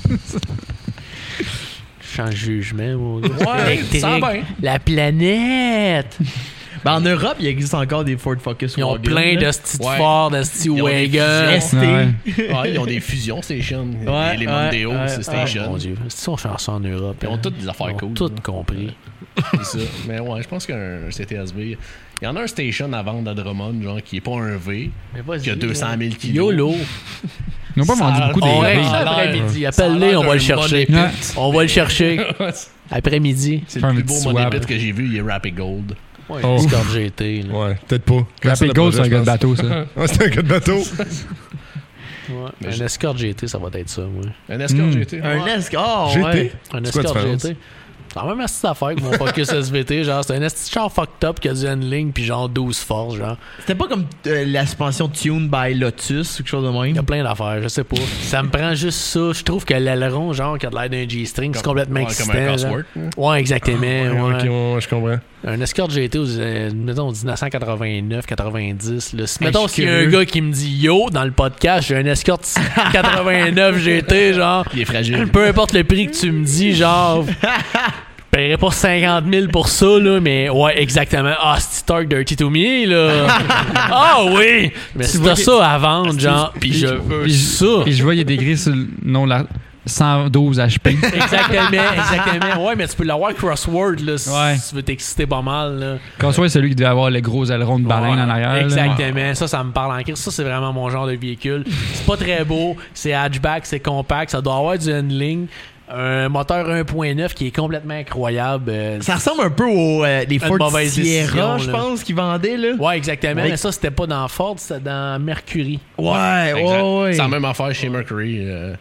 E: Sans jugement, mon gars.
D: Ouais,
E: Électrique.
D: ça va bien.
E: La planète!
B: Ben, en Europe, il existe encore des Ford Focus.
E: Ils ont
B: Wagon,
E: plein
B: là.
E: de sti de
D: Ouais.
E: Ford, de sti
D: Ils ont des fusions.
E: Wagon.
B: ST.
A: Ouais.
D: Ah, ils ont des fusions station.
B: Ouais,
D: les
B: ouais,
D: Mondeo,
B: ouais,
D: c'est
B: ouais.
D: station.
E: Ah, Mon Dieu, si on fait ça en Europe,
D: Ils ont
E: hein.
D: toutes des affaires
E: Ils ont
D: cool.
E: tout
D: là.
E: compris.
D: C'est ça. Mais ouais, je pense qu'un CTSB. Il y en a un station à vendre à Drummond, genre, qui est pas un V,
E: Mais vas-y.
D: qui a 200 000 kilos.
E: YOLO.
A: Ils n'ont pas
D: Ça a
A: vendu
D: l'air-
A: beaucoup des
E: On
D: Ouais.
E: règle
A: des-
E: ça
D: Ça a l'air-
E: après-midi.
D: Ça a l'air
E: Appelle-le, on va le
D: d'un
E: chercher.
D: bon
A: Ouais.
D: épite.
E: On va le chercher après-midi.
D: C'est
A: Faire un
D: le plus
A: petit
D: beau mon
A: swab.
D: épite que j'ai vu, il est Rapid Gold.
E: Ouais,
A: Oh.
E: Discord GT. là.
C: Ouais, peut-être pas. Quand
A: Rapid
C: le
A: Gold, c'est
C: projet,
A: un
C: je
A: gars de bateau,
C: pense.
A: ça.
C: Ouais, c'est un gars de bateau.
E: Ouais.
D: Mais
E: un
D: je-
E: escort GT, ça va être ça, moi.
D: Un escorte
F: Mm.
D: GT.
B: Un escort,
C: GT.
B: ouais.
E: Un
C: C'est quoi la
E: escort
C: différence?
E: GT. C'est quand même assez d'affaires avec mon Focus SVT. Genre, c'est un esti de char fucked up qui a du handling puis genre 12 forces, genre.
B: C'était pas comme euh, la suspension Tune by Lotus ou quelque chose de
E: Il y a
B: même.
E: plein d'affaires, je sais pas. Ça me prend juste ça. Je trouve que l'aileron, genre, qui a de l'air d'un G-string, c'est complètement
D: Ouais,
E: existant.
D: Comme un
E: genre.
D: crossword. hein.
E: Ouais, exactement. ouais.
C: Ok, Ah, ouais, ouais, je comprends.
E: Un escort GT aux, euh, mettons, 1989, 90. là. Si- mettons,
F: je suis
E: s'il y a un
F: curieux.
E: gars qui me dit yo dans le podcast, j'ai un escort 89 GT, genre,
D: Il est fragile.
E: peu importe le prix que tu me dis, genre, je paierais pas 50 000 pour ça, là, mais ouais, exactement. Ah, c'est Stark Dirty to Me, là. Ah oui! Mais si t'as ça à vendre, genre, pis je veux ça.
F: Et je vois, il y a des grilles sur le nom la 112 HP.
E: Exactement, exactement. Ouais, mais tu peux l'avoir crossword, là, si
F: Ouais.
E: tu veux t'exciter pas mal, là.
F: Quand soit celui qui devait avoir le gros aileron de baleine
E: Ouais,
F: en arrière. là.
E: Exactement. Ça, ça me parle en crise. Ça, c'est vraiment mon genre de véhicule. C'est pas très beau. C'est hatchback, c'est compact. Ça doit avoir du handling. Un moteur 1.9 qui est complètement incroyable. Euh,
B: Ça ressemble un peu aux euh, les
E: Une
B: Ford
E: mauvaise
B: Sierra,
E: décision,
B: je
E: là.
B: pense, qu'ils vendaient, là.
E: Ouais, exactement.
B: Ouais.
E: Mais ça, c'était pas dans Ford, c'était dans Mercury.
B: Ouais, ouais,
D: Exact.
B: ouais.
D: C'est la même affaire chez Mercury. euh,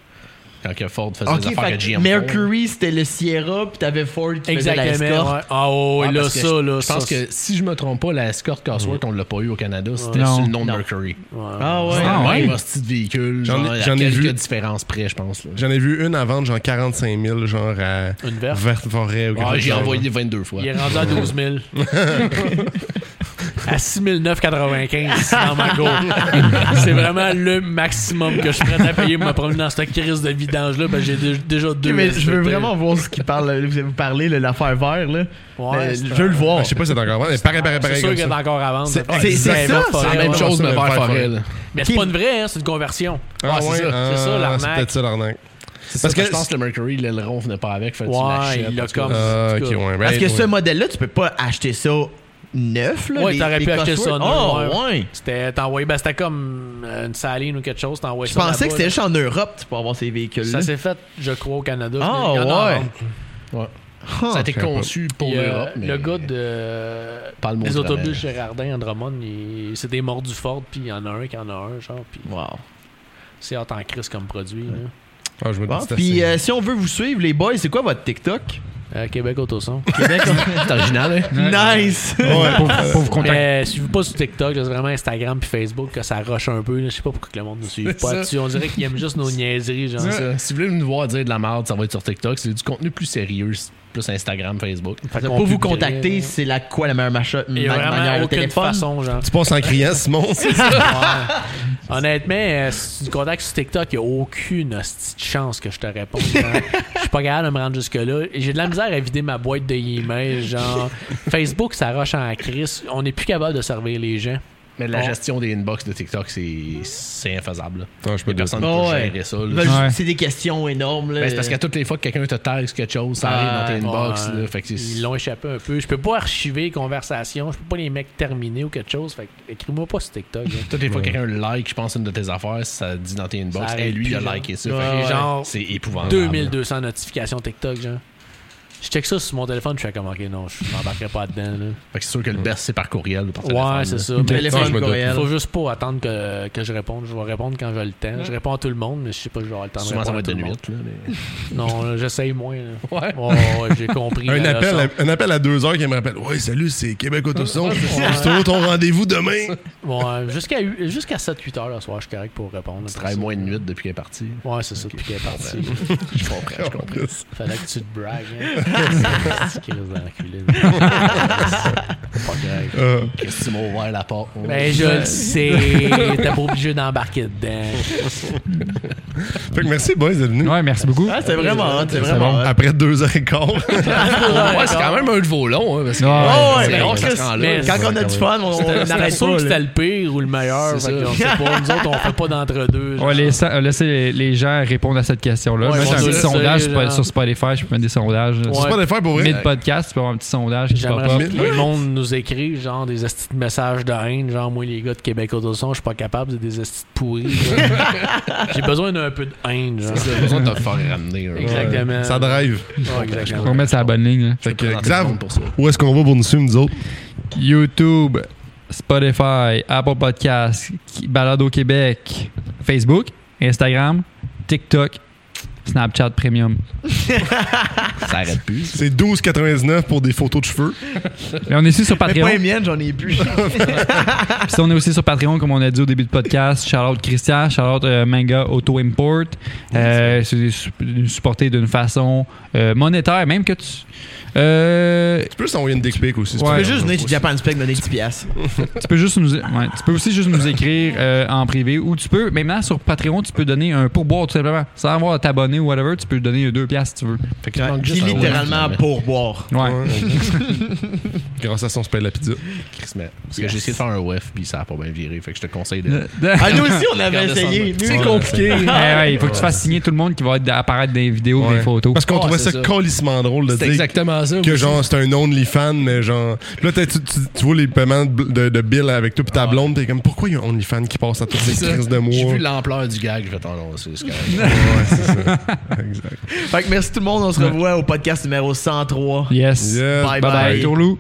D: quand que Ford faisait des
B: Ok,
D: affaires
B: fait
D: avec
B: que
D: GM.
B: Mercury, c'était le Sierra, puis t'avais Ford qui faisait la
E: Exactement.
B: escorte.
E: ouais. Ah ouais,
D: Ouais,
E: là,
D: parce que
E: ça,
D: je-
E: là.
D: Je pense
E: ça,
D: que si je me trompe pas, la Escort Cosworth, on l'a pas eu au Canada. C'était
F: Non.
D: sur le nom de
B: Non.
D: Mercury.
B: Ah ouais.
F: Ah,
D: Ah ouais.
F: ouais.
D: Même hostie de véhicule.
C: J'en ai-
D: genre, il y a
C: j'en ai
D: quelques
C: vu.
D: différences près, je pense. là.
C: J'en ai vu une à vendre, genre 45 000, genre à
E: Une verte.
C: Verte-Forêt ou quelque
D: Ah,
C: chose.
D: J'ai envoyé 22 fois.
E: Il est rendu à 12 000. à 6 995 dans ma go. C'est vraiment le maximum que je suis prêt à payer pour me promener dans cette crise de vidange-là. parce que j'ai dé- déjà deux.
B: Ok, mais je veux
E: SVT.
B: vraiment voir ce qu'il parle. Vous vous parlez, là, l'affaire vert, là.
E: Ouais,
B: Euh,
E: c'est-
B: je veux le voir.
C: Ah, Je sais pas si c'est encore vendu, mais pareil, pareil,
E: C'est
C: pareil.
E: sûr
C: comme
E: qu'elle est
C: ça.
E: encore à vendre.
C: C'est-
E: Ouais, ben,
B: c'est- c'est
E: bien
B: ça,
E: forêt,
D: C'est la même
E: ouais.
D: chose,
C: Ouais,
D: mais
C: ouais,
D: vers
C: ouais,
D: Forel.
E: Mais c'est pas une vraie, hein, c'est une conversion.
C: Ah,
D: Ouais,
C: ouais,
D: c'est ça.
C: ah,
E: C'est ça, l'arnaque.
C: C'est peut-être ça l'arnaque.
D: Parce
C: Parce
D: que
C: que
D: je pense que le Mercury, l'aileron venait pas avec. Fait que tu
E: Ouais,
D: l'achètes,
E: il l'a
D: en tout cas.
E: comme-
C: Ah,
E: En tout
C: ok,
E: cas.
C: ouais.
B: Parce que
C: ouais.
B: ce modèle-là, tu peux pas acheter ça neuf, là.
E: Ouais,
B: les-
E: t'aurais
B: les
E: pu acheter ça
B: Cosworth.
E: neuf,
B: Oh, ouais.
E: C'était t'envoyais- ben, c'était comme euh, une saline ou quelque chose, t'envoyais
B: Je
E: ça
B: pensais que
E: là-bas,
B: c'était juste en Europe, tu peux avoir ces véhicules-là.
E: Ça s'est fait, je crois, au Canada.
B: Ah,
E: Il y en a en
B: ouais.
E: vente.
F: Ah,
D: Ça a été
C: Je sais pas.
D: conçu pour
E: Puis, euh,
D: l'Europe. mais-
E: Le gars de.
D: Parle mon
E: les
D: grammaire.
E: autobus chez Rardin, Andromon, il- c'est des morts du Ford, puis il y en a un qui en a un, genre, puis
B: Wow.
E: c'est hot en crise comme produit. là.
C: Ah, je me
B: Bon,
C: dis, c'est
B: puis
C: assez.
B: euh, si on veut vous suivre, les boys, c'est quoi votre TikTok?
E: Euh, Québec Autoson.
D: C'est original, hein?
B: nice!
C: Ouais,
F: Pour, pour vous contacter.
E: Mais suivez pas sur TikTok, là, c'est vraiment Instagram puis Facebook que ça rush un peu. là. Je sais pas pourquoi que le monde nous suit pas
D: ça.
E: dessus. On dirait qu'ils aiment juste nos niaiseries, genre.
D: C'est ça. Si vous voulez nous voir dire de la merde, ça va être sur TikTok. C'est du contenu plus sérieux, plus Instagram, Facebook.
E: Fait qu'on
B: Pour vous
E: publie rien,
B: contacter,
E: là.
B: c'est la quoi la meilleure macha-
E: Il y
B: ma-
E: a
B: manière
E: vraiment
B: au
E: aucune
B: téléphone?
E: façon, genre.
C: Tu passes en criant, Simon. c'est ça?
E: Ouais. Honnêtement, euh, si tu me contactes sur TikTok, il n'y a aucune hostie de chance que je te réponde. hein. Je suis pas capable de me rendre jusque-là. Et J'ai de la misère à vider ma boîte de email. Genre, Facebook, ça roche en crise. On n'est plus capable de servir les gens.
D: Mais la
E: Bon.
D: gestion des inbox de TikTok, c'est c'est infaisable. là.
C: Non, Ah, je peux
D: Les
C: dire.
D: personnes
B: Oh,
D: peuvent
B: ouais.
D: gérer ça. là.
B: Ils veulent juste-
F: Ouais.
B: C'est des questions énormes. Là.
D: Ben, c'est parce qu'à toutes les fois que quelqu'un te tag sur quelque chose, ça
B: Ah,
D: arrive dans tes inbox.
E: euh, Ouais.
D: là. fait que c'est-
E: Ils l'ont échappé un peu. Je peux pas archiver les conversations. Je peux pas les mecs terminer ou quelque chose. Fait que écris-moi pas sur TikTok. hein.
D: toutes les fois que quelqu'un like, je pense, une de tes affaires, ça dit dans tes inbox,
E: Ça
D: et
E: arrête
D: lui,
E: plus,
D: il a
E: genre.
D: liké ça.
E: Ouais,
D: Fait que
E: ouais. Genre,
D: c'est épouvantable.
E: 2200 notifications TikTok, genre. Je check ça sur mon téléphone, je fais comme, ok, non, je m'embarquerai pas dedans. là.
D: Fait que c'est sûr que le best, c'est par courriel. ou par téléphone,
E: Ouais, c'est
D: là.
E: ça. Mais-
C: Non, je
B: Téléphone,
C: me doute.
B: courriel.
E: Faut juste pas attendre que, que je réponde. Je vais répondre quand j'ai le temps. Je réponds à tout le monde, mais je sais pas si je vais avoir le temps de
D: Souvent, ça
E: répondre
D: va
E: à
D: être de
E: tout le
D: nuit. là,
E: monde.
D: mais-
E: Non, là, j'essaye moins. là.
D: Ouais.
E: Oh, ouais, j'ai compris.
C: Un
E: la
C: appel,
E: leçon.
C: à, un appel à deux heures qui me rappelle Ouais, salut, c'est Québec Autoson. C'est trop ton rendez-vous demain.
E: Ouais, jusqu'à hu- jusqu'à 7-8 heures le soir, je suis correct pour répondre.
D: Tu travailles moins de nuit ben. depuis qu'il est parti.
E: Ouais, c'est ça, depuis qu'elle est partie.
D: Je
C: Ah,
D: comprends, je comprends.
E: Fallait que tu te bragues. Hein. C'est qui reste dans la culine. C'est pas correct.
C: Euh,
D: Qu'est-ce que tu m'as ouvert la porte?
E: Ben, je le sais. T'es pas obligé d'embarquer dedans.
C: Fait que merci, boys, d'être venus.
F: Ouais, merci beaucoup.
B: Ah, c'est vraiment hot, c'est
F: C'est
B: vraiment
F: bon.
B: hot.
C: Après deux heures et quart.
D: Ah, Ouais, c'est quand même un de vos longs. hein, parce que-
F: Ouais.
B: Oh, ouais,
D: C'est
B: mais
D: rare que ça
B: Chris,
D: se rend là.
E: mais-
B: quand on a du fun, on, on
E: On
B: arrête
E: arrête sûr
B: pas,
E: que
B: là.
E: c'était le pire ou le meilleur.
D: C'est ça.
E: Fait qu'on sait pas. Nous autres, on fait pas d'entre-deux.
F: On
E: genre.
F: va laisser, euh, laisser les, les gens répondre à cette question-là.
E: Ouais,
F: Moi,
E: on
F: j'ai un
E: doit
F: petit sondage
E: essayer,
F: sur-
E: genre.
F: sur Spotify. Je peux mettre des sondages. là.
E: Ouais.
C: C'est pas des faire pour vrai.
F: Mid-podcast, tu peux avoir un petit sondage qui pop
E: J'aimerais
F: up.
E: que le monde nous écrit genre des estis de messages de haine, genre moi les gars de Québec Autoson, je suis pas capable, c'est des estis de pourris. là. J'ai besoin d'un peu de haine, genre.
D: T'as besoin de te faire ramener. là.
E: Exactement.
C: Ça drive.
E: Ouais,
F: Pour
E: exactement.
F: remettre sur la bonne ligne.
A: hein.
F: là.
C: Fait que, euh,
D: présenter tout le
C: Xav,
D: monde pour ça.
C: où est-ce qu'on va pour nous suivre, nous autres
F: YouTube, Spotify, Apple Podcasts, Balado Québec, Facebook.
A: Instagram, TikTok, Snapchat Premium.
D: Ça arrête plus.
C: C'est 12,99 pour des photos de cheveux.
A: Mais on est aussi sur Patreon.
B: Pas les miennes, j'en ai plus.
A: Puis on est aussi sur Patreon, comme on a dit au début du podcast. Charlotte Christian, Charlotte Manga Auto Import. Euh, c'est su- supporté d'une façon euh, monétaire, même que tu. Euh,
C: Tu peux juste envoyer une dick pic aussi. si
A: Ouais.
B: Je
C: veux.
B: peux juste venir chez Japan Spec me donner 10 piastres.
A: tu peux juste nous, ouais, tu peux aussi juste nous écrire euh, en privé ou tu peux maintenant sur Patreon tu peux donner un pourboire tout simplement sans avoir à t'abonner ou whatever tu peux donner deux piastres si tu veux
D: Fait qu'il
B: Ouais,
D: manque
B: Qui
D: juste un
B: littéralement
D: web,
B: pour boire.
A: ouais,
C: Grâce à ça, on se paye la pizza.
D: mais- Chris, mais- Parce que j'ai essayé de faire un WEF, puis ça a pas bien viré. Fait que je te conseille de.
A: Le- de-
B: Ah, nous aussi, on avait
D: Regardez ça,
B: essayé.
D: on-
B: Nous,
D: C'est
B: on-
D: compliqué.
A: Eh ouais, il faut que tu fasses signer tout le monde qui va être- apparaître dans les vidéos, dans les
C: Ouais.
A: photos.
C: Parce qu'on
D: Ouais,
C: trouvait
D: Ah, c'est
C: ça,
D: ça.
C: colissement drôle de
D: C'est
C: dire
D: exactement ça.
C: que
D: moi,
C: genre c'est un OnlyFans, mais genre. Puis là, t'as- tu, tu- tu vois les paiements de, de- de Bill avec toi, puis ta blonde, t'es comme pourquoi il y a un OnlyFans qui passe à toutes
D: Ah. c'est
C: les
D: ça.
C: crises de
D: J'ai vu
C: mois.
D: l'ampleur du gag, je vais t'en lancer. c'est correct.
C: Ouais, c'est ça. exact.
B: Fait que merci tout le monde. On se revoit au podcast numéro 103.
A: Yes.
C: Yes,
A: Bye
B: Bye
A: bye.
B: bye.
A: Tourlou.